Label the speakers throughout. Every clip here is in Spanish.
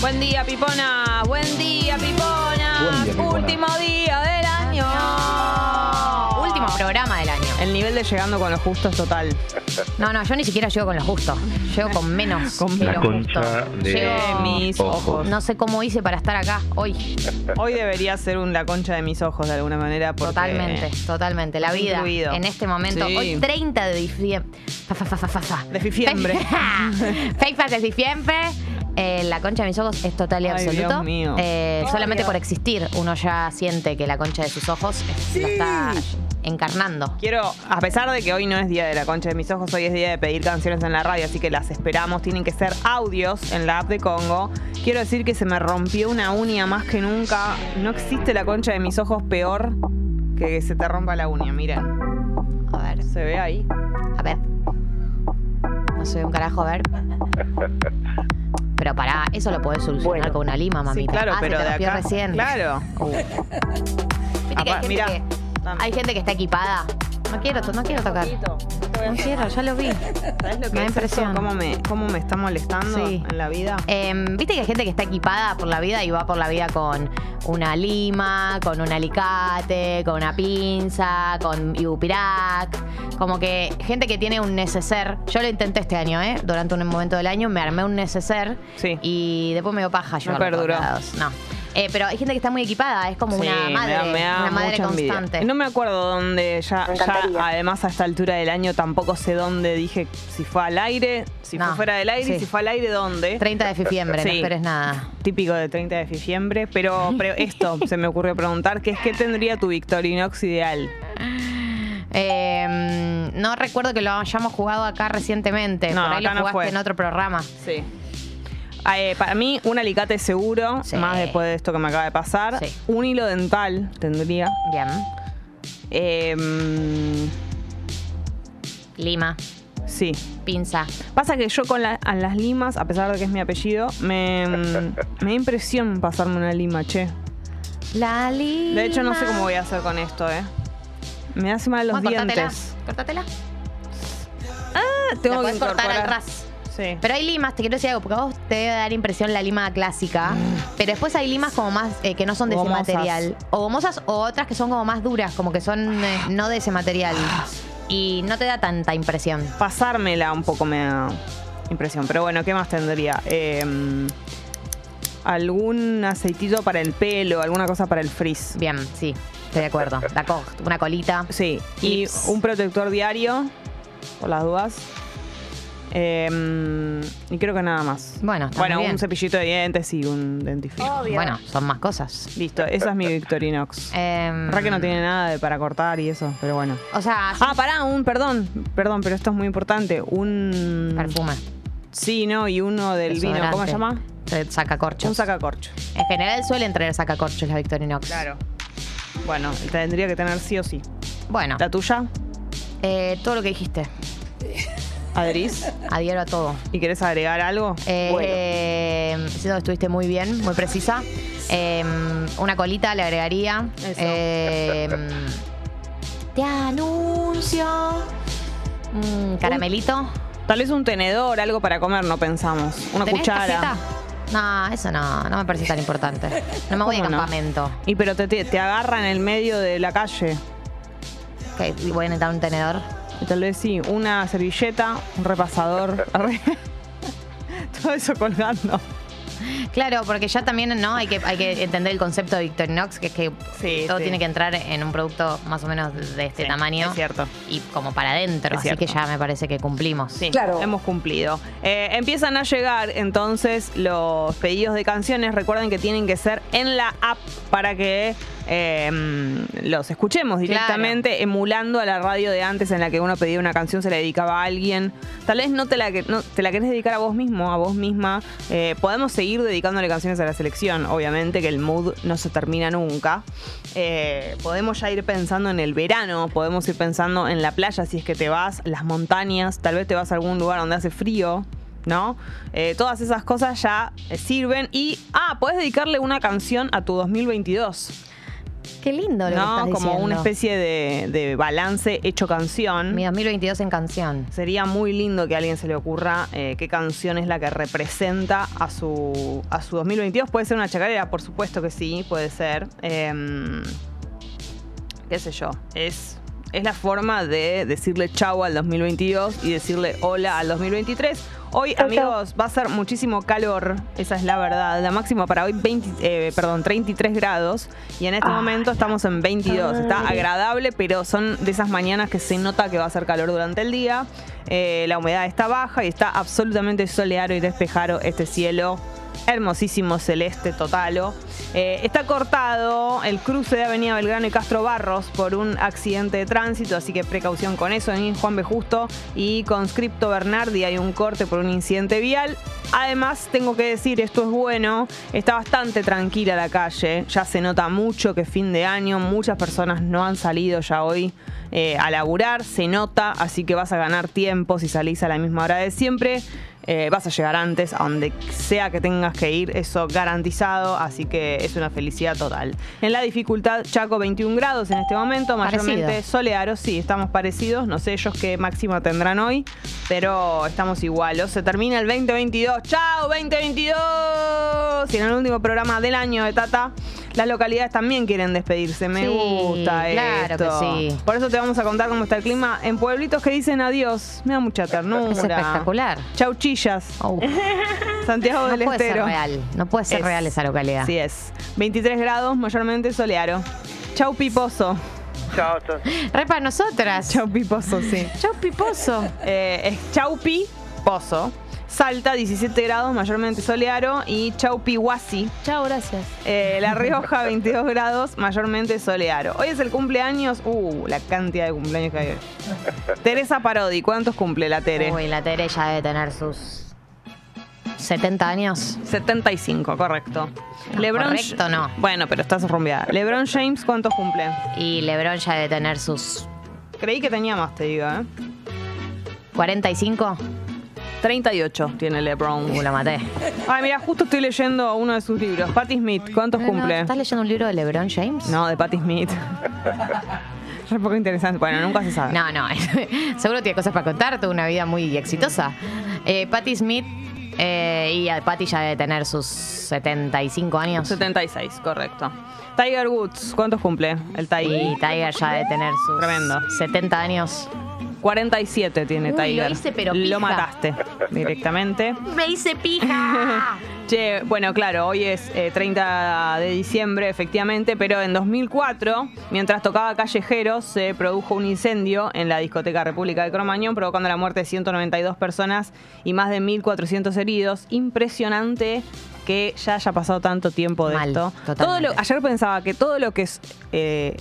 Speaker 1: Buen día, Pipona. Buen día, Pipona.
Speaker 2: Buen día, Pipona.
Speaker 1: Último día del año.
Speaker 3: Último programa del año.
Speaker 1: El nivel de llegando con los justos total.
Speaker 3: No, no, yo ni siquiera llego con lo justo. Llego con menos.
Speaker 1: Con
Speaker 3: que
Speaker 1: menos.
Speaker 2: La
Speaker 3: lo
Speaker 2: concha
Speaker 3: justo.
Speaker 2: de
Speaker 3: Llego-
Speaker 1: mis ojos.
Speaker 3: No sé cómo hice para estar acá hoy.
Speaker 1: Hoy debería ser un la concha de mis ojos de alguna manera. porque-
Speaker 3: Totalmente, totalmente. La vida
Speaker 1: Incluido.
Speaker 3: en este momento,
Speaker 1: Sí.
Speaker 3: hoy 30 de diciembre.
Speaker 1: De fifiembre.
Speaker 3: Fake de diciembre. Eh, la concha de mis ojos es total y
Speaker 1: Ay,
Speaker 3: absoluto.
Speaker 1: Dios mío.
Speaker 3: Eh, solamente por existir, uno ya siente que la concha de sus ojos es- la está encarnando.
Speaker 1: Quiero, a pesar de que hoy no es día de la concha de mis ojos, hoy es día de pedir canciones en la radio, así que las esperamos. Tienen que ser audios en la app de Congo. Quiero decir que se me rompió una uña más que nunca. No existe la concha de mis ojos peor que que se te rompa la uña. Miren,
Speaker 3: A ver,
Speaker 1: se ve ahí.
Speaker 3: a ver. No se ve un carajo, a ver. Pero pará, eso lo podés solucionar con una lima, mamita.
Speaker 1: sí, claro,
Speaker 3: Ah, se
Speaker 1: pero
Speaker 3: te
Speaker 1: de
Speaker 3: rompió
Speaker 1: acá.
Speaker 3: recién. Uh.
Speaker 1: Claro.
Speaker 3: Viste que hay,
Speaker 1: Apá,
Speaker 3: gente
Speaker 1: mirá.
Speaker 3: que,
Speaker 1: Dame.
Speaker 3: hay gente que está equipada. No quiero, to- no quiero tocar. No quiero, ya lo vi.
Speaker 1: ¿Sabes
Speaker 3: Me
Speaker 1: lo que
Speaker 3: da
Speaker 1: es esto?
Speaker 3: impresión.
Speaker 1: ¿Cómo me, cómo me está molestando
Speaker 3: Sí.
Speaker 1: en la vida?
Speaker 3: Em, Viste que hay gente que está equipada por la vida y va por la vida con una lima, con un alicate, con una pinza, con ibupirac. Como que gente que tiene un neceser. Yo lo intenté este año, ¿eh? Durante un momento del año me armé un neceser
Speaker 1: Sí.
Speaker 3: y después me dio paja yo.
Speaker 1: perduró.
Speaker 3: No. Eh, pero hay gente que está muy equipada, es como
Speaker 1: Sí,
Speaker 3: una
Speaker 1: me
Speaker 3: madre,
Speaker 1: da- me da
Speaker 3: una madre
Speaker 1: mucha envidia.
Speaker 3: constante.
Speaker 1: No me acuerdo dónde, ya, ya, además a esta altura del año tampoco sé dónde dije si fue al aire, si
Speaker 3: No,
Speaker 1: fue fuera del aire,
Speaker 3: sí.
Speaker 1: y si fue al aire, ¿dónde?
Speaker 3: 30 de diciembre, no
Speaker 1: Sí.
Speaker 3: esperes nada.
Speaker 1: Típico de 30 de diciembre, pero, pero esto se me ocurrió preguntar, que es qué tendría tu Victorinox ideal.
Speaker 3: Eh, no recuerdo que lo hayamos jugado acá recientemente.
Speaker 1: No,
Speaker 3: Por ahí lo
Speaker 1: acá no
Speaker 3: jugaste
Speaker 1: fue.
Speaker 3: en otro programa.
Speaker 1: Sí. Ah, eh, para mí, un alicate seguro,
Speaker 3: Sí.
Speaker 1: más después de esto que me acaba de pasar.
Speaker 3: Sí.
Speaker 1: Un hilo dental tendría.
Speaker 3: Bien.
Speaker 1: Em,
Speaker 3: Lima,
Speaker 1: sí.
Speaker 3: pinza.
Speaker 1: Pasa que yo con la- a las limas, a pesar de que es mi apellido, me, mm, me da impresión pasarme una lima, che.
Speaker 3: La lima.
Speaker 1: De hecho, no sé cómo voy a hacer con esto, ¿eh? Me hace mal los
Speaker 3: Bueno, cortatela.
Speaker 1: dientes.
Speaker 3: Cortatela.
Speaker 1: Ah, tengo
Speaker 3: La
Speaker 1: que
Speaker 3: podés cortar al
Speaker 1: incorporar.
Speaker 3: ras.
Speaker 1: Sí.
Speaker 3: Pero hay limas, te quiero decir algo, porque a vos te debe dar impresión la lima clásica. Pero después hay limas como más eh, que no son de
Speaker 1: Gomosas.
Speaker 3: ese material. O gomosas o otras que son como más duras, como que son eh, no de ese material. Y no te da tanta impresión.
Speaker 1: Pasármela un poco me da impresión. Pero bueno, ¿qué más tendría? Em, algún aceitito para el pelo, alguna cosa para el frizz.
Speaker 3: Bien, sí, estoy de acuerdo. La co- una colita.
Speaker 1: Sí, y
Speaker 3: Tips.
Speaker 1: un protector diario, por las dudas. Em, y creo que nada más.
Speaker 3: Bueno, está
Speaker 1: bueno
Speaker 3: muy bien.
Speaker 1: un cepillito de dientes y un dentífrico.
Speaker 3: Bueno, son más cosas.
Speaker 1: Listo, esa es mi Victorinox.
Speaker 3: Em,
Speaker 1: Verdad que no tiene nada de para cortar y eso, pero bueno.
Speaker 3: O sea,
Speaker 1: Ah, pará, un, perdón, perdón, pero esto es muy importante. Un.
Speaker 3: perfume.
Speaker 1: Sí, no, y uno del vino, ¿cómo se llama?
Speaker 3: Saca corchos.
Speaker 1: Un sacacorcho.
Speaker 3: En general suelen traer sacacorchos la Victorinox.
Speaker 1: Bueno, tendría que tener sí o sí.
Speaker 3: Bueno,
Speaker 1: La tuya,
Speaker 3: eh, todo lo que dijiste,
Speaker 1: Adris.
Speaker 3: adhiero a todo.
Speaker 1: ¿Y querés agregar algo?
Speaker 3: Eh,
Speaker 1: Bueno.
Speaker 3: eh, siento que estuviste muy bien, muy precisa. Eh, una colita le agregaría.
Speaker 1: Eso.
Speaker 3: Eh, te anuncio. Mm, caramelito.
Speaker 1: Tal vez un tenedor, algo para comer, no pensamos. Una
Speaker 3: ¿Tenés
Speaker 1: cuchara.
Speaker 3: tarjeta? No, eso no, no me parece tan importante. No me voy de
Speaker 1: ¿Cómo no?
Speaker 3: campamento.
Speaker 1: Y pero te, te, te agarra en el medio de la calle.
Speaker 3: Ok, voy a necesitar un tenedor.
Speaker 1: Y Tal vez sí, una servilleta, un repasador. Arre. Todo eso colgando.
Speaker 3: Claro, porque ya también no hay que, hay que entender el concepto de Victorinox, que es que
Speaker 1: Sí,
Speaker 3: todo
Speaker 1: sí.
Speaker 3: tiene que entrar en un producto más o menos de este
Speaker 1: Sí,
Speaker 3: tamaño.
Speaker 1: es cierto.
Speaker 3: Y como para adentro.
Speaker 1: Es
Speaker 3: Así que
Speaker 1: cierto.
Speaker 3: ya me parece que cumplimos.
Speaker 1: Sí, hemos cumplido. Eh, empiezan a llegar entonces los pedidos de canciones. Recuerden que tienen que ser en la app para que eh, mm, los escuchemos directamente, emulando a la radio de antes en la que uno pedía una canción, se la dedicaba a alguien. Tal vez no te la, que- no, te la querés dedicar a vos mismo, a vos misma. Eh, podemos seguir dedicándole canciones a la selección, obviamente que el mood no se termina nunca. Eh, podemos ya ir pensando en el verano, podemos ir pensando en la playa si es que te vas, las montañas, tal vez te vas a algún lugar donde hace frío, ¿no? Eh, todas esas cosas ya eh, sirven y, ah, podés dedicarle una canción a tu 2022.
Speaker 3: Qué lindo lo que
Speaker 1: ¿no?
Speaker 3: estás
Speaker 1: Como
Speaker 3: diciendo.
Speaker 1: una especie de, de balance hecho canción.
Speaker 3: Mi 2022 en canción.
Speaker 1: Sería muy lindo que a alguien se le ocurra eh, qué canción es la que representa a su, a su 2022. Puede ser una chacarera, por supuesto que sí, puede ser. Em, qué sé yo, es, es la forma de decirle chau al 2022 y decirle hola al 2023. Hoy, amigos, va a ser muchísimo calor, esa es la verdad. La máxima para hoy, 20, eh, perdón, 33 grados. Y en
Speaker 3: Ah.
Speaker 1: este momento estamos en 22. Está agradable, pero son de esas mañanas que se nota que va a hacer calor durante el día. Eh, la humedad está baja y está absolutamente soleado y despejado este cielo hermosísimo celeste totalo. Eh, está cortado el cruce de Avenida Belgrano y Castro Barros por un accidente de tránsito, así que precaución con eso. En Juan B. Justo y Conscripto Bernardi hay un corte por un incidente vial. Además, tengo que decir, esto es bueno, está bastante tranquila la calle, ya se nota mucho que fin de año, muchas personas no han salido ya hoy eh, a laburar, se nota, así que vas a ganar tiempo si salís a la misma hora de siempre. Eh, vas a llegar antes, a donde sea que tengas que ir, eso garantizado, así que es una felicidad total. En la dificultad, Chaco 21 grados en este momento, mayormente
Speaker 3: Parecido.
Speaker 1: solearos, sí, estamos parecidos, no sé ellos qué máxima tendrán hoy, pero estamos igualos. Se termina el 2022, chao 2022. Y en el último programa del año de Tata, las localidades también quieren despedirse, me
Speaker 3: Sí,
Speaker 1: gusta
Speaker 3: claro que
Speaker 1: esto.
Speaker 3: sí.
Speaker 1: Por eso te vamos a contar cómo está el clima en pueblitos que dicen adiós, me da mucha ternura.
Speaker 3: Es espectacular.
Speaker 1: Chau Chillas,
Speaker 3: Oh,
Speaker 1: Santiago
Speaker 3: no
Speaker 1: del
Speaker 3: puede ser
Speaker 1: Estero.
Speaker 3: real. No puede ser
Speaker 1: Es-
Speaker 3: real esa localidad.
Speaker 1: Así es. 23 grados, mayormente soleado. Chau Piposo.
Speaker 2: Chao, chao.
Speaker 3: Re para nosotras.
Speaker 1: Chau Piposo, sí.
Speaker 3: Chau, piposo.
Speaker 1: Eh, es Chaupi Pozo. Salta, 17 grados, mayormente soleado. Y Chaupi Huasi.
Speaker 4: Chao, gracias.
Speaker 1: Eh, La Rioja, 22 grados, mayormente soleado. Hoy es el cumpleaños. Uh, la cantidad de cumpleaños que hay hoy. Teresa Parodi, ¿cuántos cumple la Tere?
Speaker 3: Uy, la Tere ya debe tener sus 70 años.
Speaker 1: 75, correcto.
Speaker 3: No, correcto no.
Speaker 1: Bueno, pero estás rumbeada. LeBron James, ¿cuántos cumple?
Speaker 3: Y LeBron ya debe tener sus
Speaker 1: Creí que tenía más, te digo, ¿eh?
Speaker 3: 45.
Speaker 1: 38 tiene
Speaker 3: Uh,
Speaker 1: LeBron.
Speaker 3: la maté.
Speaker 1: Ay, mira, justo estoy leyendo uno de sus libros. Patti Smith, ¿cuántos cumple?
Speaker 3: ¿Estás leyendo un libro de LeBron James?
Speaker 1: No, de Patti Smith. Es un poco interesante. Bueno, nunca se sabe.
Speaker 3: No, no. Seguro tiene cosas para contar. Tuvo una vida muy exitosa. Eh, Patti Smith. eh, y a Patti ya debe tener sus 75 años.
Speaker 1: 76, correcto. Tiger Woods, ¿cuántos cumple? El
Speaker 3: Y
Speaker 1: Tiger.
Speaker 3: Tiger ya debe tener sus
Speaker 1: Tremendo.
Speaker 3: 70 años.
Speaker 1: 47 tiene
Speaker 3: Uy, lo
Speaker 1: Tiger.
Speaker 3: hice, pero
Speaker 1: Lo
Speaker 3: pija.
Speaker 1: mataste directamente.
Speaker 3: Me hice pija.
Speaker 1: Che, bueno, claro, hoy es eh, 30 de diciembre, efectivamente, pero en 2004, mientras tocaba Callejero, se produjo un incendio en la discoteca República de Cromañón, provocando la muerte de 192 personas y más de 1.400 heridos. Impresionante que ya haya pasado tanto tiempo de
Speaker 3: Mal,
Speaker 1: esto. Todo
Speaker 3: totalmente.
Speaker 1: lo, ayer pensaba que todo lo que es... eh,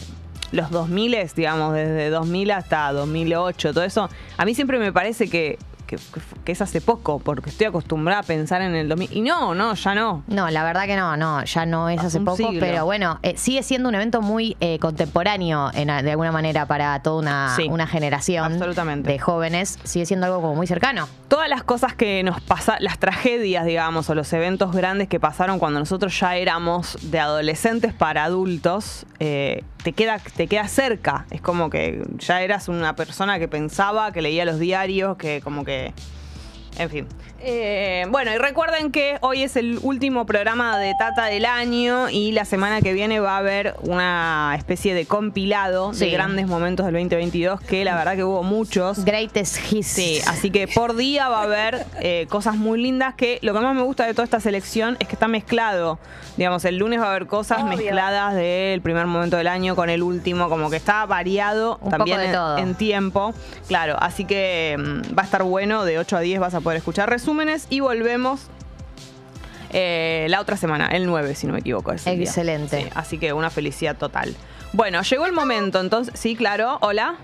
Speaker 1: los 2000, digamos, desde 2000 hasta 2008, todo eso, a mí siempre me parece que, que- que fu- que es hace poco, porque estoy acostumbrada a pensar en el 2000. Y no, no, ya no.
Speaker 3: No, la verdad que no, no, ya no es hace
Speaker 1: Un
Speaker 3: poco,
Speaker 1: siglo.
Speaker 3: pero bueno, eh, sigue siendo un evento muy eh, contemporáneo en a- de alguna manera para toda una,
Speaker 1: Sí,
Speaker 3: una generación
Speaker 1: absolutamente.
Speaker 3: de jóvenes, sigue siendo algo como muy cercano.
Speaker 1: Todas las cosas que nos pasan, las tragedias, digamos, o los eventos grandes que pasaron cuando nosotros ya éramos de adolescentes para adultos, eh, te, queda, te queda cerca. Es como que ya eras una persona que pensaba, que leía los diarios, que como que En fin. Eh, bueno, y recuerden que hoy es el último programa de Tata del año y la semana que viene va a haber una especie de compilado de
Speaker 3: Sí.
Speaker 1: grandes momentos del 2022, que la verdad que hubo muchos.
Speaker 3: Greatest hits.
Speaker 1: Sí, así que por día va a haber eh, cosas muy lindas que lo que más me gusta de toda esta selección es que está mezclado. Digamos, el lunes va a haber cosas
Speaker 4: Obvio.
Speaker 1: mezcladas del primer momento del año con el último, como que está variado
Speaker 3: Un
Speaker 1: también
Speaker 3: poco de
Speaker 1: en-
Speaker 3: todo.
Speaker 1: en tiempo. Claro, así que mm, va a estar bueno, de 8 a 10 vas a poder escuchar resúmenes y volvemos eh, la otra semana, el 9, si no me equivoco. es el día.
Speaker 3: Excelente.
Speaker 1: Sí, así que una felicidad total. Bueno, llegó el momento, entonces, sí, claro, hola.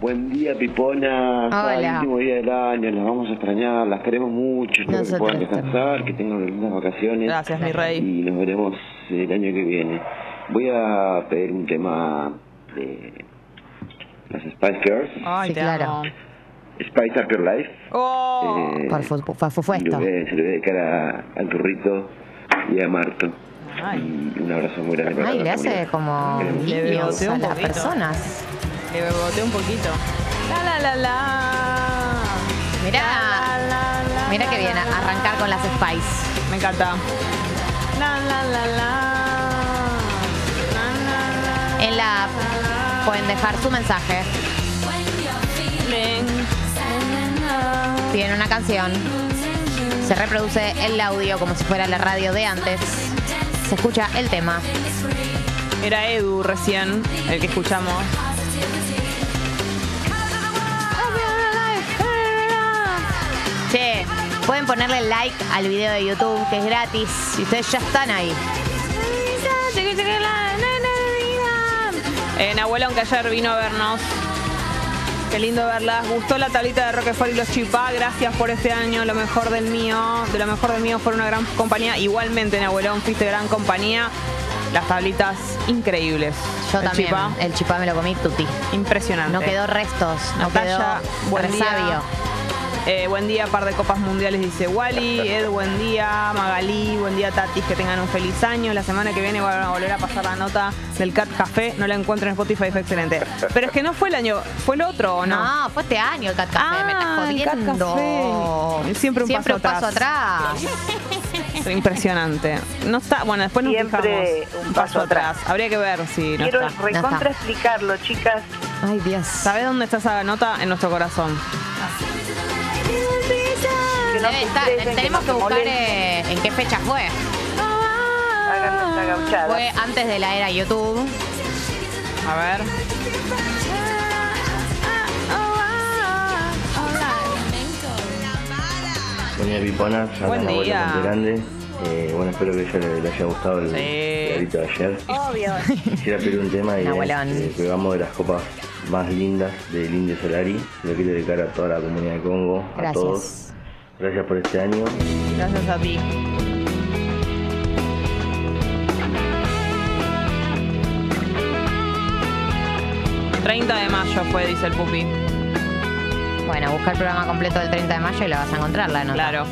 Speaker 5: Buen día, Pipona.
Speaker 3: Hola.
Speaker 5: El último día del año, las vamos a extrañar, las queremos mucho. Espero
Speaker 3: Nosotros
Speaker 5: que puedan
Speaker 3: también.
Speaker 5: descansar, que tengan unas lindas vacaciones.
Speaker 1: Gracias, mi rey.
Speaker 5: Y nos veremos el año que viene. Voy a pedir un tema de las Spice Girls,
Speaker 1: Ay,
Speaker 3: Sí,
Speaker 1: te
Speaker 3: claro.
Speaker 1: amo.
Speaker 5: Spice Up Your Life.
Speaker 1: Oh.
Speaker 5: Eh,
Speaker 3: Por fu- por
Speaker 5: se lo
Speaker 3: supuesto.
Speaker 5: voy a- se lo voy a dedicar a- al burrito y a Marto.
Speaker 1: Ay,
Speaker 5: Y un abrazo muy grande para
Speaker 3: Ay,
Speaker 5: toda
Speaker 3: le
Speaker 5: la
Speaker 3: hace
Speaker 5: comunidad.
Speaker 3: como
Speaker 5: Queremos.
Speaker 1: Le
Speaker 3: guiños
Speaker 1: bebotea
Speaker 3: a
Speaker 1: un
Speaker 3: las
Speaker 1: poquito.
Speaker 3: personas.
Speaker 1: le beboté un poquito. La la la la.
Speaker 3: Mirá.
Speaker 1: La, la, la, la,
Speaker 3: Mira que
Speaker 1: la,
Speaker 3: bien,
Speaker 1: la, la.
Speaker 3: arrancar con las Spice.
Speaker 1: Me encanta. La la la la. La, la, la,
Speaker 3: En la app
Speaker 1: la, la.
Speaker 3: pueden dejar su mensaje. Tienen una canción. Se reproduce el audio como si fuera la radio de antes. Se escucha el tema.
Speaker 1: Era Edu recién el que escuchamos.
Speaker 3: Che, pueden ponerle like al video de YouTube que es gratis. Y ustedes ya están ahí.
Speaker 1: En Abuelón que ayer vino a vernos. Qué lindo verlas. Gustó la tablita de Roquefort y los Chipá. Gracias por este año. Lo mejor del mío. De lo mejor del mío fue una gran compañía. Igualmente en Abuelón fuiste gran compañía. Las tablitas increíbles.
Speaker 3: Yo
Speaker 1: El
Speaker 3: también.
Speaker 1: Chipá,
Speaker 3: El chipá me lo comí tuti.
Speaker 1: impresionante.
Speaker 3: No quedó restos, no
Speaker 1: Natalia,
Speaker 3: quedó
Speaker 1: buen día.
Speaker 3: resabio.
Speaker 1: Eh, buen día, par de copas mundiales, dice Wally. Ed, buen día. Magalí, buen día, Tatis. Que tengan un feliz año. La semana que viene van a volver a pasar la nota del Cat Café. No la encuentro en Spotify, fue excelente. Pero es que no fue el año, fue el otro, ¿o no?
Speaker 3: No, fue este año el Cat Café,
Speaker 1: Ah,
Speaker 3: me estás
Speaker 1: el Cat
Speaker 3: jodiendo.
Speaker 1: Café. Siempre un paso
Speaker 3: atrás.
Speaker 1: Impresionante. No está, bueno, después nos
Speaker 2: Siempre
Speaker 1: fijamos.
Speaker 2: un paso atrás.
Speaker 1: Habría que ver si no
Speaker 2: Quiero
Speaker 1: está.
Speaker 2: recontra explicarlo, chicas.
Speaker 3: Ay, Dios.
Speaker 1: ¿Sabés dónde está esa nota? En nuestro corazón.
Speaker 2: Que no
Speaker 3: Debe
Speaker 2: se
Speaker 3: estar,
Speaker 2: estresen,
Speaker 3: tenemos
Speaker 2: no
Speaker 3: que,
Speaker 2: se
Speaker 3: buscar
Speaker 2: molesten,
Speaker 3: eh, en qué fecha fue. Ah,
Speaker 2: hagan nuestra gauchada.
Speaker 3: Fue antes de la era YouTube.
Speaker 1: A ver.
Speaker 4: Buen día, Pipona. Acá
Speaker 1: Buen
Speaker 4: en Abuelo
Speaker 1: día.
Speaker 4: Monte Grande. Eh, bueno, espero que ya le, le haya gustado el
Speaker 1: Sí.
Speaker 4: regalito de ayer.
Speaker 2: Obvio.
Speaker 4: Quisiera pedir un tema y
Speaker 3: Abuelón.
Speaker 4: eh, que vamos de las copas más lindas del Indio Solari. Se lo quiero dedicar a toda la comunidad de Congo, a
Speaker 3: Gracias.
Speaker 4: todos. Gracias por este año.
Speaker 1: Gracias a ti. ...30 de mayo fue, dice el pupi.
Speaker 3: Bueno, busca el programa completo del 30 de mayo y la vas a encontrar, la nota.
Speaker 1: Claro.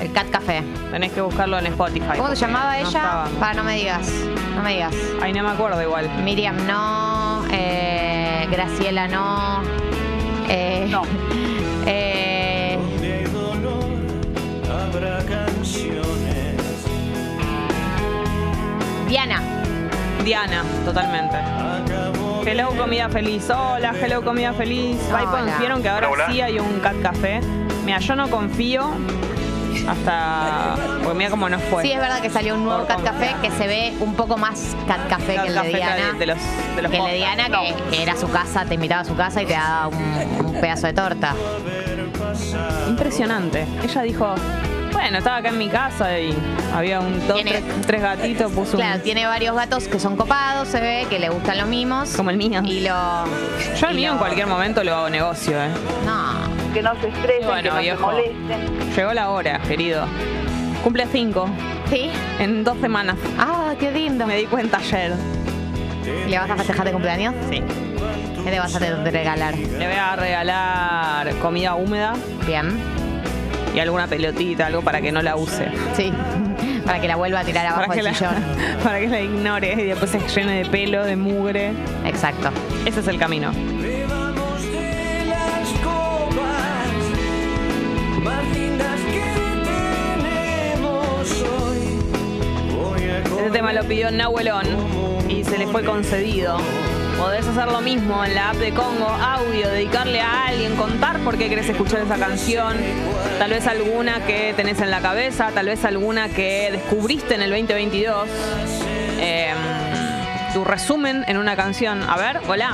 Speaker 3: El Cat Café.
Speaker 1: Tenés que buscarlo en Spotify.
Speaker 3: ¿Cómo se
Speaker 1: porque
Speaker 3: llamaba
Speaker 1: no
Speaker 3: ella?
Speaker 1: estaba.
Speaker 3: Para, no me digas. No me digas.
Speaker 1: Ay, no me acuerdo igual.
Speaker 3: Miriam no, eh, Graciela no, eh,
Speaker 2: No.
Speaker 3: eh,
Speaker 6: De dolor habrá canciones.
Speaker 3: Diana,
Speaker 1: Diana, totalmente.
Speaker 6: Acabó
Speaker 1: Hello, comida feliz. Hola, hello, comida feliz. Ahí
Speaker 3: Hola.
Speaker 1: confiaron que ahora sí hay un cat café. Mira, yo no confío hasta. Porque mira cómo nos fue.
Speaker 3: sí es verdad que salió un nuevo
Speaker 1: Por
Speaker 3: Cat Café que se ve un poco más Cat Café
Speaker 1: Cat
Speaker 3: que el
Speaker 1: Café
Speaker 3: de Diana.
Speaker 1: de los, de los
Speaker 3: que el de
Speaker 1: podcasts.
Speaker 3: Diana, que, que era su casa, te invitaba a su casa y te daba un, un pedazo de torta.
Speaker 1: Impresionante. Ella dijo, bueno, estaba acá en mi casa y había un dos,
Speaker 3: Tiene-
Speaker 1: tres, tres gatitos, puso un-
Speaker 3: Claro, tiene varios gatos que son copados, se ve, que le gustan los mimos.
Speaker 1: como el mío.
Speaker 3: Y lo.
Speaker 1: Yo el
Speaker 3: y
Speaker 1: mío en
Speaker 3: lo-
Speaker 1: cualquier momento lo hago negocio, eh.
Speaker 3: No.
Speaker 2: Que no se estresen,
Speaker 1: Bueno,
Speaker 2: que no
Speaker 1: viejo.
Speaker 2: se molesten.
Speaker 1: Llegó la hora, querido. Cumple cinco,
Speaker 3: ¿Sí?
Speaker 1: en dos semanas.
Speaker 3: Ah, qué lindo.
Speaker 1: Me di cuenta ayer.
Speaker 3: ¿Le vas a festejar de cumpleaños?
Speaker 1: Sí.
Speaker 3: ¿Qué le vas a te- te regalar?
Speaker 1: Le voy a regalar comida húmeda
Speaker 3: Bien.
Speaker 1: y alguna pelotita, algo para que no la use.
Speaker 3: Sí, para que la vuelva a tirar abajo
Speaker 1: Para que,
Speaker 3: del
Speaker 1: la,
Speaker 3: sillón.
Speaker 1: para que la ignore y después se llene de pelo, de mugre.
Speaker 3: Exacto.
Speaker 1: Ese es el camino.
Speaker 6: Bebamos de las copas más lindas que tenemos hoy. Voy a
Speaker 1: Este tema lo pidió Nahuelón y se le fue concedido. Podés hacer lo mismo en la app de Congo, audio, dedicarle a alguien, contar por qué querés escuchar esa canción. Tal vez alguna que tenés en la cabeza, tal vez alguna que descubriste en el 2022. Eh, tu resumen en una canción. A ver, hola.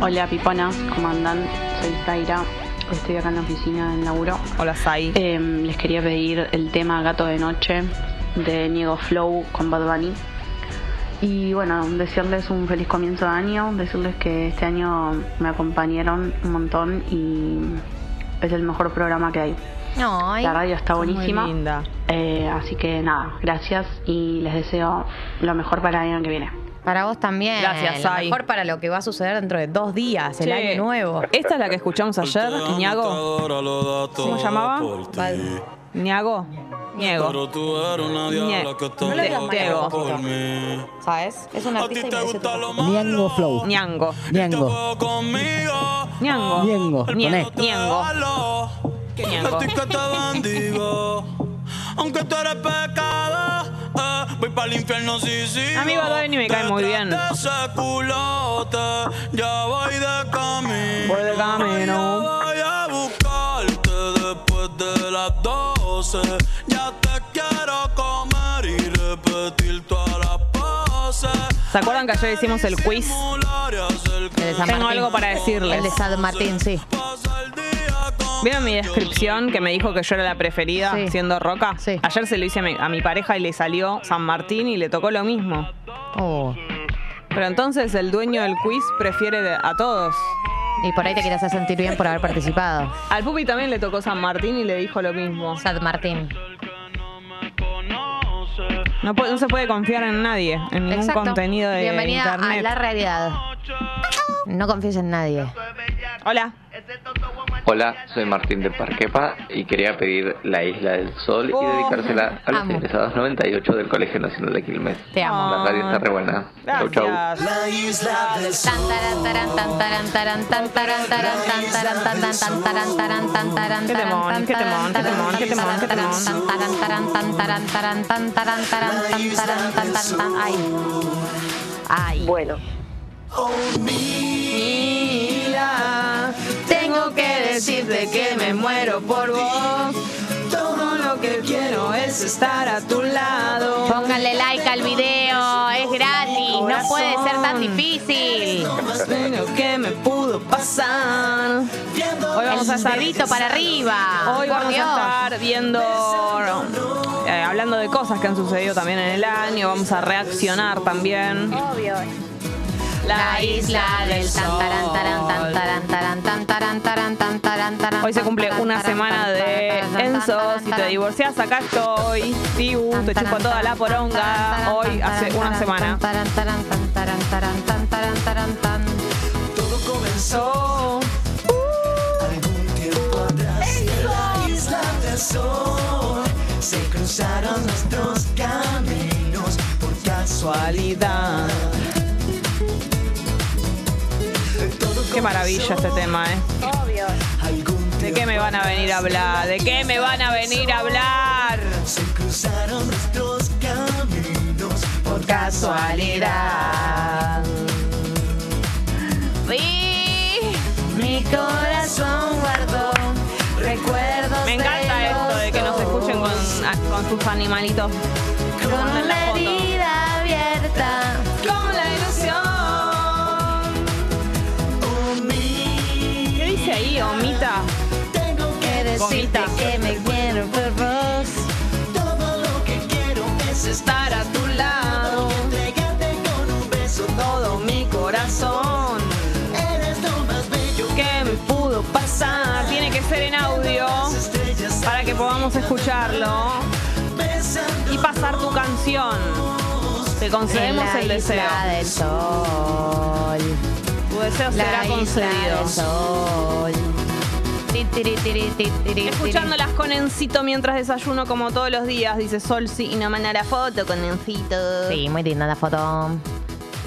Speaker 7: Hola Pipona, ¿cómo andan? Soy Zaira, estoy acá en la oficina del laburo.
Speaker 1: Hola, Sai.
Speaker 7: Eh, les quería pedir el tema Gato de Noche de Niego Flow con Bad Bunny. Y bueno, desearles un feliz comienzo de año, decirles que este año me acompañaron un montón y es el mejor programa que hay.
Speaker 3: No,
Speaker 7: La radio está buenísima.
Speaker 1: Muy linda.
Speaker 7: Eh, así que nada, gracias y les deseo lo mejor para el año que viene.
Speaker 3: para vos también.
Speaker 1: Gracias,
Speaker 3: Lo
Speaker 1: Sai.
Speaker 3: mejor para lo que va a suceder dentro de dos días, el
Speaker 1: Che,
Speaker 3: año nuevo.
Speaker 1: Esta es la que escuchamos ayer, Ñago.
Speaker 6: computadora lo da
Speaker 1: ¿Cómo
Speaker 6: todo
Speaker 1: llamaba?
Speaker 6: por ti.
Speaker 1: Ñago. Niego.
Speaker 6: Pero tú eres una diabla que
Speaker 1: No
Speaker 6: está
Speaker 1: le digas
Speaker 6: loca
Speaker 1: Mateo.
Speaker 6: por mí.
Speaker 3: ¿Sabes? Es un
Speaker 6: A ti
Speaker 3: artista y
Speaker 6: te
Speaker 3: merece
Speaker 6: gusta
Speaker 3: todo.
Speaker 6: lo
Speaker 8: Niango
Speaker 6: malo.
Speaker 8: Flow.
Speaker 1: Ñango.
Speaker 8: Niango.
Speaker 6: Todo conmigo.
Speaker 1: Ñango.
Speaker 8: Ñengo,
Speaker 1: Ñe-
Speaker 8: poné.
Speaker 1: Ñengo.
Speaker 6: Malo.
Speaker 1: Ñengo.
Speaker 6: A ti que te bendigo. Aunque tú eres pecado. eh, voy para el infierno si sigo.
Speaker 1: A mí Badoeni me cae muy bien.
Speaker 6: Detrás de ese culote, ya voy de camino.
Speaker 1: Voy de camino.
Speaker 6: Voy a buscarte después de las 12. Ya te quiero comer y repetir todas las poses.
Speaker 1: ¿Se acuerdan que ayer hicimos el quiz?
Speaker 6: Simular y hacer
Speaker 3: El de San
Speaker 1: Tengo
Speaker 3: Martín.
Speaker 1: algo para decirles.
Speaker 3: El de San Martín, sí.
Speaker 6: pasa el día con
Speaker 1: ¿Vieron mi descripción que me dijo que yo era la preferida
Speaker 3: Sí.
Speaker 1: siendo roca?
Speaker 3: Sí.
Speaker 1: Ayer se lo hice a mi, a mi pareja y le salió San Martín y le tocó lo mismo.
Speaker 3: Oh.
Speaker 1: Pero entonces el dueño del quiz prefiere de- a todos.
Speaker 3: Y por ahí te quieres hacer sentir bien por haber participado.
Speaker 1: Al Pupi también le tocó San Martín y le dijo lo mismo.
Speaker 3: San Martín.
Speaker 1: No, pu- no se puede confiar en nadie, en ningún
Speaker 3: Exacto.
Speaker 1: contenido de
Speaker 3: Bienvenida
Speaker 1: internet.
Speaker 3: a la realidad. No confíes en nadie.
Speaker 1: Hola.
Speaker 9: Hola, soy Martín de Parquepa y quería pedir La Isla del Sol y
Speaker 1: Oh.
Speaker 9: dedicársela a los
Speaker 3: Amo.
Speaker 9: egresados 98 del Colegio Nacional de Quilmes.
Speaker 3: Te amo.
Speaker 1: Ah.
Speaker 9: La radio está re buena. Chau, chau.
Speaker 1: Gracias.
Speaker 3: Tan, taran, taran, tan, taran, taran, tan, taran, taran, tan, taran, tan, tan, tan, taran, taran, tan, taran,
Speaker 1: Qué temón,
Speaker 3: taran,
Speaker 1: qué
Speaker 3: taran,
Speaker 1: temón, qué temón, qué temón, qué
Speaker 3: taran,
Speaker 1: temón.
Speaker 3: taran, taran, tan, taran, taran, tan, taran, taran, tan, taran, tan, tan, tan. Ay. Ay.
Speaker 2: Bueno,
Speaker 1: Mira, tengo que decirte que me muero por vos. Todo lo que quiero es estar a tu lado.
Speaker 3: Pónganle like al video, es gratis, no puede ser tan difícil.
Speaker 1: Lo que me pudo pasar. Hoy vamos a
Speaker 3: El
Speaker 1: estar
Speaker 3: dedito para arriba.
Speaker 1: Hoy
Speaker 3: por
Speaker 1: vamos
Speaker 3: Dios.
Speaker 1: a estar viendo, eh, hablando de cosas que han sucedido también en el año. Vamos a reaccionar también.
Speaker 2: obvio.
Speaker 3: La isla del tantarán, tarán, tantarán, tarán, tantarán, tarán, tantarán, tarán,
Speaker 1: Hoy se cumple
Speaker 3: tantarán,
Speaker 1: una
Speaker 3: tarán,
Speaker 1: semana de
Speaker 3: tantarán, tarán,
Speaker 1: Enzo.
Speaker 3: tantarán,
Speaker 1: Si te
Speaker 3: tarán.
Speaker 1: divorcias, acá estoy. Tiu, te chupo toda la poronga. Hoy hace una semana.
Speaker 3: Tantarán, tarán, tantarán, tarán, tantarán, tarán, tan.
Speaker 1: So, casualidad. Qué maravilla este tema, ¿eh?
Speaker 2: Obvio.
Speaker 1: ¿De qué me van a venir a hablar? ¿De qué me van a venir a hablar? Se cruzaron nuestros caminos por casualidad.
Speaker 3: Mi corazón guardó recuerdos.
Speaker 1: Me encanta esto de que nos escuchen con, a- con sus animalitos. Con la foto.
Speaker 3: herida abierta.
Speaker 1: Con la ilusión. ¿Qué dice ahí, Omita?
Speaker 3: que
Speaker 1: decirte
Speaker 3: que me quiero por vos.
Speaker 1: Estar a tu lado. Entregarte con un beso todo mi corazón. Eres lo más bello que me pudo pasar. Tiene que ser en audio para que podamos escucharlo y pasar tu canción. Te concedemos
Speaker 3: En la
Speaker 1: el deseo.
Speaker 3: Isla del sol.
Speaker 1: Tu deseo
Speaker 3: la
Speaker 1: será
Speaker 3: isla del
Speaker 1: concedido.
Speaker 3: sol. Ti, tiri, tiri, ti, tiri, tiri.
Speaker 1: Escuchándolas con Encito mientras desayuno como todos los días, dice Sol, sí, y no manda la foto con Encito.
Speaker 3: Sí, muy linda la foto.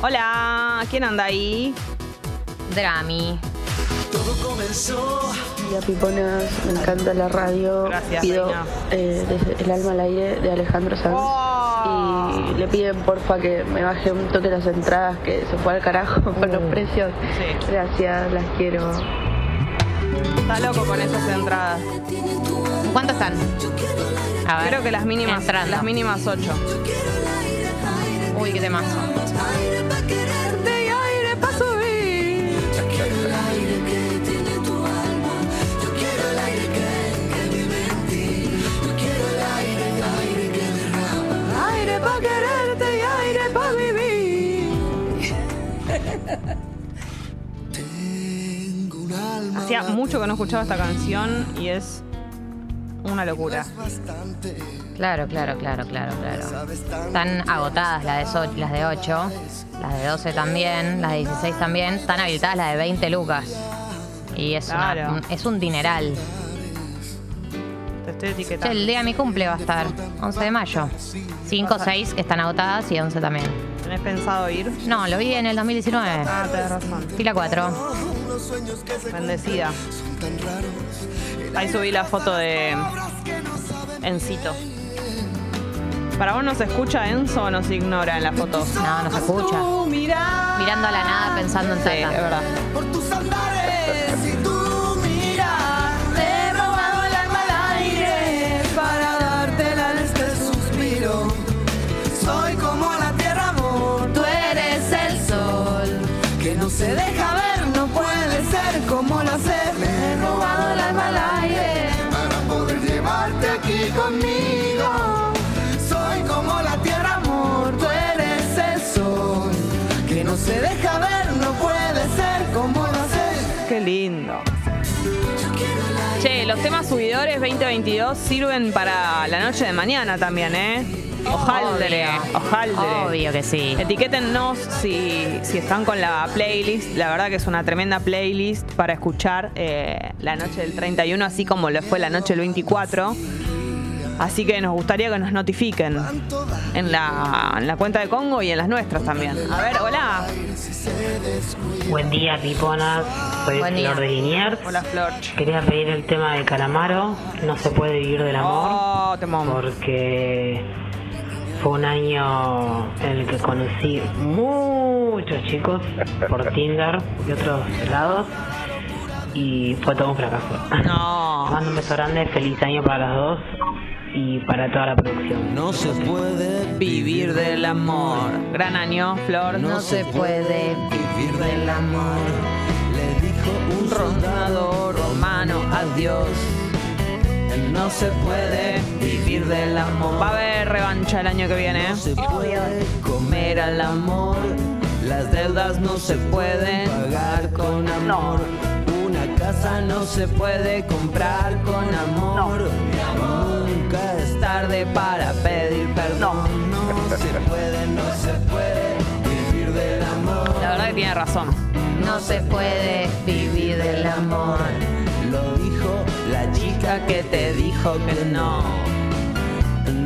Speaker 1: Hola, ¿quién anda ahí?
Speaker 3: Drami.
Speaker 10: Hola Piponas, me encanta la radio.
Speaker 1: Gracias,
Speaker 10: Pido
Speaker 1: Reina.
Speaker 10: eh, desde El alma al aire de Alejandro Sanz.
Speaker 1: Oh.
Speaker 10: Y le piden porfa que me baje un toque las entradas que se fue al carajo con los precios.
Speaker 1: Uh. Sí.
Speaker 10: Gracias, las quiero.
Speaker 1: Está loco con esas entradas.
Speaker 3: ¿Cuántos están? A ver.
Speaker 1: Creo que las mínimas,
Speaker 3: Entrando.
Speaker 1: las mínimas 8.
Speaker 3: Uy, qué temazo.
Speaker 1: Hacía mucho que no escuchaba esta canción y es una locura.
Speaker 3: Claro, claro, claro, claro, claro. Están agotadas las de, so- las de 8, las de 12 también, las de 16 también. Están habilitadas las de 20 lucas. Y es, una-
Speaker 1: Claro.
Speaker 3: un- es un dineral.
Speaker 1: Te- estoy
Speaker 3: Che,
Speaker 1: etiquetando.
Speaker 3: el día de mi cumple va a estar, 11 de mayo. 5, 6 están agotadas y 11 también.
Speaker 1: ¿Tenés pensado ir?
Speaker 3: No, lo vi en el 2019.
Speaker 1: Ah, tenés razón.
Speaker 3: Fila 4.
Speaker 1: Bendecida. Ahí subí la foto de Encito. ¿Para vos nos escucha Enzo o nos ignora en la foto?
Speaker 3: No, no se escucha. Mirando a la nada, pensando en
Speaker 1: Sí, es
Speaker 3: Tata.
Speaker 1: verdad.
Speaker 6: Por tus andares y tu mirar, le he robado el alma al aire para dártela en este suspiro. Soy como la tierra, amor, tú eres el sol que no se deja ver, no puede ser como la sed. Le he robado el alma al aire para poder llevarte aquí conmigo. Soy como la tierra, amor, tú eres el sol que no se deja ver, no puede ser como la sed.
Speaker 1: Qué lindo. Che, los temas subidores 2022 sirven para la noche de mañana también, ¿eh? Ojaldre, ojaldre.
Speaker 3: Obvio que sí.
Speaker 1: Etiquétennos si, si están con la playlist. La verdad que es una tremenda playlist para escuchar eh, la noche del 31, así como lo fue la noche del 24. Así que nos gustaría que nos notifiquen en la, en la cuenta de Congo y en las nuestras también. A ver, hola.
Speaker 8: Buen día, piponas. Soy
Speaker 3: Buen día.
Speaker 8: Flor de Liniers.
Speaker 1: Hola, Flor.
Speaker 8: Quería pedir el tema de Calamaro. No se puede vivir del amor.
Speaker 1: Oh, te mamo.
Speaker 8: Porque fue un año en el que conocí muchos chicos por Tinder y otros lados. Y fue todo un fracaso. Les
Speaker 1: No.
Speaker 8: mando un beso grande. Feliz año para las dos y para toda la producción.
Speaker 6: No se puede
Speaker 1: Vivir del amor. Gran año, Flor.
Speaker 6: No se
Speaker 3: puede.
Speaker 6: vivir del amor. Le dijo
Speaker 1: Un rondado romano, adiós.
Speaker 6: No se puede vivir del amor.
Speaker 1: Va a haber revancha el año que viene. ¿eh?
Speaker 6: se puede comer al amor. Las deudas no se pueden pagar con amor. Una casa no se puede comprar con amor. Nunca es tarde para pedir perdón. No se puede, no se puede vivir del amor.
Speaker 1: La verdad que tiene razón.
Speaker 3: No se puede vivir del amor.
Speaker 6: Lo dijo la chica que te dijo que no.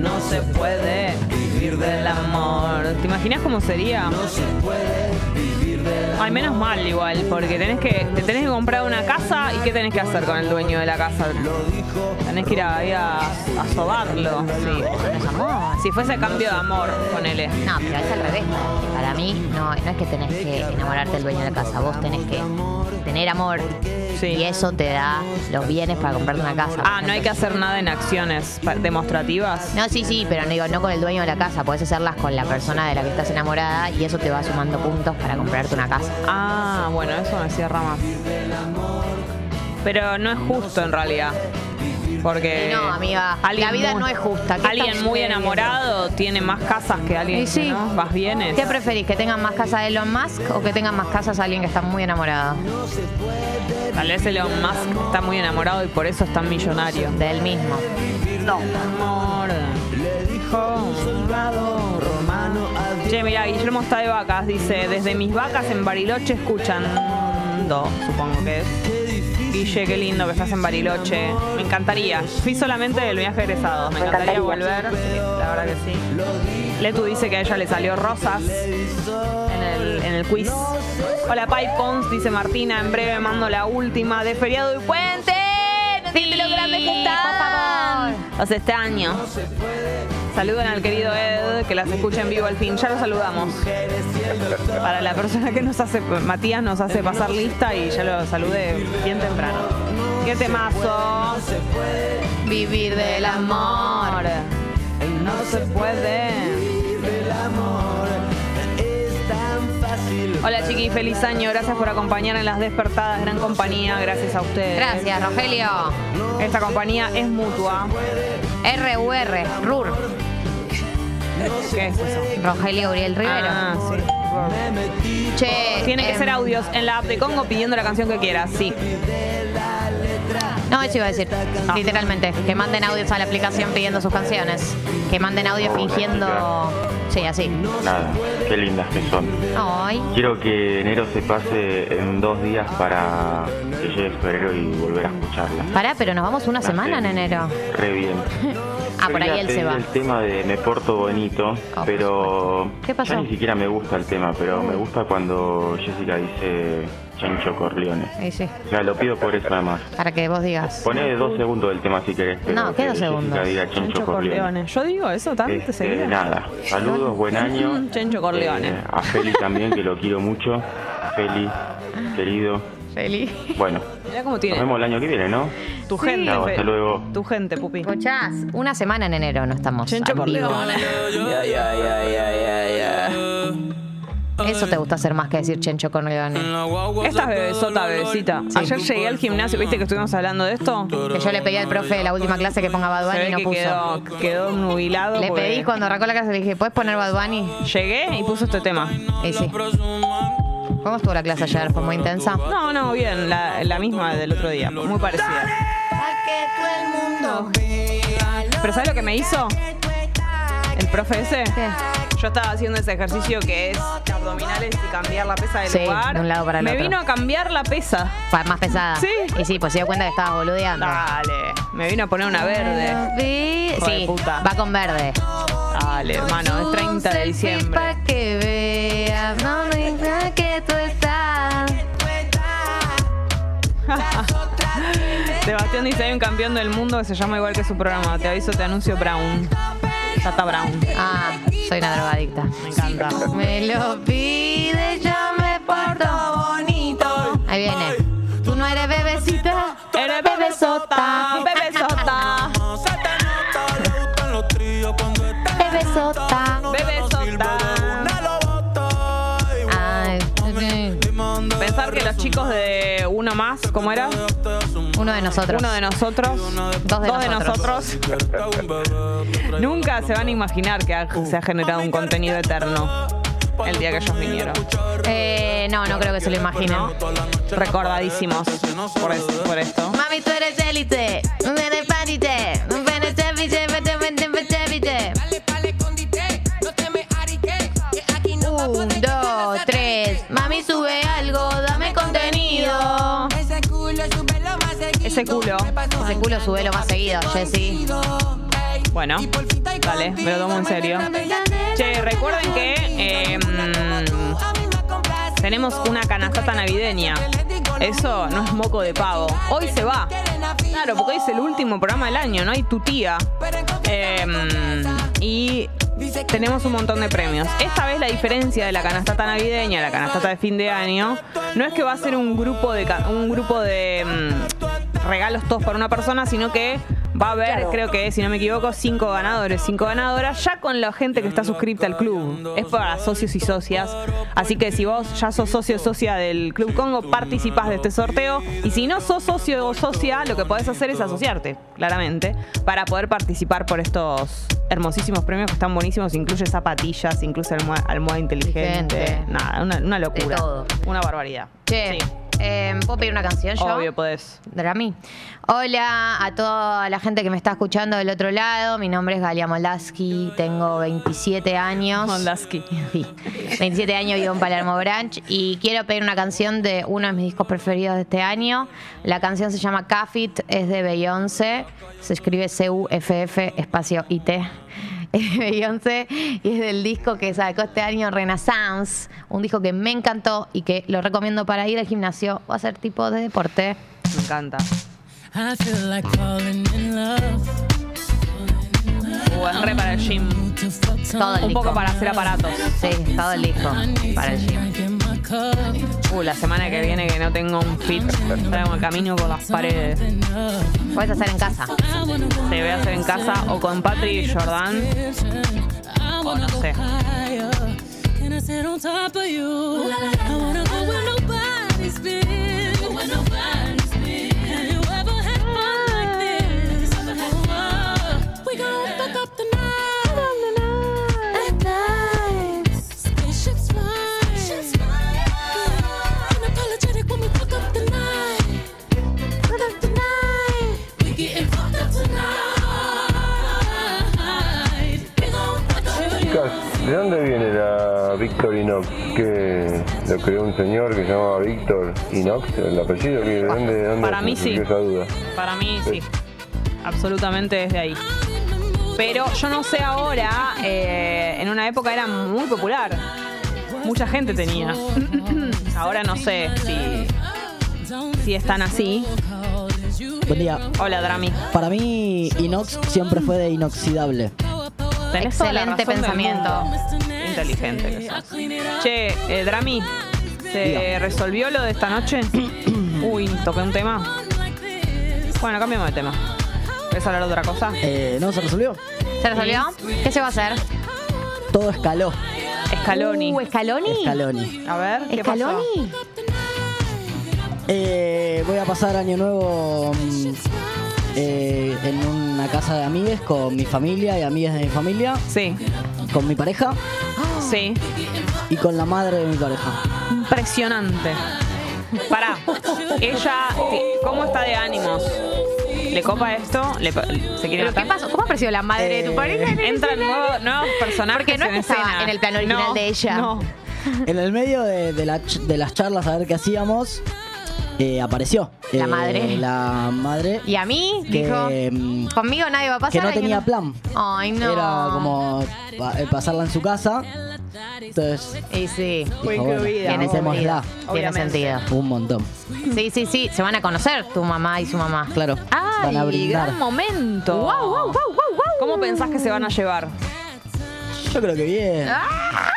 Speaker 1: No se puede vivir del amor. ¿Te imaginas cómo sería?
Speaker 6: No se puede vivir del amor.
Speaker 1: Ay, menos mal igual, porque tenés que, te tenés que comprar una casa y ¿qué tenés que hacer con el dueño de la casa? Tenés que ir ahí a, a sobarlo. Sí.
Speaker 3: Es amor.
Speaker 1: Si fuese cambio de amor, ponele.
Speaker 3: No, pero es al revés. Para mí, no, no es que tenés que enamorarte del dueño de la casa. Vos tenés que tener amor.
Speaker 1: Sí.
Speaker 3: Y eso te da los bienes para comprarte una casa. por
Speaker 1: Ah, no hay que
Speaker 3: ejemplo.
Speaker 1: hacer nada en acciones pa- demostrativas.
Speaker 3: No, sí, sí, pero no digo, no con el dueño de la casa. Podés hacerlas con la persona de la que estás enamorada y eso te va sumando puntos para comprarte una casa.
Speaker 1: Ah, bueno, eso me cierra más. Pero no es justo en realidad. Porque.
Speaker 3: Y no, amiga,
Speaker 1: eh, alguien
Speaker 3: la vida
Speaker 1: muy-
Speaker 3: no es justa. ¿Qué
Speaker 1: Alguien
Speaker 3: estamos
Speaker 1: muy
Speaker 3: viviendo?
Speaker 1: enamorado tiene más casas que alguien
Speaker 3: Y sí.
Speaker 1: que no, más bienes.
Speaker 3: ¿Qué preferís? ¿Que tengan más casa de Elon Musk o que tengan más casas a alguien que está muy enamorado?
Speaker 1: Tal vez Elon Musk está muy enamorado y por eso es tan millonario.
Speaker 3: De él mismo.
Speaker 1: Amor. Che, mira, Guillermo está de vacas. Dice: Desde mis vacas en Bariloche escuchando. Supongo que es. Guille, qué lindo que estás en Bariloche. Me encantaría. Fui solamente del viaje egresado. Me encantaría volver. Sí, La verdad que sí. Letu dice que a ella le salió rosas en el, en el quiz. Hola, Pai Pons, dice Martina. En breve mando la última de feriado y puente. No
Speaker 3: Sí,
Speaker 1: entienden lo grandes que
Speaker 3: por
Speaker 1: estaban. Los extraño. Saluden al querido Ed, que las escucha en vivo al fin. Ya lo saludamos. Para la persona que nos hace, Matías nos hace pasar lista y ya lo saludé bien temprano. ¿Qué temazo?
Speaker 3: Vivir del
Speaker 1: Amor.
Speaker 3: amor.
Speaker 1: No se puede. Hola chiqui, feliz año. Gracias por acompañar en las despertadas. Gran compañía. Gracias a ustedes.
Speaker 3: Gracias, Rogelio.
Speaker 1: Esta compañía es mutua.
Speaker 3: RUR, RUR.
Speaker 1: ¿Qué es eso?
Speaker 3: Rogelio Uriel Rivero.
Speaker 1: Ah, sí.
Speaker 3: Che,
Speaker 1: Tiene que
Speaker 3: em,
Speaker 1: ser audios en la app de Congo pidiendo la canción que quieras, sí.
Speaker 3: No, eso iba a decir. Literalmente. Que manden audios a la aplicación pidiendo sus canciones. Que manden audios fingiendo. Sí, así.
Speaker 11: Nada, qué lindas que son.
Speaker 3: Ay.
Speaker 11: Quiero que enero se pase en dos días para que llegue febrero y volver a escucharla.
Speaker 3: Pará, pero nos vamos una
Speaker 11: Ah,
Speaker 3: semana en enero.
Speaker 11: Re bien.
Speaker 3: Ah, por ahí
Speaker 11: Quería
Speaker 3: él
Speaker 11: pedir
Speaker 3: se va. Oh,
Speaker 11: El tema de Me Porto Bonito, pero.
Speaker 3: ¿Qué pasó?
Speaker 11: Ya ni siquiera me gusta el tema, pero me gusta cuando Jessica dice Chancho Corleone.
Speaker 3: Y sí.
Speaker 11: O sea, lo pido por eso además.
Speaker 3: Para que vos digas.
Speaker 11: Poné dos segundos del tema si querés. pero
Speaker 3: No,
Speaker 11: que
Speaker 3: ¿qué dos
Speaker 11: Jessica
Speaker 3: segundos?
Speaker 11: diga Chancho
Speaker 1: Chencho
Speaker 11: Corleone.
Speaker 1: Corleone. Yo digo eso tanto
Speaker 11: Este,
Speaker 1: seguido.
Speaker 11: nada, saludos, buen año.
Speaker 1: Mm, Chencho Corleone.
Speaker 11: Eh, a Feli también, que lo quiero mucho. Feli, querido.
Speaker 3: Feli.
Speaker 11: Bueno,
Speaker 1: Mirá cómo
Speaker 11: nos
Speaker 1: tiene.
Speaker 11: vemos el año que viene, ¿no?
Speaker 1: Tu gente,
Speaker 11: Chao, hasta
Speaker 1: Feli.
Speaker 11: luego.
Speaker 1: Tu gente, pupi.
Speaker 3: Escuchás, una semana en enero no estamos.
Speaker 1: Chencho
Speaker 3: al vivo.
Speaker 1: Corleone.
Speaker 3: Eso te gusta hacer más que decir Chencho Corleone.
Speaker 1: Esta es bebesota, bebecita. Ayer llegué al gimnasio, ¿viste que estuvimos hablando de esto?
Speaker 3: Que yo le pedí al profe de la última clase que ponga Bad
Speaker 1: Se
Speaker 3: Bunny
Speaker 1: ve
Speaker 3: y no
Speaker 1: que
Speaker 3: puso.
Speaker 1: quedó, quedó nubilado.
Speaker 3: Le
Speaker 1: porque
Speaker 3: pedí cuando arrancó la clase, le dije, ¿puedes poner Bad Bunny?
Speaker 1: Llegué y puso este tema.
Speaker 3: Y sí. ¿Cómo estuvo la clase ayer? ¿Fue muy intensa?
Speaker 1: No, no, bien, la, la misma del otro día, muy parecida. Pero ¿sabes lo que me hizo? El profe ese. Yo estaba haciendo ese ejercicio que es abdominales y cambiar la pesa del
Speaker 3: Sí,
Speaker 1: lugar.
Speaker 3: de un lado para el
Speaker 1: me
Speaker 3: otro.
Speaker 1: vino a cambiar la pesa.
Speaker 3: Pa- Más pesada.
Speaker 1: Sí.
Speaker 3: Y sí, pues se dio cuenta que estabas boludeando.
Speaker 1: Dale. Me vino a poner una verde.
Speaker 3: Sí,
Speaker 1: Hijo de
Speaker 3: sí,
Speaker 1: puta.
Speaker 3: va con verde.
Speaker 1: Dale, hermano, es 30 de diciembre.
Speaker 3: Para que veas, no me digas que tú estás.
Speaker 1: Sebastián dice, hay un campeón del mundo que se llama igual que su programa. Te aviso, te anuncio Brown. Tata Brown.
Speaker 3: Ah, soy una drogadicta.
Speaker 1: Me encanta.
Speaker 3: Me lo pide, yo me porto bonito. Ahí viene. Tú no eres bebecita, tú eres bebesota.
Speaker 1: Bebesota.
Speaker 3: Bebesota.
Speaker 1: Bebesota.
Speaker 3: Ay, sí.
Speaker 1: Pensar que los chicos de uno más, ¿cómo era?
Speaker 3: Uno de nosotros.
Speaker 1: Uno de nosotros.
Speaker 3: Dos de
Speaker 1: nosotros. Nunca se van a imaginar que ha- se ha generado un contenido eterno el día que ellos vinieron.
Speaker 3: Eh, no, no creo que se lo imaginen.
Speaker 1: Recordadísimos por, es- por esto.
Speaker 3: Mami, tú eres élite. Un bene parite. Un bene ceviche, vete, vete, vete, vete. Un, dos, tres. Mami, sube algo, dame contenido.
Speaker 1: Ese culo.
Speaker 3: Ese culo sube lo más seguido, Jessy.
Speaker 1: Bueno, dale, me lo tomo en serio. Che, recuerden que eh, mm, tenemos una canastata navideña. Eso no es moco de pavo. Hoy se va. Claro, porque hoy es el último programa del año, ¿no? hay tu tía. Eh, y tenemos un montón de premios. Esta vez la diferencia de la canastata navideña, la canastata de fin de año, no es que va a ser un grupo de ca- un grupo de mm, regalos todos para una persona, sino que va a haber, creo que, si no me equivoco, cinco ganadores, cinco ganadoras, ya con la gente que está suscripta al club. Es para socios y socias. Así que si vos ya sos socio o socia del Club Congo, participás de este sorteo. Y si no sos socio o socia, lo que podés hacer es asociarte, claramente, para poder participar por estos hermosísimos premios que están buenísimos. Incluye zapatillas, incluso almohada, almohada inteligente.
Speaker 3: Inteligente.
Speaker 1: Nada, una, una locura.
Speaker 3: todo.
Speaker 1: Una barbaridad.
Speaker 3: Che,
Speaker 1: Sí.
Speaker 3: eh, ¿puedo pedir una canción yo?
Speaker 1: Obvio, podés.
Speaker 3: Drami. Hola a toda la gente que me está escuchando del otro lado. Mi nombre es Galia Molaski, tengo 27 años.
Speaker 1: Molaski.
Speaker 3: Sí. 27 años vivo en Palermo Branch y quiero pedir una canción de uno de mis discos preferidos de este año. La canción se llama Cafit, es de Beyoncé, se escribe C-U-F-F espacio IT. Es de Beyoncé y es del disco que sacó este año Renaissance, un disco que me encantó y que lo recomiendo para ir al gimnasio o hacer tipo de deporte.
Speaker 1: Me encanta. Uh, es re para el gym.
Speaker 3: Todo el
Speaker 1: Un poco
Speaker 3: disco.
Speaker 1: para hacer aparatos.
Speaker 3: Sí, todo el disco para el gym.
Speaker 1: Uh, la semana que viene que no tengo un fit, traigo el camino con las paredes.
Speaker 3: Puedes hacer en casa.
Speaker 1: Te voy a hacer en casa o con Patri y Jordan. O no sé.
Speaker 12: Unapologetic when we fuck up the night. Fuck up the night. chicas, ¿de dónde viene la Víctor Inox? Que lo creó un señor que se llama Víctor Inox, el apellido, que ¿de dónde, de dónde
Speaker 1: Para mí
Speaker 12: surgió
Speaker 1: sí.
Speaker 12: esa duda?
Speaker 1: Para mí sí. Absolutamente desde ahí. Pero yo no sé ahora, eh, en una época era muy popular. Mucha gente tenía. ahora no sé si, si están así.
Speaker 13: Buen día.
Speaker 1: Hola, Drami.
Speaker 13: Para mí, Inox siempre fue de inoxidable.
Speaker 1: Tenés toda la
Speaker 3: Excelente
Speaker 1: razón del
Speaker 3: pensamiento.
Speaker 1: mundo. Inteligente que sos. Che, eh, Drami, ¿se resolvió lo de esta noche? Uy, toqué un tema. Bueno, cambiamos de tema. ¿Querés hablar de otra cosa?
Speaker 13: Eh, ¿No se resolvió?
Speaker 3: ¿Se resolvió? ¿Qué se va a hacer?
Speaker 13: Todo escaló.
Speaker 1: Escaloni.
Speaker 3: Uh, ¿Escaloni?
Speaker 13: Escaloni.
Speaker 1: A ver, ¿qué pasó?
Speaker 3: ¿Escaloni?
Speaker 13: Eh, voy a pasar año nuevo mm, eh, en una casa de amigues con mi familia y amigas de mi familia.
Speaker 1: Sí.
Speaker 13: Con mi pareja.
Speaker 1: Sí.
Speaker 13: Y con la madre de mi pareja.
Speaker 1: Impresionante. Pará, ella, te- ¿cómo está de ánimos? ¿Le copa esto? ¿Le pa- ¿Se quiere
Speaker 3: ¿Pero qué
Speaker 1: matar?
Speaker 3: pasó? ¿Cómo apareció la madre de tu pareja? en el
Speaker 1: Eh, Entran
Speaker 3: escenario?
Speaker 1: nuevos, nuevos personajes
Speaker 3: Porque no es
Speaker 1: en
Speaker 3: que estaba
Speaker 1: escena.
Speaker 3: en el plan original
Speaker 1: No,
Speaker 3: de ella.
Speaker 1: no.
Speaker 13: En el medio de, de la ch- de las charlas a ver qué hacíamos, eh, apareció.
Speaker 3: La
Speaker 13: eh,
Speaker 3: madre.
Speaker 13: La madre.
Speaker 3: Y a mí,
Speaker 13: que,
Speaker 3: dijo,
Speaker 13: mm,
Speaker 3: conmigo nadie va a pasar.
Speaker 13: que no
Speaker 3: año
Speaker 13: tenía
Speaker 3: nuevo".
Speaker 13: plan.
Speaker 3: Ay, no.
Speaker 13: Era como pa- eh, pasarla en su casa. Entonces.
Speaker 3: Y sí.
Speaker 13: dijo, bueno,
Speaker 3: Tiene sentido.
Speaker 13: hacémosla.
Speaker 3: Tiene sentido.
Speaker 13: Un montón.
Speaker 3: Sí, sí, sí. Se van a conocer tu mamá y su mamá.
Speaker 13: Claro.
Speaker 3: Ay,
Speaker 13: Van a brindar.
Speaker 1: gran momento. Wow, wow, wow, ¿Cómo pensás que se van a llevar?
Speaker 13: Yo creo que bien.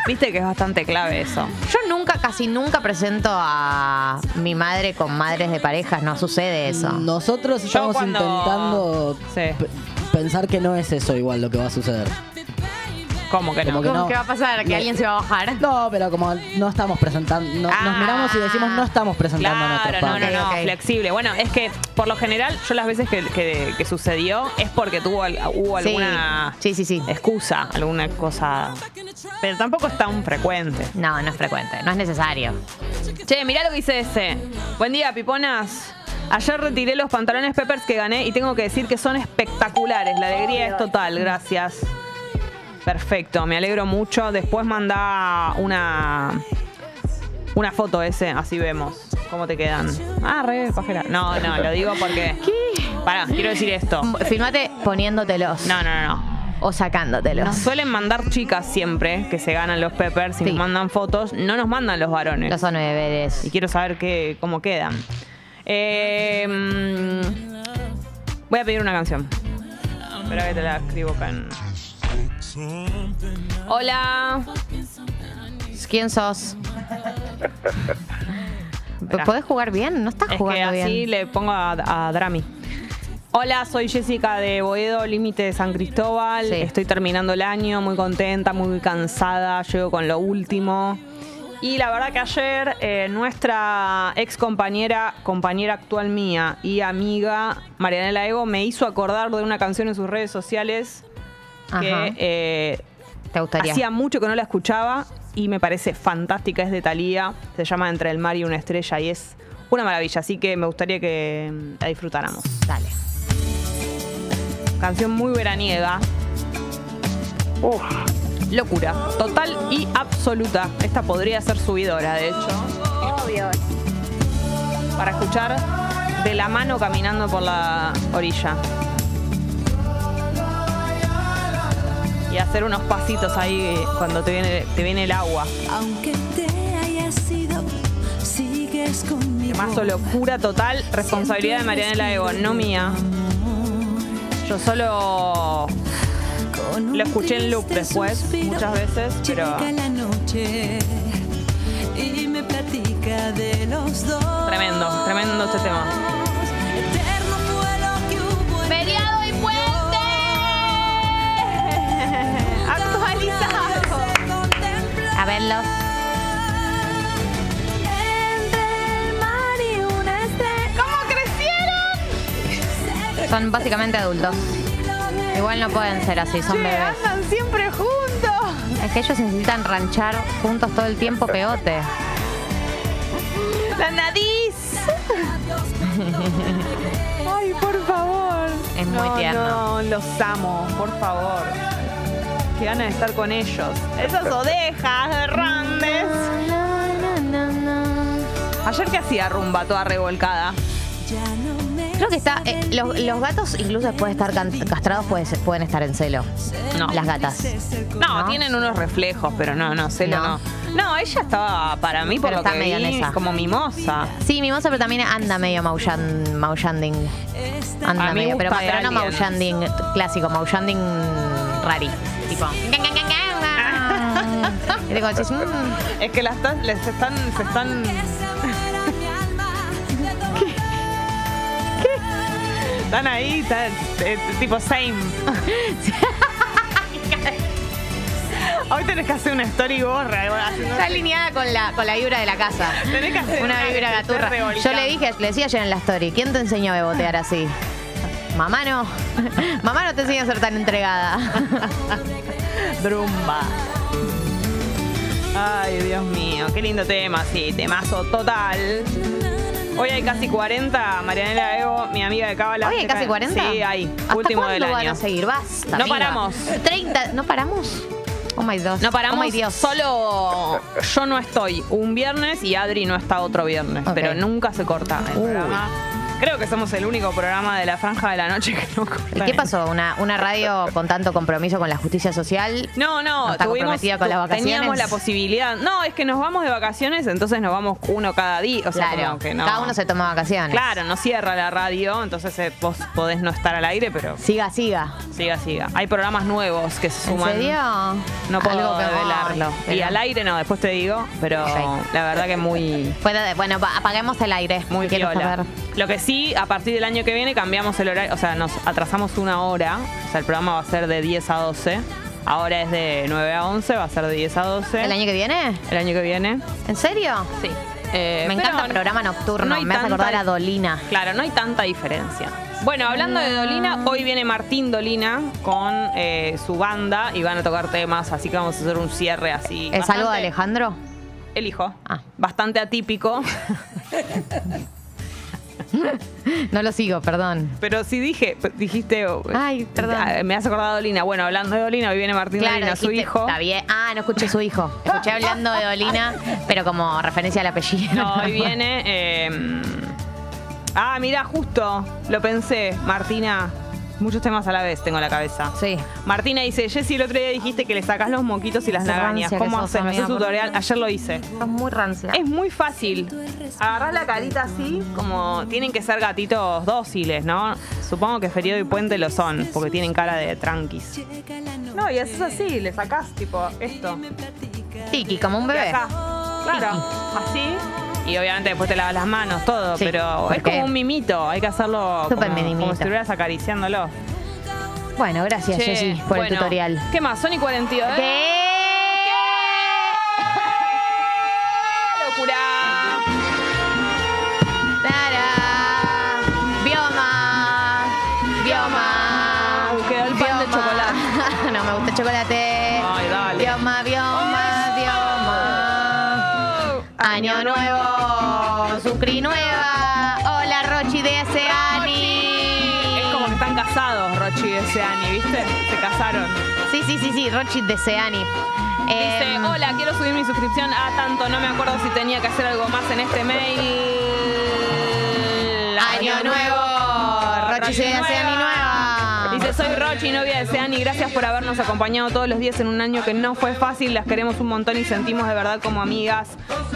Speaker 1: Viste que es bastante clave eso.
Speaker 3: Yo nunca, casi nunca presento a mi madre con madres de parejas. No sucede eso.
Speaker 13: Nosotros estamos
Speaker 3: cuando-
Speaker 13: intentando p- pensar que no es eso igual lo que va a suceder.
Speaker 1: ¿Cómo que
Speaker 13: Como
Speaker 3: ¿Cómo que va a pasar? ¿Que
Speaker 13: No.
Speaker 3: alguien se va a bajar? Ah.
Speaker 13: No, pero como no estamos presentando, no- nos miramos y decimos no estamos presentando a nuestros
Speaker 1: Claro, no, no,
Speaker 13: padres.
Speaker 1: no, flexible. Bueno, es que por lo general, yo las veces que, que- que sucedió es porque tuvo, al- hubo
Speaker 3: Sí.
Speaker 1: alguna excusa, alguna cosa. Pero tampoco es tan frecuente.
Speaker 3: No, no es frecuente. No es necesario.
Speaker 1: Che, mirá lo que hice ese. Buen día, piponas. Ayer retiré los pantalones Peppers que gané y tengo que decir que son espectaculares. La alegría es total, gracias. Perfecto, me alegro mucho. Después manda una una foto ese, así vemos cómo te quedan. Ah, re pajera. No, no, lo digo porque Pará, Ah, quiero decir esto.
Speaker 3: Mm, Filmate poniéndotelos.
Speaker 1: No, no, no.
Speaker 3: O sacándotelos.
Speaker 1: Nos suelen mandar chicas siempre que se ganan los Peppers y nos mandan fotos. No nos mandan los varones.
Speaker 3: Los son deberes.
Speaker 1: Y quiero saber qué, cómo quedan. Eh, mm, voy a pedir una canción. Espera que te la escribo acá en. Hola.
Speaker 3: ¿Quién sos?
Speaker 1: Esperá.
Speaker 3: ¿Podés jugar bien? No estás
Speaker 1: Es que
Speaker 3: jugando bien.
Speaker 1: así le pongo a, a Drami. Hola, soy Jessica de Boedo, límite de San Cristóbal. Estoy terminando el año, muy contenta, muy cansada. Llego con lo último. Y la verdad que ayer eh, nuestra ex compañera, compañera actual mía y amiga Marianela Ego me hizo acordar de una canción en sus redes sociales
Speaker 3: Ajá.
Speaker 1: que eh,
Speaker 3: Te gustaría.
Speaker 1: Hacía mucho que no la escuchaba y me parece fantástica. Es de Thalía. Se llama Entre el mar y una estrella y es una maravilla. Así que me gustaría que mm, la disfrutáramos.
Speaker 3: Dale.
Speaker 1: Canción muy veraniega. Uf. Locura. Total y absoluta. Esta podría ser subidora, de hecho. Obvio. Para escuchar de la mano caminando por la orilla. Y hacer unos pasitos ahí cuando te viene, te viene el agua.
Speaker 6: Aunque te haya sido, sigues conmigo.
Speaker 1: Mazo locura total, responsabilidad de Marianela Ego, no mía. Yo solo lo escuché en loop después, muchas veces, pero
Speaker 6: Llega la noche y me platica de los dos.
Speaker 1: tremendo, tremendo este tema.
Speaker 6: Eterno fue lo que hubo en
Speaker 3: ¡Feriado y puente!
Speaker 6: Actualizado.
Speaker 3: A verlos.
Speaker 6: ¿Cómo crecieron?
Speaker 3: Son básicamente adultos. Igual no pueden ser así, son bebés.
Speaker 6: Andan siempre juntos.
Speaker 3: Es que ellos necesitan ranchar juntos todo el tiempo, peote.
Speaker 1: La nariz. Ay, por favor.
Speaker 3: Es muy
Speaker 1: No,
Speaker 3: tierno.
Speaker 1: No, los amo, por favor. que van a estar con ellos. Esas odejas de Randes. Ayer que hacía rumba toda revolcada.
Speaker 3: Creo que está. eh, los, los gatos, incluso después de estar can- castrados, puede ser- pueden estar en celo.
Speaker 1: No.
Speaker 3: Las gatas.
Speaker 1: No, tienen unos reflejos, pero no, no, Celo no.
Speaker 3: No.
Speaker 1: No, ella estaba para mí por
Speaker 3: Pero
Speaker 1: lo
Speaker 3: está
Speaker 1: que
Speaker 3: medio en
Speaker 1: vi,
Speaker 3: esa.
Speaker 1: como mimosa.
Speaker 3: Sí, mimosa, pero también anda medio maullan, maullanding. Anda
Speaker 1: A mí
Speaker 3: medio, pero,
Speaker 1: gusta
Speaker 3: pero no
Speaker 1: Alien.
Speaker 3: maullanding clásico, maullanding rari. Tipo. Y digo, chis, mm.
Speaker 1: Es que las están- les están, se están. ¿Qué? ¿Qué? Están ahí, están, eh, tipo same. Hoy tenés que hacer una story gorra. haciendo-
Speaker 3: Está alineada con la, con la vibra de la casa.
Speaker 1: Tenés que hacer
Speaker 3: una
Speaker 1: una
Speaker 3: vibra
Speaker 1: que esté
Speaker 3: gaturra. Yo
Speaker 1: revolcando.
Speaker 3: le dije, le decía ayer en la story, ¿quién te enseñó a bebotear así? Mamá no. Mamá no te enseña a ser tan entregada.
Speaker 1: Drumba. Ay, Dios mío, qué lindo tema, sí, temazo total. Hoy hay casi 40, Marianela Evo, mi amiga de Cábala.
Speaker 3: Oye,
Speaker 1: cerca
Speaker 3: casi
Speaker 1: de-
Speaker 3: 40.
Speaker 1: Sí, hay,
Speaker 3: ¿Hasta
Speaker 1: último del
Speaker 3: cuándo van
Speaker 1: año.
Speaker 3: a seguir? Basta.
Speaker 1: No
Speaker 3: amiga.
Speaker 1: paramos.
Speaker 3: 30, ¿no paramos? Oh my God.
Speaker 1: No paramos,
Speaker 3: Oh my Dios.
Speaker 1: solo yo no estoy un viernes y Adri no está otro viernes, pero nunca se corta el programa. Creo que somos el único programa de la franja de la noche que no corta.
Speaker 3: ¿Y qué pasó? Una, una radio con tanto compromiso con la justicia social.
Speaker 1: No, no,
Speaker 3: está
Speaker 1: tuvimos,
Speaker 3: comprometida con las vacaciones.
Speaker 1: teníamos la posibilidad. No, es que nos vamos de vacaciones, entonces nos vamos uno cada día. O sea,
Speaker 3: Claro,
Speaker 1: como que no.
Speaker 3: cada uno se toma vacaciones.
Speaker 1: Claro, no cierra la radio, entonces eh, vos podés no estar al aire, pero
Speaker 3: Siga, siga.
Speaker 1: siga, siga. Hay programas nuevos que se
Speaker 3: ¿En
Speaker 1: suman.
Speaker 3: serio?
Speaker 1: No puedo
Speaker 3: Algo que-
Speaker 1: revelarlo.
Speaker 3: Ay,
Speaker 1: Y
Speaker 3: pero-
Speaker 1: al aire no, después te digo, pero
Speaker 3: Ok.
Speaker 1: la verdad que muy...
Speaker 3: Bueno, de- bueno, pa- apaguemos el aire.
Speaker 1: Muy
Speaker 3: Quiero
Speaker 1: piola.
Speaker 3: saber.
Speaker 1: Lo que sí, a partir del año que viene cambiamos el horario, o sea, nos atrasamos una hora, o sea, el programa va a ser de 10 a 12, ahora es de 9 a 11, va a ser de 10 a 12.
Speaker 3: ¿El año que viene?
Speaker 1: El año que viene.
Speaker 3: ¿En serio?
Speaker 1: Sí. Eh,
Speaker 3: Me
Speaker 1: pero
Speaker 3: encanta el programa nocturno.
Speaker 1: no hay
Speaker 3: Me hace acordar
Speaker 1: tanta-
Speaker 3: a Dolina.
Speaker 1: Claro, no hay tanta diferencia. Bueno, hablando de Dolina, hoy viene Martín Dolina con eh, su banda y van a tocar temas, así que vamos a hacer un cierre así.
Speaker 3: ¿Es algo Ah. de Alejandro?
Speaker 1: El hijo. Bastante atípico.
Speaker 3: No lo sigo, perdón.
Speaker 1: Pero sí dije, dijiste. oh,
Speaker 3: Ay, perdón.
Speaker 1: ah, Me has acordado de Dolina. Bueno, hablando de Dolina, hoy viene Martín Dolina, su
Speaker 3: dijiste,
Speaker 1: hijo.
Speaker 3: Está bien. Ah, no escuché su hijo. Escuché hablando de Dolina, pero como referencia al apellido.
Speaker 1: No, hoy viene. eh, ah, mirá, justo. Lo pensé, Martina. Muchos temas a la vez tengo en la cabeza.
Speaker 3: Sí.
Speaker 1: Martina dice, Jessy, el otro día dijiste que le sacás los moquitos y las
Speaker 3: Qué
Speaker 1: nagañas.
Speaker 3: rancia que
Speaker 1: ¿Cómo
Speaker 3: sos,
Speaker 1: haces? Me
Speaker 3: amiga,
Speaker 1: haces
Speaker 3: por
Speaker 1: tutorial.
Speaker 3: favor.
Speaker 1: Ayer lo hice.
Speaker 3: Es muy rancia.
Speaker 1: Es muy fácil. Agarrás la carita así, como tienen que ser gatitos dóciles, ¿no? Supongo que Ferido y Puente lo son, porque tienen cara de tranquis. No, y haces así, le sacás tipo esto.
Speaker 3: Tiki, como un bebé.
Speaker 1: Y acá. Claro, así. Y obviamente después te lavas las manos, todo,
Speaker 3: Sí,
Speaker 1: pero es
Speaker 3: porque-
Speaker 1: como un mimito, hay que hacerlo
Speaker 3: Súper
Speaker 1: como,
Speaker 3: minimito.
Speaker 1: como si estuvieras acariciándolo.
Speaker 3: Bueno, gracias,
Speaker 1: Che,
Speaker 3: Jessy, por el
Speaker 1: bueno,
Speaker 3: tutorial.
Speaker 1: ¿Qué más? Sony 42. ¿eh? ¡Locura!
Speaker 3: Tará. Bioma. Bioma.
Speaker 1: quedó el pan de
Speaker 3: chocolate. no me gusta el chocolate.
Speaker 1: Ay, dale.
Speaker 3: Bioma, bioma, bioma. Año nuevo. Sucri nueva. Hola, Rochi de ese
Speaker 1: Es como que están casados Rochi y Ani, ¿viste? Se casaron.
Speaker 3: Sí, sí, sí, sí, Rochi Em, de Seani.
Speaker 1: Dice, hola, quiero subir mi suscripción a tanto, no me acuerdo si tenía que hacer algo más en este mail.
Speaker 3: Año nuevo, Rochi se hace Ani nueva.
Speaker 1: Dice, soy Rochi, novia de Seani, gracias por habernos acompañado todos los días en un año que no fue fácil, las queremos un montón y sentimos de verdad como amigas,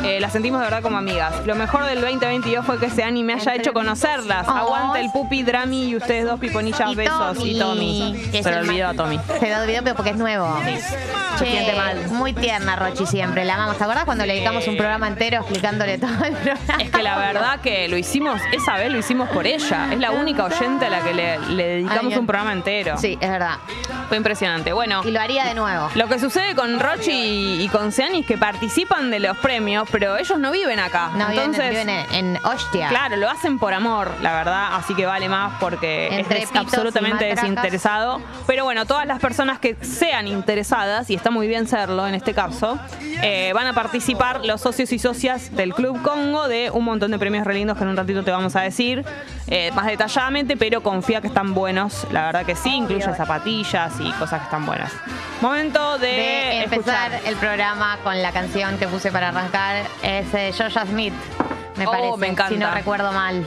Speaker 1: eh, las sentimos de verdad como amigas. Lo mejor del 2022 fue que Seani me haya hecho conocerlas.
Speaker 3: Oh.
Speaker 1: Aguante el pupi, Drami y ustedes dos piponillas,
Speaker 3: Y
Speaker 1: besos y Tommy.
Speaker 3: que es
Speaker 1: Se lo
Speaker 3: el
Speaker 1: olvidó
Speaker 3: ma-
Speaker 1: a Tommy.
Speaker 3: Se lo olvidó, pero porque es nuevo. Che,
Speaker 1: siente mal.
Speaker 3: Muy tierna, Rochi, siempre. La amamos. ¿Te acuerdas cuando le dedicamos un programa entero explicándole todo el programa?
Speaker 1: Es que la verdad que lo hicimos, esa vez lo hicimos por ella. Es la única oyente a la que le, le dedicamos
Speaker 3: Ay,
Speaker 1: un programa entero.
Speaker 3: Sí, es verdad.
Speaker 1: Fue impresionante. Bueno.
Speaker 3: Y lo haría de nuevo.
Speaker 1: Lo que sucede con Rochi y, y con Seani es que participan de los premios, pero ellos no viven acá.
Speaker 3: No, viven-
Speaker 1: Entonces,
Speaker 3: viven en, en Ostia.
Speaker 1: claro, lo hacen por amor, la verdad, así que vale más porque
Speaker 3: Entre
Speaker 1: es des-
Speaker 3: pitos y
Speaker 1: absolutamente
Speaker 3: matracas.
Speaker 1: desinteresado. Pero bueno, todas las personas que sean interesadas, y está muy bien serlo en este caso, eh, van a participar los socios y socias del Club Congo de un montón de premios relindos que en un ratito te vamos a decir. eh, más detalladamente, pero confía que están buenos. La verdad que sí, incluyen zapatillas y cosas que están buenas. Momento de,
Speaker 3: de empezar el programa con la canción que puse para arrancar. Es eh, Georgia Smith, me
Speaker 1: Oh,
Speaker 3: parece.
Speaker 1: me encanta.
Speaker 3: Si no recuerdo mal.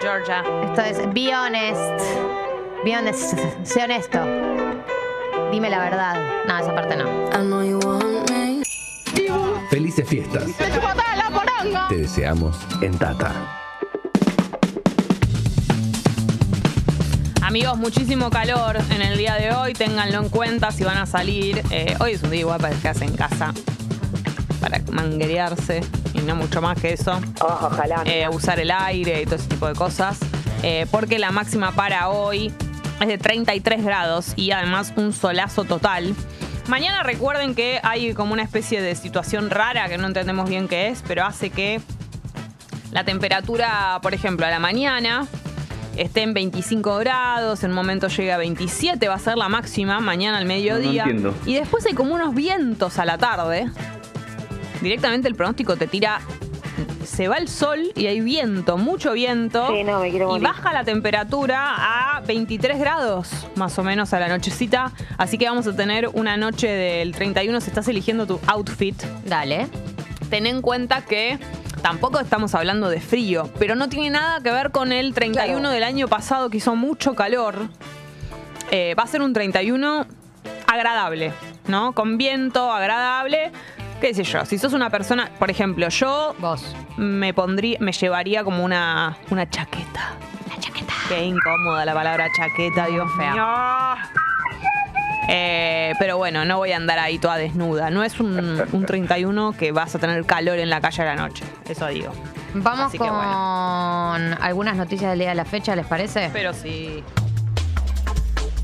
Speaker 1: Georgia.
Speaker 3: Esto es Be Honest. Be Honest. Sé honesto. Dime la verdad. No, esa parte no.
Speaker 14: Felices fiestas. Te deseamos en Tata.
Speaker 1: Amigos, muchísimo calor en el día de hoy. Ténganlo en cuenta si van a salir. Eh, hoy es un día igual para quedarse en casa. Para manguerearse y no mucho más que eso. ojalá. usar el aire y todo ese tipo de cosas. Eh, porque la máxima para hoy es de 33 grados y además un solazo total. Mañana recuerden que hay como una especie de situación rara que no entendemos bien qué es, pero hace que la temperatura, por ejemplo, a la mañana esté en 25 grados, en un momento llega a 27, va a ser la máxima, mañana al mediodía.
Speaker 9: entiendo.
Speaker 1: Y después hay como unos vientos a la tarde. Directamente el pronóstico te tira. Se va el sol y hay viento, mucho viento.
Speaker 2: Sí, no, me quiero
Speaker 1: Y
Speaker 2: morir.
Speaker 1: baja la temperatura a 23 grados, más o menos, a la nochecita. Así que vamos a tener una noche del 31. Si estás eligiendo tu outfit,
Speaker 3: dale.
Speaker 1: Ten en cuenta que tampoco estamos hablando de frío, pero no tiene nada que ver con el 31 del año pasado, que hizo mucho calor. Eh, va a ser un 31 agradable, ¿no? Con viento, agradable. ¿Qué sé yo? Si sos una persona, por ejemplo, yo me pondría, me llevaría como una, una chaqueta. Una chaqueta. Qué incómoda la palabra chaqueta, Dios fea. Eh, pero bueno, no voy a andar ahí toda desnuda. No es un, un 31 que vas a tener calor en la calle a la noche. Eso digo.
Speaker 3: Vamos
Speaker 1: Así que
Speaker 3: con algunas noticias del día de la fecha, ¿les parece?
Speaker 1: Pero sí.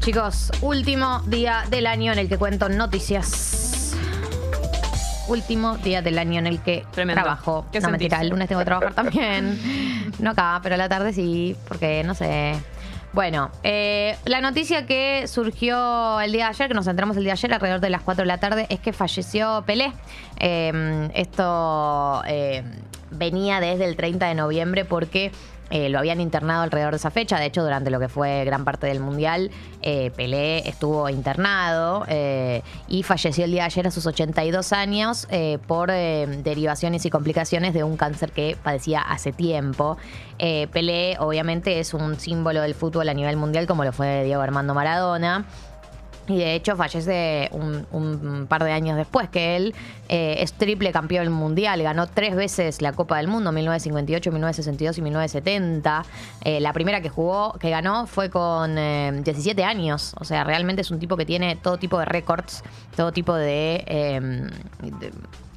Speaker 3: Chicos, último día del año en el que cuento noticias. Último día del año en el que trabajo.
Speaker 1: ¿Qué
Speaker 3: no,
Speaker 1: sentís?
Speaker 3: mentira, el lunes tengo que trabajar también. No acá, pero a la tarde sí, porque no sé. Bueno, eh, la noticia que surgió el día de ayer, que nos enteramos el día de ayer alrededor de las 4 de la tarde, es que falleció Pelé. Eh, esto eh, venía desde el 30 de noviembre porque eh, lo habían internado alrededor de esa fecha. De hecho, durante lo que fue gran parte del Mundial, eh, Pelé estuvo internado eh, y falleció el día de ayer a sus 82 años eh, por eh, derivaciones y complicaciones de un cáncer que padecía hace tiempo. Eh, Pelé, obviamente, es un símbolo del fútbol a nivel mundial, como lo fue Diego Armando Maradona. Y de hecho fallece un, un par de años después que él eh, es triple campeón mundial, ganó tres veces la Copa del Mundo, 1958, 1962 y 1970. Eh, la primera que jugó, que ganó, fue con eh, 17 años. O sea, realmente es un tipo que tiene todo tipo de récords, todo tipo de, eh, de-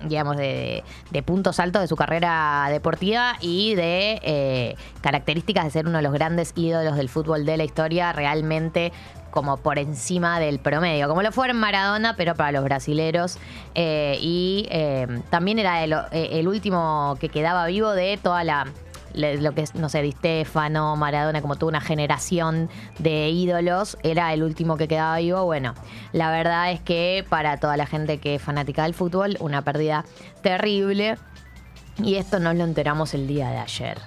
Speaker 3: digamos, de, de puntos altos de su carrera deportiva y de eh, características de ser uno de los grandes ídolos del fútbol de la historia, realmente como por encima del promedio, como lo fueron Maradona, pero para los brasileros. Eh, y eh, también era el, eh, el último que quedaba vivo de toda la. le- Lo que es, no sé, Di Stefano, Maradona, como toda una generación de ídolos, era el último que quedaba vivo. Bueno, la verdad es que para toda la gente que es fanática del fútbol, una pérdida terrible. Y esto nos lo enteramos el día de ayer.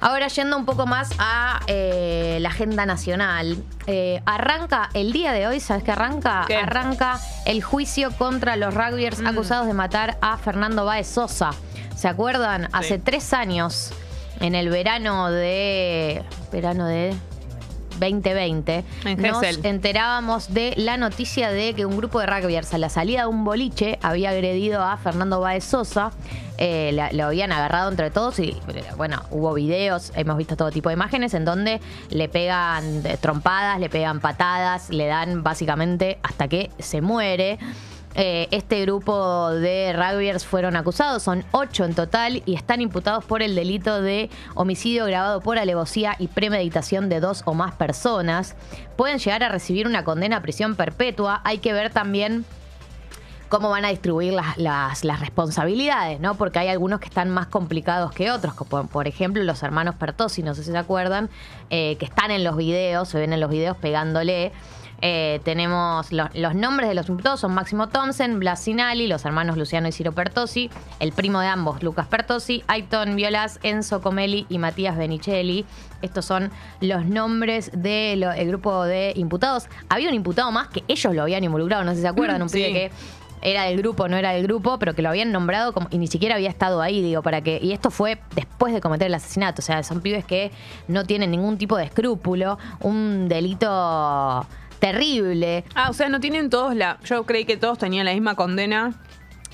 Speaker 3: Ahora yendo un poco más a eh, la agenda nacional. eh, arranca el día de hoy, ¿sabes qué arranca? Arranca el juicio contra los rugbyers acusados de matar a Fernando Baez Sosa. ¿Se acuerdan? Hace tres años, en el verano de. verano de. 2020,
Speaker 1: En
Speaker 3: nos
Speaker 1: Gesell.
Speaker 3: enterábamos de la noticia de que un grupo de rugbyers a la salida de un boliche había agredido a Fernando Baez Sosa. Eh, la- lo habían agarrado entre todos y, bueno, hubo videos, hemos visto todo tipo de imágenes en donde le pegan eh, trompadas, le pegan patadas, le dan básicamente hasta que se muere. Eh, este grupo de rugbyers fueron acusados, son ocho en total, y están imputados por el delito de homicidio grabado por alevosía y premeditación de dos o más personas. Pueden llegar a recibir una condena a prisión perpetua. Hay que ver también cómo van a distribuir las, las- las responsabilidades, ¿no? Porque hay algunos que están más complicados que otros, como por ejemplo los hermanos Pertossi, no sé si se acuerdan, eh, que están en los videos, se ven en los videos pegándole. eh, tenemos lo- los nombres de los imputados son Máximo Thompson, Blas Sinali, los hermanos Luciano y Ciro Pertosi, el primo de ambos, Lucas Pertosi, Aiton Violas, Enzo Comelli y Matías Benicelli. Estos son los nombres del grupo de imputados. Había un imputado más que ellos lo habían involucrado, no sé si se acuerdan, un pibe que era del grupo, no era del grupo, pero que lo habían nombrado como, y ni siquiera había estado ahí, digo, para que. Y esto fue después de cometer el asesinato. O sea, son pibes que no tienen ningún tipo de escrúpulo, un delito terrible.
Speaker 1: Ah, o sea, no tienen todos la. Yo creí que todos tenían la misma condena.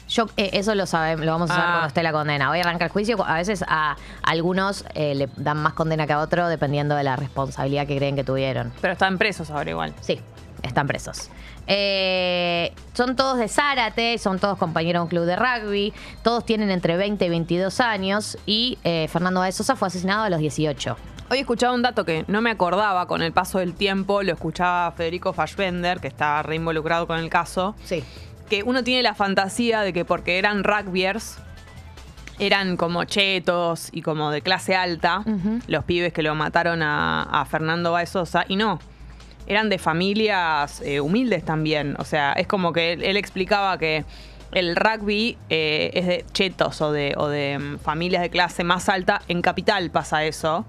Speaker 3: Yo, eh, eso lo sabemos, lo vamos a saber
Speaker 1: Ah.
Speaker 3: cuando esté la condena. Voy a arrancar el juicio. A veces a algunos eh, le dan más condena que a otro dependiendo de la responsabilidad que creen que tuvieron.
Speaker 1: Pero están presos ahora igual.
Speaker 3: Sí, están presos. Eh, son todos de Zárate, son todos compañeros de un club de rugby, todos tienen entre 20 y 22 años y eh, Fernando de Sosa fue asesinado a los 18.
Speaker 1: Hoy escuchaba un dato que no me acordaba con el paso del tiempo, lo escuchaba Federico Fassbender, que está re involucrado con el caso.
Speaker 3: Sí.
Speaker 1: Que uno tiene la fantasía de que porque eran rugbyers, eran como chetos y como de clase alta, los pibes que lo mataron a, a Fernando Baez Sosa, y no. Eran de familias eh, humildes también. O sea, es como que él, él explicaba que el rugby eh, es de chetos o de, o de mm, familias de clase más alta. En capital pasa eso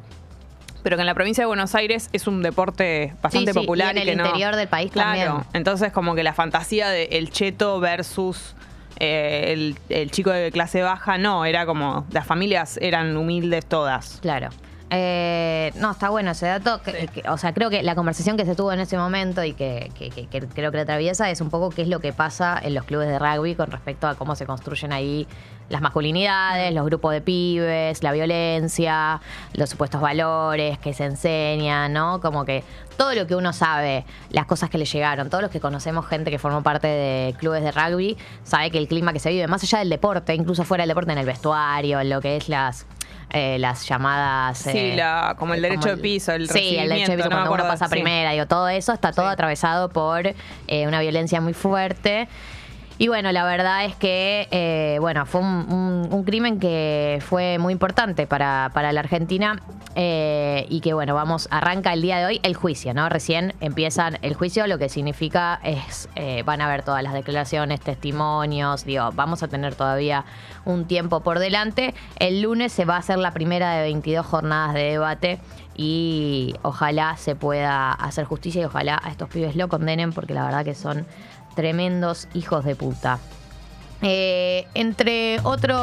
Speaker 1: pero que en la provincia de Buenos Aires es un deporte bastante
Speaker 3: Sí, sí,
Speaker 1: popular.
Speaker 3: y en el
Speaker 1: que no-
Speaker 3: interior del país
Speaker 1: claro,
Speaker 3: también.
Speaker 1: Entonces, como que la fantasía de el cheto versus eh, el, el chico de clase baja, no, era como las familias eran humildes todas.
Speaker 3: Claro. Eh, no, está bueno ese dato. que- que- o sea, creo que la conversación que se tuvo en ese momento y que, que- que- que creo que la atraviesa es un poco qué es lo que pasa en los clubes de rugby con respecto a cómo se construyen ahí las masculinidades, los grupos de pibes, la violencia, los supuestos valores que se enseñan, ¿no? Como que todo lo que uno sabe, las cosas que le llegaron, todos los que conocemos gente que formó parte de clubes de rugby, sabe que el clima que se vive, más allá del deporte, incluso fuera del deporte, en el vestuario, en lo que es las, eh, las llamadas...
Speaker 1: Sí,
Speaker 3: eh,
Speaker 1: la- como el derecho de piso, el
Speaker 3: Sí, el derecho
Speaker 1: recibimiento,
Speaker 3: de piso
Speaker 1: no me
Speaker 3: cuando uno
Speaker 1: acuerdo,
Speaker 3: pasa
Speaker 1: sí.
Speaker 3: primera, digo, todo eso está todo atravesado por eh, una violencia muy fuerte. Y bueno, la verdad es que, eh, bueno, fue un, un- un crimen que fue muy importante para, para la Argentina eh, y que, bueno, vamos, arranca el día de hoy el juicio, ¿no? Recién empiezan el juicio, lo que significa es, eh, van a ver todas las declaraciones, testimonios, digo, vamos a tener todavía un tiempo por delante. El lunes se va a hacer la primera de 22 jornadas de debate y ojalá se pueda hacer justicia y ojalá a estos pibes lo condenen porque la verdad que son tremendos hijos de puta. Eh, entre otro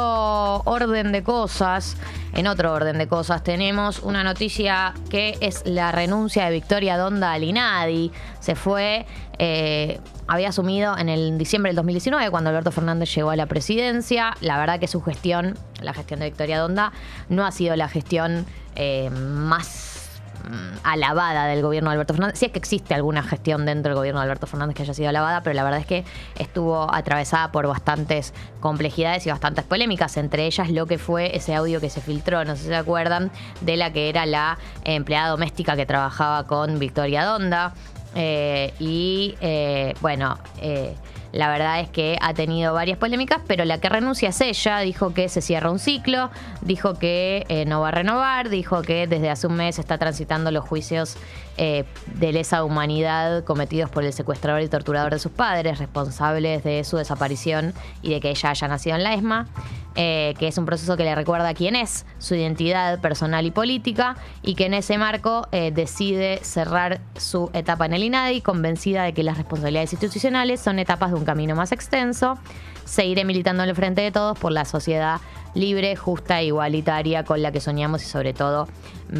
Speaker 3: orden de cosas, en otro orden de cosas, tenemos una noticia que es la renuncia de Victoria Donda al INADI. Se fue, eh, había asumido en el diciembre del 2019, cuando Alberto Fernández llegó a la presidencia. La verdad que su gestión, la gestión de Victoria Donda, no ha sido la gestión eh, más mm, alabada del gobierno de Alberto Fernández. Si es que existe alguna gestión dentro del gobierno de Alberto Fernández que haya sido alabada, pero la verdad es que estuvo atravesada por bastantes complejidades y bastantes polémicas, entre ellas lo que fue ese audio que se filtró, no sé si se acuerdan, de la que era la empleada doméstica que trabajaba con Victoria Donda. Eh, y eh, bueno, eh, la verdad es que ha tenido varias polémicas, pero la que renuncia es ella. Dijo que se cierra un ciclo, dijo que eh, no va a renovar, dijo que desde hace un mes está transitando los juicios eh, de lesa humanidad cometidos por el secuestrador y torturador de sus padres, responsables de su desaparición y de que ella haya nacido en la ESMA. eh, que es un proceso que le recuerda quién es, su identidad personal y política, y que en ese marco eh, decide cerrar su etapa en el INADI, convencida de que las responsabilidades institucionales son etapas de un camino más extenso. Seguiré militando en el frente de todos por la sociedad libre, justa e igualitaria con la que soñamos y sobre todo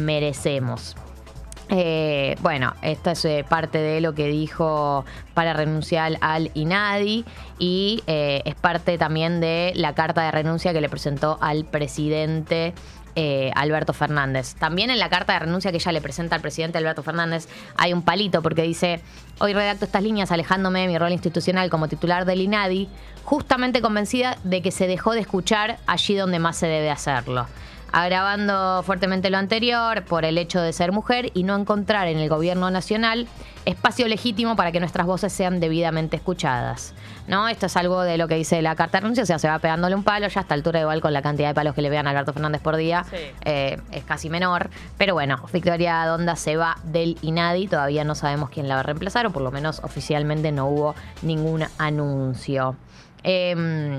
Speaker 3: merecemos. Eh, bueno, esta es eh, parte de lo que dijo para renunciar al INADI y eh, es parte también de la carta de renuncia que le presentó al presidente. eh, Alberto Fernández. También en la carta de renuncia que ella le presenta al presidente Alberto Fernández hay un palito porque dice, hoy redacto estas líneas alejándome de mi rol institucional como titular del INADI, justamente convencida de que se dejó de escuchar allí donde más se debe hacerlo. agravando fuertemente lo anterior por el hecho de ser mujer y no encontrar en el gobierno nacional espacio legítimo para que nuestras voces sean debidamente escuchadas. ¿No? Esto es algo de lo que dice la carta de renuncia, o sea, se va pegándole un palo, ya a esta altura igual con la cantidad de palos que le vean a Alberto Fernández por día, eh, es casi menor. Pero bueno, Victoria Donda se va del INADI, todavía no sabemos quién la va a reemplazar, o por lo menos oficialmente no hubo ningún anuncio. Em,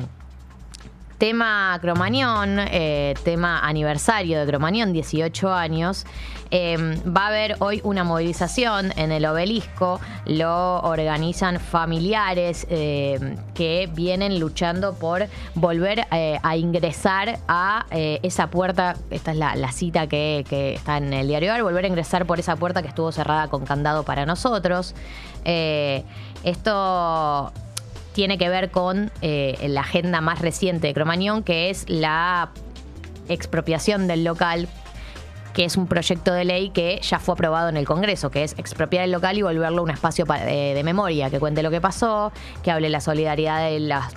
Speaker 3: Tema Cromañón, eh, tema aniversario de Cromañón, 18 años. Eh, va a haber hoy una movilización en el obelisco. Lo organizan familiares eh, que vienen luchando por volver eh, a ingresar a eh, esa puerta. Esta es la, la cita que, que está en el diario Ar, volver a ingresar por esa puerta que estuvo cerrada con candado para nosotros. Eh, esto tiene que ver con eh, la agenda más reciente de Cromañón, que es la expropiación del local, que es un proyecto de ley que ya fue aprobado en el Congreso, que es expropiar el local y volverlo un espacio pa- eh, de memoria, que cuente lo que pasó, que hable la solidaridad de las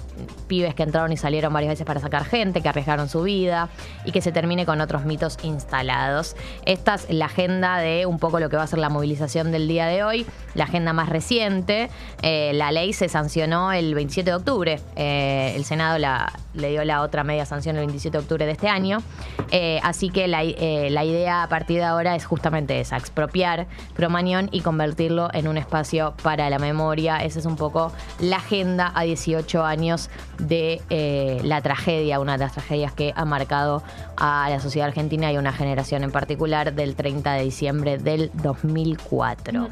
Speaker 3: pibes que entraron y salieron varias veces para sacar gente, que arriesgaron su vida y que se termine con otros mitos instalados. Esta es la agenda de un poco lo que va a ser la movilización del día de hoy, la agenda más reciente. Eh, la ley se sancionó el 27 de octubre, Eh, el Senado la, le dio la otra media sanción el 27 de octubre de este año, Eh, así que la, eh, la idea a partir de ahora es justamente esa, expropiar Cromañón y convertirlo en un espacio para la memoria. Esa es un poco la agenda a 18 años de eh, la tragedia, una de las tragedias que ha marcado a la sociedad argentina y una generación en particular del 30 de diciembre del 2004.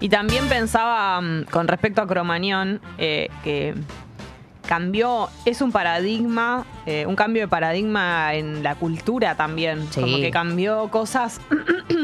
Speaker 1: Y también pensaba mm, con respecto a Cromañón eh, que cambió, es un paradigma, eh, un cambio de paradigma en la cultura también,
Speaker 3: Sí.
Speaker 1: como que cambió cosas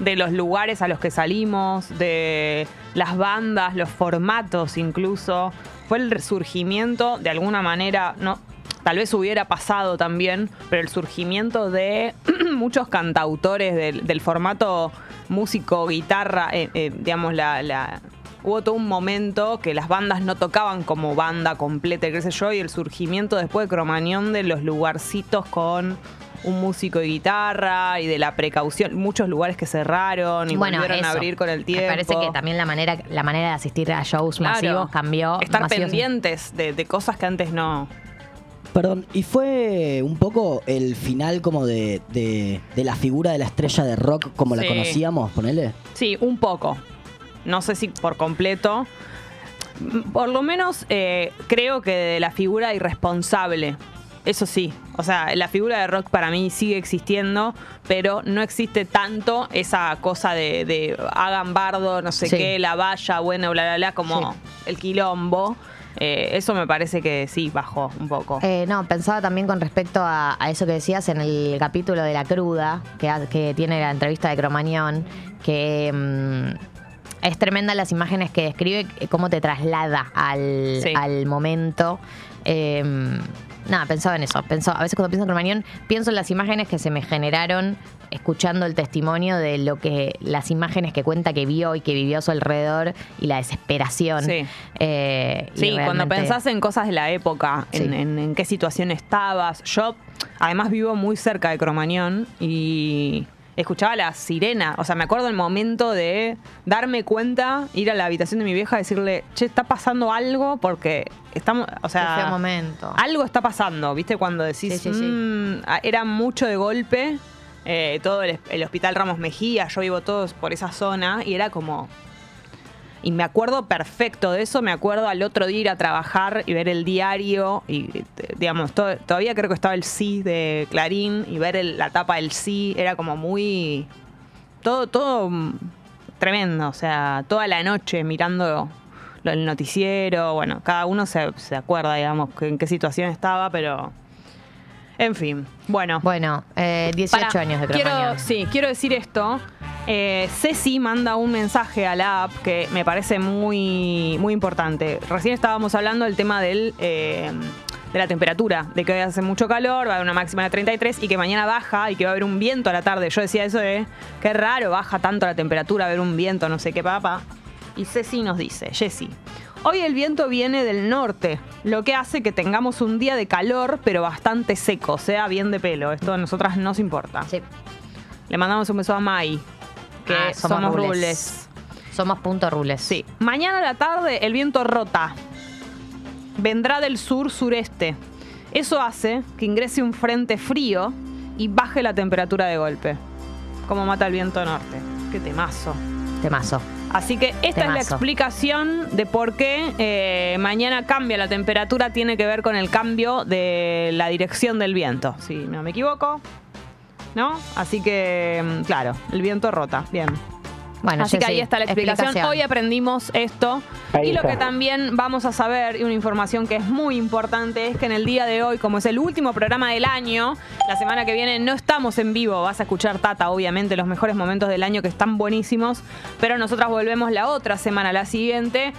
Speaker 1: de los lugares a los que salimos, de las bandas, los formatos incluso. Fue el resurgimiento, de alguna manera, no, tal vez hubiera pasado también, pero el surgimiento de muchos cantautores del, del formato músico, guitarra, eh, eh, digamos, la, la- Hubo todo un momento que las bandas no tocaban como banda completa, qué sé yo, y el surgimiento después de Cromañón de los lugarcitos con un músico de guitarra y de la precaución, muchos lugares que cerraron y volvieron a
Speaker 3: eso.
Speaker 1: abrir con el tiempo.
Speaker 3: Me parece que también la manera, la manera de asistir a shows
Speaker 1: Claro.
Speaker 3: masivos cambió.
Speaker 1: Estar
Speaker 3: masivos-
Speaker 1: pendientes de, de cosas que antes no.
Speaker 13: Perdón, y fue un poco el final como de, de, de la figura de la estrella de rock como
Speaker 1: Sí.
Speaker 13: la conocíamos, ponele.
Speaker 1: Sí, un poco. No sé si por completo. M- Por lo menos eh, creo que de la figura irresponsable. Eso sí. O sea, la figura de rock para mí sigue existiendo, pero no existe tanto esa cosa de, de hagan bardo, no sé
Speaker 3: Sí.
Speaker 1: qué, la valla, bueno, bla, bla, bla, como el quilombo. Eh, eso me parece que sí bajó un poco.
Speaker 3: Eh, no, pensaba también con respecto a, a eso que decías en el capítulo de La Cruda, que, ha- que tiene la entrevista de Cromañón, que mm, es tremenda las imágenes que describe, eh, cómo te traslada al,
Speaker 1: Sí.
Speaker 3: al momento. Eh, nada, pensaba en eso. Pensaba, a veces cuando pienso en Cromañón, pienso en las imágenes que se me generaron escuchando el testimonio de lo que las imágenes que cuenta que vio y que vivió a su alrededor y la desesperación.
Speaker 1: Sí.
Speaker 3: Eh, y
Speaker 1: Sí, cuando
Speaker 3: realmente-
Speaker 1: pensás en cosas de la época, en, en- en qué situación estabas. Yo, además, vivo muy cerca de Cromañón y escuchaba la sirena. O sea, me acuerdo el momento de darme cuenta, ir a la habitación de mi vieja y decirle, che, está pasando algo porque estamos. O sea.
Speaker 3: Qué feo momento.
Speaker 1: Algo está pasando, ¿viste? Cuando decís.
Speaker 3: Sí, sí, sí.
Speaker 1: "Mm, ah, era mucho de golpe. eh, todo el, el hospital Ramos Mejía, yo vivo todos por esa zona y era como. Y me acuerdo perfecto de eso, me acuerdo al otro día ir a trabajar y ver el diario, y eh, digamos, to- todavía creo que estaba el sí de Clarín, y ver el- la tapa del sí, era como muy... Todo, todo mm, tremendo, o sea, toda la noche mirando lo- el noticiero, bueno, cada uno se, se acuerda, digamos, que- en qué situación estaba, Ah, pero... En fin, bueno.
Speaker 3: Bueno, 18 años de
Speaker 1: quiero,
Speaker 3: Cromañón.
Speaker 1: Sí, quiero decir esto. Eh, Ceci manda un mensaje a la app que me parece muy, muy importante. Recién estábamos hablando del tema del, eh, de la temperatura, de que hoy hace mucho calor, va a haber una máxima de 33 y que mañana baja y que va a haber un viento a la tarde. Yo decía eso de, qué raro, baja tanto la temperatura, haber un viento, no sé qué, papá. Y Ceci nos dice, Jessy, Hoy el viento viene del norte, lo que hace que tengamos un día de calor, pero bastante seco, sea bien de pelo. Esto a nosotras nos importa. Le mandamos un beso a Mai, que
Speaker 3: Ah,
Speaker 1: somos,
Speaker 3: somos
Speaker 1: rules.
Speaker 3: rules. Somos punto rules.
Speaker 1: Sí. Mañana a la tarde el viento rota. Vendrá del sur-sureste. Eso hace que ingrese un frente frío y baje la temperatura de golpe. Como mata el viento norte. Qué temazo.
Speaker 3: Temazo.
Speaker 1: Así que esta es la
Speaker 3: Temazo.
Speaker 1: explicación de por qué eh, mañana cambia la temperatura. Tiene que ver con el cambio de la dirección del viento. Si no me equivoco. ¿No? Así que, mm, claro, el viento rota. Bien.
Speaker 3: Bueno,
Speaker 1: Así que ahí
Speaker 3: Ceci,
Speaker 1: está la explicación.
Speaker 3: explicación.
Speaker 1: Hoy aprendimos esto.
Speaker 3: Ahí
Speaker 1: y lo
Speaker 3: está.
Speaker 1: que también vamos a saber, y una información que es muy importante, es que en el día de hoy, como es el último programa del año, la semana que viene no estamos en vivo. Vas a escuchar Tata, obviamente, los mejores momentos del año que están buenísimos. Pero nosotras volvemos la otra semana, la siguiente.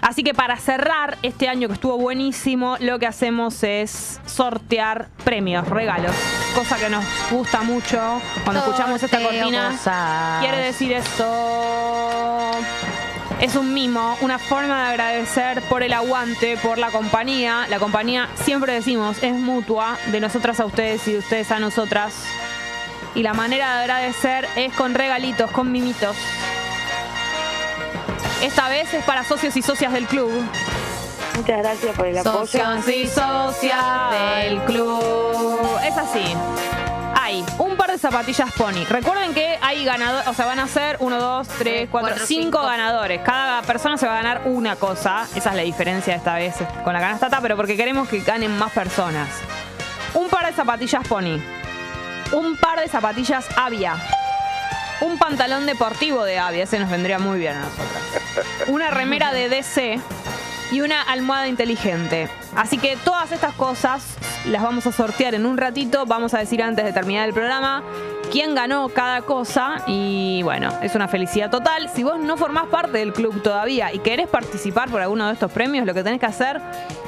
Speaker 1: Así que para cerrar este año que estuvo buenísimo, lo que hacemos es sortear premios, regalos, cosa que nos gusta mucho cuando escuchamos esta
Speaker 3: Sorteo
Speaker 1: cortina.
Speaker 3: cosas.
Speaker 1: Quiere decir eso. Es un mimo, una forma de agradecer por el aguante, por la compañía. La compañía, siempre decimos, es mutua, de nosotras a ustedes y de ustedes a nosotras. Y la manera de agradecer es con regalitos, con mimitos. Esta vez es para socios y socias del club.
Speaker 2: Muchas gracias por el apoyo.
Speaker 1: Socios y socias del club. Es así. Hay un par de zapatillas pony. Recuerden que hay ganadores, o sea, van a ser 1, 2, 3, 4,
Speaker 3: cuatro,
Speaker 1: 5 ganadores. Cada persona se va a ganar una cosa. Esa es la diferencia esta vez con la canastata, pero porque queremos que ganen más personas. Un par de zapatillas pony. Un par de zapatillas avia. Un pantalón deportivo de avia. Ese nos vendría muy bien a nosotros una remera de DC y una almohada inteligente. Así que todas estas cosas las vamos a sortear en un ratito. Vamos a decir antes de terminar el programa quién ganó cada cosa. Y bueno, es una felicidad total. Si vos no formás parte del club todavía y querés participar por alguno de estos premios, lo que tenés que hacer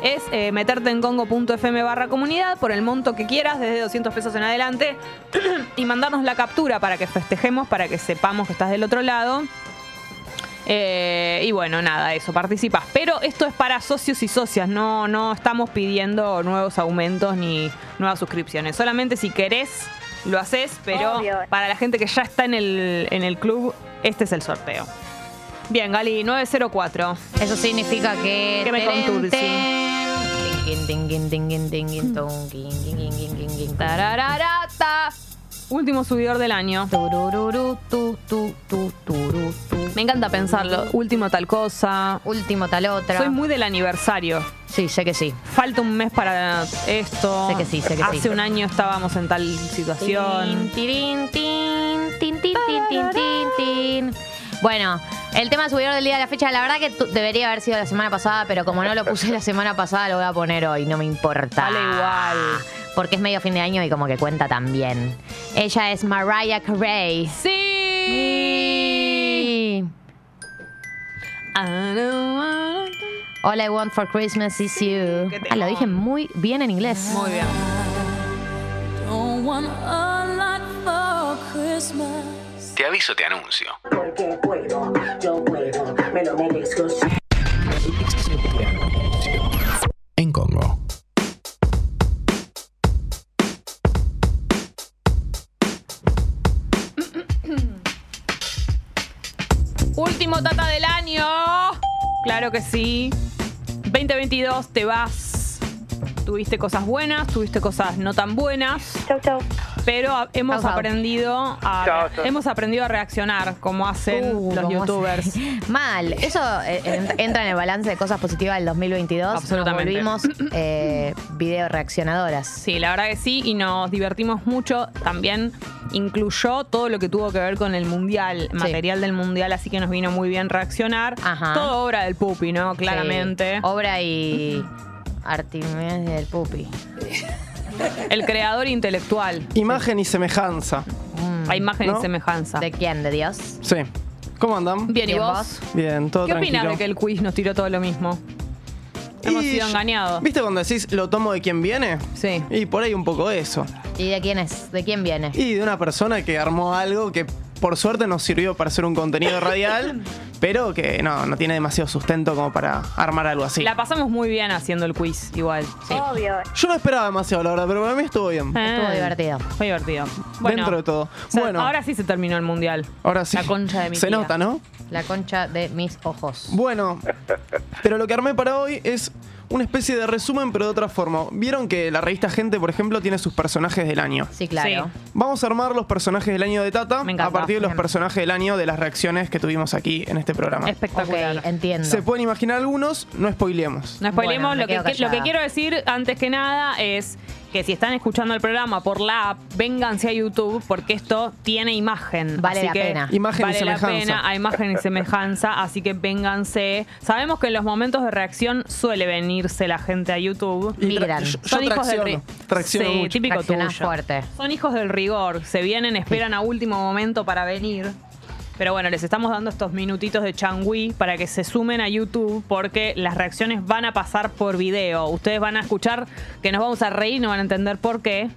Speaker 1: es eh, meterte en congo.fm barra comunidad por el monto que quieras, desde 200 pesos en adelante, y mandarnos la captura para que festejemos, para que sepamos que estás del otro lado. Eh, y bueno, nada, eso, participas. Pero esto es para socios y socias, no, no estamos pidiendo nuevos aumentos ni nuevas suscripciones. Solamente si querés, lo haces, pero
Speaker 2: Obvio.
Speaker 1: para la gente que ya está en el, en el club, este es el sorteo. Bien, Gali, 904.
Speaker 3: Eso significa que.
Speaker 1: Que me
Speaker 3: Terén,
Speaker 1: conturci.
Speaker 3: ten. Tin, tin, tin, tin, tin, tin, tun, tin, tin, tin, tin, tin, tin. Tarararata.
Speaker 1: Último subidor del año. Me encanta pensarlo. Último tal cosa.
Speaker 3: Último tal otra.
Speaker 1: Soy muy del aniversario.
Speaker 3: Sí, sé que sí.
Speaker 1: Falta un mes para esto.
Speaker 3: Sé que sí, sé que sí.
Speaker 1: Hace un año estábamos en tal
Speaker 3: Tin,
Speaker 1: situación.
Speaker 3: tirín, tin, tin, tin, tin, tin, tin, tin. Bueno, el tema subidor del día de la fecha, la verdad que tu- debería haber sido la semana pasada, pero como no lo puse la semana pasada, lo voy a poner hoy, no me importa.
Speaker 1: Vale igual.
Speaker 3: Porque es medio fin de año y como que cuenta también. Ella es Mariah Carey.
Speaker 1: ¡Sí!
Speaker 3: All I want for Christmas is you.
Speaker 6: Qué
Speaker 3: Ah, lo dije muy bien en inglés.
Speaker 1: Muy bien.
Speaker 6: Don't want a lot for Christmas.
Speaker 14: Te aviso, te anuncio.
Speaker 6: Porque puedo, yo puedo, me lo merezco.
Speaker 14: En Congo.
Speaker 1: Último tata del año. Claro que sí. 2022 te vas. Tuviste cosas buenas, tuviste cosas no tan buenas.
Speaker 2: Chau, chau.
Speaker 1: Pero a- hemos
Speaker 3: Chau, chau.
Speaker 1: aprendido a
Speaker 3: Chau, chau.
Speaker 1: hemos aprendido a reaccionar como hacen
Speaker 3: Uh,
Speaker 1: los
Speaker 3: ¿cómo
Speaker 1: youtubers.
Speaker 3: hace? Mal. Eso eh, en- entra en el balance de cosas positivas del 2022.
Speaker 1: Absolutamente.
Speaker 3: Nos volvimos eh, video reaccionadoras.
Speaker 1: Sí, la verdad que sí, y nos divertimos mucho. También incluyó todo lo que tuvo que ver con el mundial, material del mundial, así que nos vino muy bien reaccionar. Todo obra del pupi, ¿no? Claramente.
Speaker 3: Sí. Obra y artimañas del pupi.
Speaker 1: El creador intelectual.
Speaker 15: Imagen y semejanza.
Speaker 1: A imagen y
Speaker 15: ¿No?
Speaker 1: semejanza.
Speaker 3: mm, ¿De quién? ¿De Dios?
Speaker 15: Sí. ¿Cómo andan?
Speaker 1: Bien, ¿y Bien, vos? vos?
Speaker 15: Bien, todo
Speaker 1: ¿Qué
Speaker 15: tranquilo.
Speaker 1: opinas de que el quiz nos tiró todo lo mismo? Hemos
Speaker 15: Y
Speaker 1: sido
Speaker 15: yo-
Speaker 1: engañados.
Speaker 15: ¿Viste cuando decís lo tomo de quien viene?
Speaker 1: Sí.
Speaker 15: Y por ahí un poco eso.
Speaker 3: ¿Y de quién es? ¿De quién viene?
Speaker 15: Y de una persona que armó algo que por suerte nos sirvió para hacer un contenido radial, pero que no, no tiene demasiado sustento como para armar algo así.
Speaker 1: La pasamos muy bien haciendo el quiz, igual.
Speaker 2: Obvio.
Speaker 15: Yo no esperaba demasiado, la verdad, pero para mí estuvo bien.
Speaker 1: Ah.
Speaker 3: Estuvo divertido.
Speaker 1: Muy Eh, divertido. Bueno,
Speaker 15: Dentro de todo.
Speaker 1: o sea,
Speaker 15: bueno,
Speaker 1: Ahora sí se terminó el mundial.
Speaker 15: ahora sí.
Speaker 1: La concha de mi
Speaker 15: Se
Speaker 1: tía.
Speaker 15: nota, ¿no?
Speaker 3: La concha de mis ojos.
Speaker 15: Bueno, pero lo que armé para hoy es una especie de resumen, pero de otra forma. Vieron que la revista Gente, por ejemplo, tiene sus personajes del año.
Speaker 3: Sí, claro.
Speaker 15: Vamos a armar los personajes del año de Tata a partir de los personajes del año de las reacciones que tuvimos aquí en este programa.
Speaker 1: Espectacular.
Speaker 3: Ok, entiendo.
Speaker 15: Se pueden imaginar algunos, no spoilemos.
Speaker 1: No spoilemos,
Speaker 3: Bueno, me
Speaker 1: lo,
Speaker 3: quedo
Speaker 1: que, lo que
Speaker 3: callada.
Speaker 1: quiero decir antes que nada es que si están escuchando el programa por la app, vénganse a YouTube porque esto tiene imagen.
Speaker 3: Vale
Speaker 1: Así
Speaker 3: la
Speaker 1: que
Speaker 3: pena.
Speaker 15: Imagen y
Speaker 1: vale la
Speaker 15: semejanza.
Speaker 1: pena, a imagen y semejanza, así que vénganse. Sabemos que en los momentos de reacción suele venirse la gente a YouTube.
Speaker 15: Y tra- Migran. yo- yo
Speaker 1: ri-
Speaker 15: tracciono, tracciono
Speaker 1: Sí,
Speaker 15: mucho.
Speaker 1: típico
Speaker 3: Traccionás
Speaker 1: tuyo.
Speaker 3: fuerte.
Speaker 1: Son hijos del rigor, se vienen, esperan a último momento para venir. Pero bueno, les estamos dando estos minutitos de changui para que se sumen a YouTube porque las reacciones van a pasar por video. Ustedes van a escuchar que nos vamos a reír, no van a entender por qué.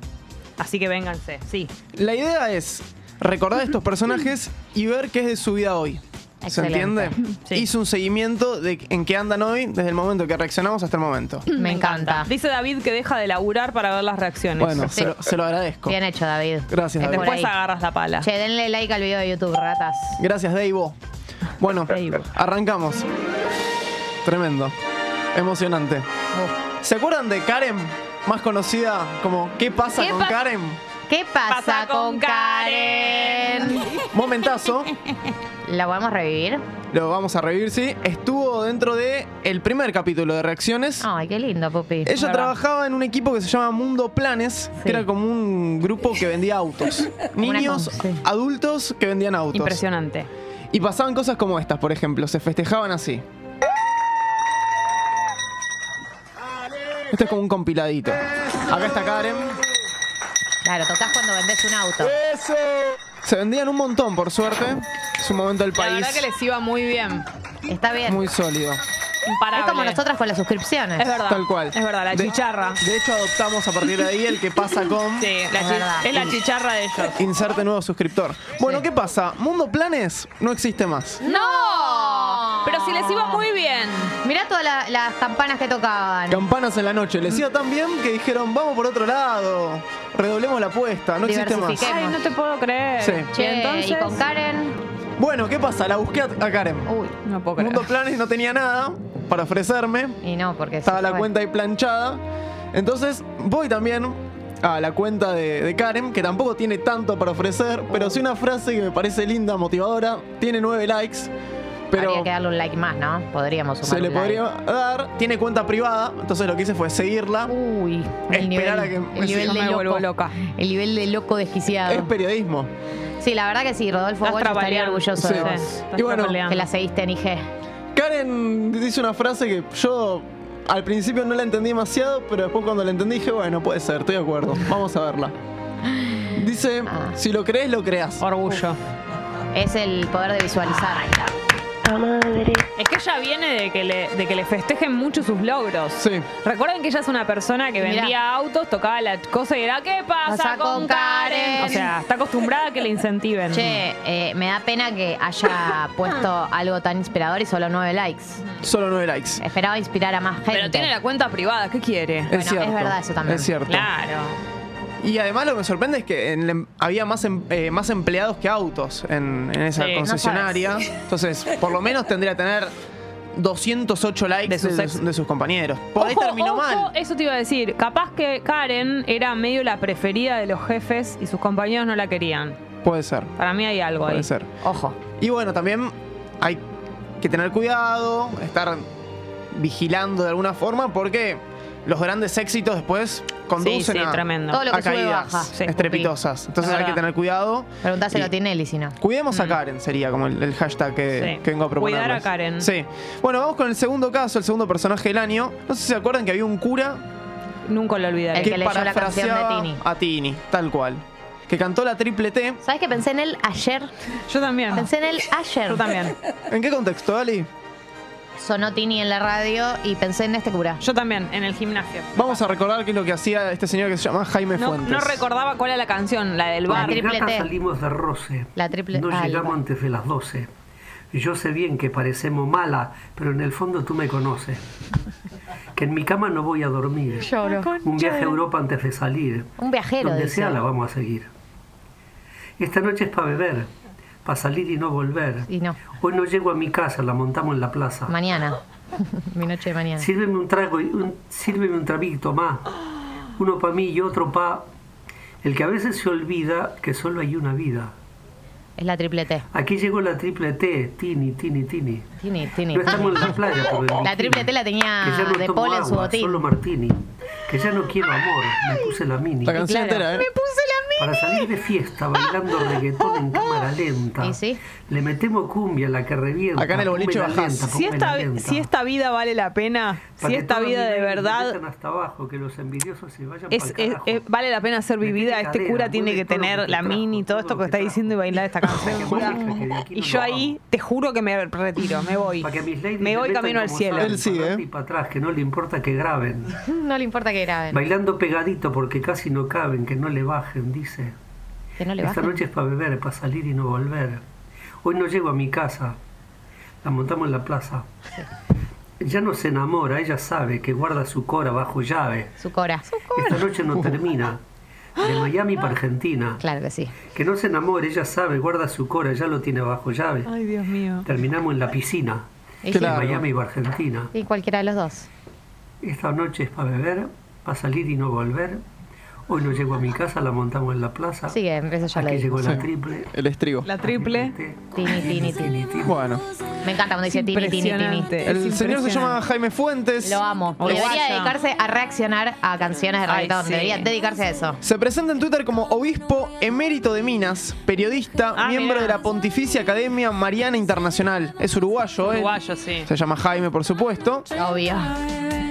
Speaker 1: Así que vénganse, sí.
Speaker 15: La idea es recordar estos personajes y ver qué es de su vida hoy.
Speaker 1: Excelente.
Speaker 15: ¿Se entiende? Hice un seguimiento de en qué andan hoy desde el momento que reaccionamos hasta el momento.
Speaker 3: Me encanta.
Speaker 1: Dice David que deja de laburar para ver las reacciones.
Speaker 15: Bueno, se, lo, se lo agradezco.
Speaker 3: Bien hecho, David.
Speaker 15: Gracias, David.
Speaker 1: Después
Speaker 3: ahí.
Speaker 1: agarras la pala.
Speaker 3: Che, denle like al video de YouTube, ratas.
Speaker 15: Gracias, Deivo. Bueno, arrancamos. Tremendo. Emocionante. ¿Se acuerdan de Karen? Más conocida como ¿Qué pasa
Speaker 3: ¿Qué
Speaker 15: con
Speaker 3: pa-
Speaker 15: Karen?
Speaker 3: ¿Qué pasa,
Speaker 1: Pasa con
Speaker 3: con Karen?
Speaker 15: Momentazo.
Speaker 3: ¿La podemos revivir?
Speaker 15: Lo vamos a revivir, sí. Estuvo dentro de el primer capítulo de reacciones.
Speaker 3: Ay, qué lindo, Pupi.
Speaker 15: Ella trabajaba en un equipo que se llama Mundo Planes, que era como un grupo que vendía autos. Niños,
Speaker 1: con- sí.
Speaker 15: adultos que vendían autos.
Speaker 1: Impresionante.
Speaker 15: Y pasaban cosas como estas, por ejemplo, se festejaban así. Esto es como un compiladito. Acá está Karen.
Speaker 3: Claro, tocas cuando vendés un auto.
Speaker 15: Se vendían un montón, por suerte. Es un momento del
Speaker 1: La
Speaker 15: país
Speaker 1: verdad que les iba muy bien.
Speaker 3: Está bien.
Speaker 15: muy sólido.
Speaker 1: Imparable.
Speaker 3: Es como nosotras con las suscripciones.
Speaker 1: Es verdad.
Speaker 15: Tal cual.
Speaker 1: Es verdad, la
Speaker 15: De-
Speaker 1: chicharra.
Speaker 15: De hecho, adoptamos a partir de ahí el que pasa con.
Speaker 1: Sí, la
Speaker 3: Es
Speaker 1: chi-
Speaker 3: verdad.
Speaker 1: es la chicharra de ellos.
Speaker 15: Inserte nuevo suscriptor. Bueno, ¿qué pasa? Mundo Planes no existe más.
Speaker 1: ¡No! Pero si les iba muy bien.
Speaker 3: Mirá todas la- las campanas que tocaban.
Speaker 15: Campanas en la noche. Les iba tan bien que dijeron, vamos por otro lado. Redoblemos la apuesta. No existe más.
Speaker 3: Diversifiquemos.
Speaker 1: Ay, no te puedo creer.
Speaker 15: Sí.
Speaker 1: Y
Speaker 3: Che,
Speaker 1: entonces.
Speaker 3: y con Karen.
Speaker 15: Bueno, ¿qué pasa? La busqué a a Karen.
Speaker 3: Uy.
Speaker 1: No puedo creer.
Speaker 15: Mundo Planes no tenía nada para ofrecerme.
Speaker 3: Y no, porque se
Speaker 15: Estaba la
Speaker 3: fue.
Speaker 15: cuenta ahí planchada. Entonces voy también a la cuenta de, de Karen, que tampoco tiene tanto para ofrecer, pero sí una frase que me parece linda, motivadora. Tiene nueve likes, pero
Speaker 3: Habría que darle un like más, ¿no? Podríamos sumar
Speaker 15: se le
Speaker 3: un like.
Speaker 15: podría dar. Tiene cuenta privada, entonces lo que hice fue seguirla.
Speaker 3: Uy,
Speaker 15: Esperar
Speaker 3: el nivel,
Speaker 15: a que me
Speaker 3: el nivel
Speaker 15: siga.
Speaker 3: de
Speaker 1: me vuelvo
Speaker 3: loco,
Speaker 1: loca.
Speaker 3: el nivel de loco
Speaker 15: Es
Speaker 3: desquiciado.
Speaker 15: periodismo.
Speaker 3: Sí, la verdad que sí, Rodolfo
Speaker 1: Estás
Speaker 3: Bocho estaría
Speaker 1: trabaleando.
Speaker 3: orgulloso
Speaker 15: Eh. Sí.
Speaker 3: de vos.
Speaker 1: Estás
Speaker 15: Y bueno,
Speaker 1: trabaleando.
Speaker 3: Que la seguiste en IG.
Speaker 15: Karen dice una frase que yo al principio no la entendí demasiado, pero después cuando la entendí dije, bueno, puede ser, estoy de acuerdo, vamos a verla. Dice,
Speaker 3: Ah.
Speaker 15: si lo crees, lo creas.
Speaker 1: Orgullo.
Speaker 3: Es el poder de visualizar.
Speaker 2: madre.
Speaker 1: Es que ella viene de que le, de que le festejen mucho sus logros.
Speaker 15: Sí.
Speaker 1: Recuerden que ella es una persona que
Speaker 3: Mirá.
Speaker 1: vendía autos, tocaba la cosa y era ¿qué pasa,
Speaker 3: Pasa
Speaker 1: con,
Speaker 3: con
Speaker 1: Karen?
Speaker 3: Karen?
Speaker 1: O sea, está acostumbrada a que le incentiven.
Speaker 3: Che, eh, me da pena que haya puesto algo tan inspirador y solo nueve likes.
Speaker 15: Solo nueve likes.
Speaker 3: Esperaba inspirar a más gente.
Speaker 1: Pero tiene la cuenta privada, ¿qué quiere?
Speaker 3: Bueno,
Speaker 15: es
Speaker 3: es
Speaker 15: cierto.
Speaker 3: verdad eso también.
Speaker 15: Es cierto.
Speaker 1: Claro.
Speaker 15: Y además lo que me sorprende es que en la em- había más, em- eh, más empleados que autos en, en esa
Speaker 1: Sí, no
Speaker 15: concesionaria. Entonces, por lo menos tendría que tener 208 likes de
Speaker 1: De sus
Speaker 15: sus,
Speaker 1: ex.
Speaker 15: de sus compañeros. Por ahí
Speaker 1: Ojo,
Speaker 15: terminó
Speaker 1: ojo,
Speaker 15: mal.
Speaker 1: Eso te iba a decir. Capaz que Karen era medio la preferida de los jefes y sus compañeros no la querían.
Speaker 15: Puede ser,
Speaker 1: Para mí hay algo
Speaker 15: puede
Speaker 1: ahí.
Speaker 15: ser.
Speaker 3: Ojo.
Speaker 15: Y bueno, también hay que tener cuidado, estar vigilando de alguna forma, porque los grandes éxitos después conducen
Speaker 1: sí,
Speaker 15: a,
Speaker 1: tremendo.
Speaker 3: Todo lo que
Speaker 15: a
Speaker 3: sube,
Speaker 15: caídas
Speaker 3: baja. Sí,
Speaker 15: estrepitosas. Entonces
Speaker 1: La
Speaker 15: hay que
Speaker 1: verdad.
Speaker 15: tener cuidado.
Speaker 3: Preguntáselo
Speaker 15: Y-
Speaker 3: a Tinelli si no.
Speaker 15: Cuidemos a Karen, sería como el, el hashtag que,
Speaker 1: Sí.
Speaker 15: que vengo a proponer.
Speaker 1: Cuidar a Karen.
Speaker 15: Sí. Bueno, vamos con el segundo caso, el segundo personaje del año. No sé si se acuerdan que había un cura
Speaker 1: Nunca lo
Speaker 3: El
Speaker 1: olvidaré.
Speaker 3: que leyó la canción de
Speaker 15: parafraseaba
Speaker 3: Tini.
Speaker 15: a Tini, tal cual. Que cantó la triple T.
Speaker 3: ¿Sabes que pensé en él ayer?
Speaker 1: Yo también.
Speaker 3: Pensé en él ayer.
Speaker 1: Yo también.
Speaker 15: ¿En qué contexto, Ali?
Speaker 3: Sonó Tini en la radio y pensé en este cura.
Speaker 1: Yo también, en el gimnasio.
Speaker 15: Vamos a recordar qué es lo que hacía este señor que se llama Jaime
Speaker 1: No,
Speaker 15: Fuentes.
Speaker 1: no recordaba cuál era la canción, la del bar.
Speaker 3: triple
Speaker 16: Caminata
Speaker 3: T.
Speaker 16: salimos de Roce.
Speaker 3: La triple
Speaker 16: No
Speaker 3: ah,
Speaker 16: llegamos
Speaker 3: la-
Speaker 16: antes de las 12. Yo sé bien que parecemos malas, pero en el fondo tú me conoces. Que en mi cama no voy a dormir.
Speaker 3: Lloro.
Speaker 16: Un viaje a Europa antes de salir.
Speaker 3: Un viajero,
Speaker 16: Donde
Speaker 3: dice.
Speaker 16: sea la vamos a seguir. Esta noche es para beber, para salir y no volver.
Speaker 3: Y no,
Speaker 16: Hoy no llego a mi casa, la montamos en la plaza.
Speaker 3: mañana. Mi noche de mañana.
Speaker 16: Sírveme un trago, y un, sírveme un trabito más. Uno para mí y otro para el que a veces se olvida que solo hay una vida.
Speaker 3: Es la triple T.
Speaker 16: Aquí llegó la triple T, Tini, Tini, Tini.
Speaker 3: Tini, tini.
Speaker 16: No estamos en la playa, pero en
Speaker 3: La
Speaker 16: bikini.
Speaker 3: triple T la tenía
Speaker 16: que ya no
Speaker 3: Ah, de
Speaker 16: tomo
Speaker 3: Paul en su
Speaker 16: agua,
Speaker 3: botín.
Speaker 16: Solo Martini. Que ya no quiero amor, me puse la mini.
Speaker 15: La canción Claro. entera, ¿eh? Me
Speaker 16: puse la mini. Para salir de fiesta bailando reggaetón en cámara lenta. Le metemos cumbia a la que revienta.
Speaker 15: Acá en el boliche
Speaker 16: pónmela
Speaker 15: bajás.
Speaker 16: lenta,
Speaker 1: Si
Speaker 16: pónmela
Speaker 1: esta,
Speaker 16: lenta.
Speaker 1: si esta vida vale la pena,
Speaker 16: Para
Speaker 1: si
Speaker 16: que
Speaker 1: esta
Speaker 16: todos
Speaker 1: vida de
Speaker 16: miren y
Speaker 1: verdad
Speaker 16: metan hasta abajo, que los envidiosos se vayan
Speaker 1: es,
Speaker 16: pa'l
Speaker 1: es-
Speaker 16: carajo.
Speaker 1: es- vale la pena ser vivida, este
Speaker 16: cadera,
Speaker 1: cura tiene
Speaker 16: mueve
Speaker 1: que
Speaker 16: todo lo que
Speaker 1: tener la mini, todo esto que está diciendo y bailar esta canción. cura. Y yo ahí te juro que me retiro, me voy. Me voy camino al cielo.
Speaker 16: Y para atrás, que no le importa que graben.
Speaker 3: No le importa que graben.
Speaker 16: Bailando pegadito porque casi no caben, que no le bajen, dice.
Speaker 3: Que no le
Speaker 16: Esta
Speaker 3: bajen.
Speaker 16: noche es para beber, para salir y no volver. Hoy no llego a mi casa. La montamos en la plaza. Ya no se enamora, ella sabe que guarda su cora bajo llave.
Speaker 3: Su cora.
Speaker 16: Esta noche no termina. De Miami para Argentina.
Speaker 3: Claro que sí.
Speaker 16: Que no se enamore, ella sabe, guarda su cora, ya lo tiene bajo llave.
Speaker 1: Ay, Dios mío.
Speaker 16: Terminamos en la piscina.
Speaker 3: Y
Speaker 16: De
Speaker 3: sí.
Speaker 16: Miami para Argentina.
Speaker 3: Y cualquiera de los dos.
Speaker 16: Esta noche es para beber, para salir y no volver. Hoy no llego a mi casa, la montamos en la plaza.
Speaker 3: Sigue, eso ya lo
Speaker 16: Ah. Aquí
Speaker 3: dijo.
Speaker 16: llegó la triple.
Speaker 15: El estrigo.
Speaker 1: La triple.
Speaker 3: Tini, tini, tini.
Speaker 15: Bueno.
Speaker 3: Me encanta cuando dice tini, tini, tini.
Speaker 15: El señor se llama Jaime Fuentes.
Speaker 3: Lo amo. Debería
Speaker 15: Uruguaya.
Speaker 3: dedicarse a reaccionar a canciones de
Speaker 15: Ay,
Speaker 3: reggaetón.
Speaker 15: sí.
Speaker 3: Debería dedicarse a eso.
Speaker 15: Se presenta en Twitter como obispo emérito de Minas, periodista,
Speaker 1: Ah,
Speaker 15: miembro de la Pontificia Academia Mariana Internacional. Es uruguayo, ¿eh?
Speaker 1: Uruguayo, sí.
Speaker 15: Se llama Jaime, por supuesto.
Speaker 3: Obvio.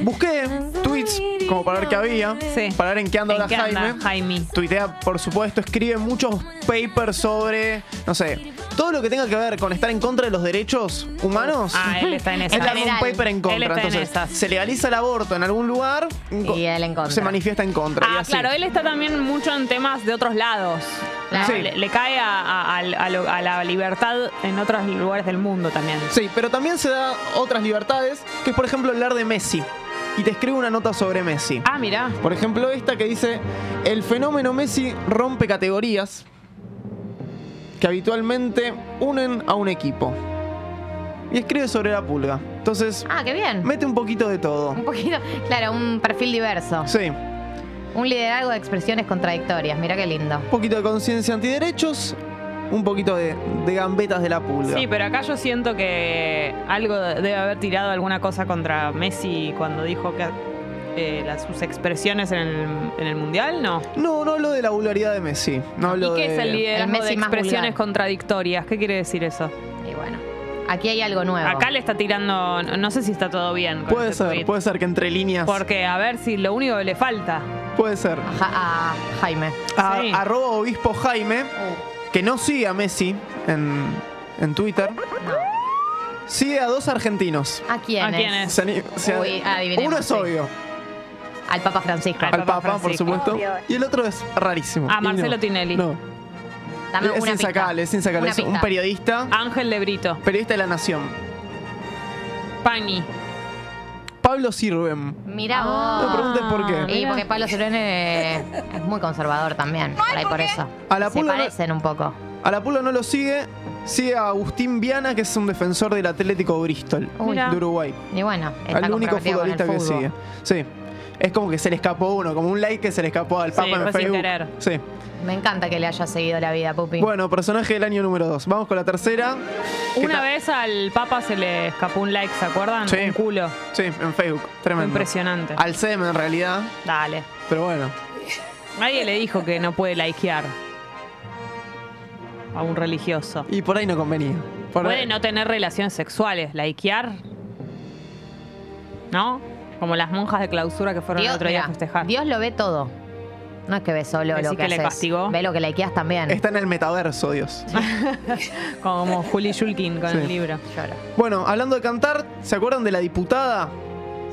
Speaker 15: Busqué tweets como para ver qué había, para ver en qué anda
Speaker 1: ¿En
Speaker 15: ahora
Speaker 1: qué anda
Speaker 15: Jaime. Tuitea, por supuesto, escribe muchos papers sobre, no sé, todo lo que tenga que ver con estar en contra de los derechos humanos.
Speaker 1: Ah, él está en esa.
Speaker 15: Él arma un
Speaker 1: General.
Speaker 15: paper en
Speaker 1: Él
Speaker 15: contra.
Speaker 1: está en
Speaker 15: Entonces,
Speaker 1: esas.
Speaker 15: se legaliza el aborto en algún lugar
Speaker 3: Y él en contra.
Speaker 15: se manifiesta en contra. y
Speaker 1: Ah,
Speaker 15: así.
Speaker 1: claro, él está también mucho en temas de otros lados. ¿no?
Speaker 15: Sí.
Speaker 1: Le, le cae a, a- a- a lo- a la libertad en otros lugares del mundo también.
Speaker 15: Sí, pero también se da otras libertades, que es por ejemplo hablar de Messi. Y te escribe una nota sobre Messi.
Speaker 1: Ah, mirá.
Speaker 15: Por ejemplo, esta que dice, el fenómeno Messi rompe categorías que habitualmente unen a un equipo. Y escribe sobre la pulga. Entonces,
Speaker 3: Ah, qué bien.
Speaker 15: mete un poquito de todo.
Speaker 3: Un poquito, claro, un perfil diverso.
Speaker 15: Sí.
Speaker 3: Un liderazgo de expresiones contradictorias. Mira qué lindo.
Speaker 15: Un poquito de conciencia antiderechos, un poquito de, de gambetas de la pulga.
Speaker 1: Sí, pero acá yo siento que algo de- debe haber tirado alguna cosa contra Messi cuando dijo que eh, las- sus expresiones en el, en el Mundial, ¿no?
Speaker 15: No, no hablo de la vulgaridad de Messi. No
Speaker 1: ¿Y
Speaker 15: hablo
Speaker 1: qué
Speaker 15: de...
Speaker 1: es el liderazgo
Speaker 3: Messi
Speaker 1: de
Speaker 3: más
Speaker 1: expresiones
Speaker 3: vulgar.
Speaker 1: contradictorias? ¿Qué quiere decir eso?
Speaker 3: Y bueno, aquí hay algo nuevo.
Speaker 1: Acá le está tirando, no no sé si está todo bien. con
Speaker 15: Puede
Speaker 1: ese
Speaker 15: ser,
Speaker 1: tuit.
Speaker 15: puede ser que entre líneas.
Speaker 1: Porque a ver si lo único que le falta.
Speaker 15: Puede ser.
Speaker 3: a Jaime.
Speaker 15: A-
Speaker 1: Sí.
Speaker 15: Arroba obispo Jaime,
Speaker 3: Oh.
Speaker 15: que no sigue a Messi en, en Twitter. Sigue a dos argentinos.
Speaker 3: ¿A Ah, quiénes? ¿A quiénes?
Speaker 15: Se ani- se ani-
Speaker 3: Uy, adivinemos,
Speaker 15: uno es
Speaker 3: sí.
Speaker 15: obvio,
Speaker 3: Al Papa Francisco.
Speaker 15: al Papa, por supuesto. Y el otro es rarísimo.
Speaker 1: A
Speaker 15: Y no,
Speaker 1: Marcelo Tinelli.
Speaker 15: No,
Speaker 3: Dame una
Speaker 15: es
Speaker 3: pista.
Speaker 15: insacable, es insacable.
Speaker 3: Una
Speaker 15: Es un
Speaker 3: pista.
Speaker 15: periodista,
Speaker 1: Ángel de Brito.
Speaker 15: periodista de la Nación.
Speaker 1: Pani.
Speaker 15: Pablo Sirven.
Speaker 3: Mirá
Speaker 15: No
Speaker 3: vos.
Speaker 15: preguntes por qué.
Speaker 3: Y porque Pablo Cerón es, es muy conservador también. Por ahí por eso.
Speaker 15: A la
Speaker 3: Se
Speaker 15: pulga no-
Speaker 3: parecen un poco.
Speaker 15: A la Pulo no lo sigue, sigue a Agustín Viana, que es un defensor del Atlético Bristol,
Speaker 3: Uy.
Speaker 15: de Uruguay.
Speaker 3: Y bueno, está
Speaker 15: Al único
Speaker 3: comprometido con el
Speaker 15: futbolista que
Speaker 3: fútbol.
Speaker 15: sigue. Sí. Es como que se le escapó uno, como un like que se le escapó al
Speaker 3: Sí,
Speaker 15: Papa
Speaker 3: fue
Speaker 15: en
Speaker 3: sin
Speaker 15: Facebook.
Speaker 3: querer.
Speaker 15: Sí.
Speaker 3: Me encanta que le haya seguido la vida, Pupi.
Speaker 15: Bueno, personaje del año número 2. Vamos con la tercera.
Speaker 1: Una vez al Papa se le escapó un like, ¿se acuerdan?
Speaker 15: Sí.
Speaker 1: Un culo.
Speaker 15: Sí, en Facebook. Tremendo.
Speaker 1: Impresionante.
Speaker 15: Al SEM en realidad.
Speaker 1: Dale.
Speaker 15: Pero bueno.
Speaker 1: Nadie le dijo que no puede likear a un religioso.
Speaker 15: Y por ahí no convenía. Por
Speaker 1: Puede
Speaker 15: ahí-
Speaker 1: no tener relaciones sexuales, likear. ¿No? Como las monjas de clausura que fueron
Speaker 3: Dios,
Speaker 1: el otro día
Speaker 3: mirá,
Speaker 1: a festejar.
Speaker 3: Dios lo ve todo. No es que ve solo
Speaker 1: Decís
Speaker 3: lo que,
Speaker 1: que le
Speaker 3: haces.
Speaker 1: castigó.
Speaker 3: Ve lo que le quedas también.
Speaker 15: Está en el metaverso, Dios.
Speaker 1: Como Juli Shulkin con
Speaker 15: Sí.
Speaker 1: el libro.
Speaker 15: Bueno, hablando de cantar, ¿se acuerdan de la diputada?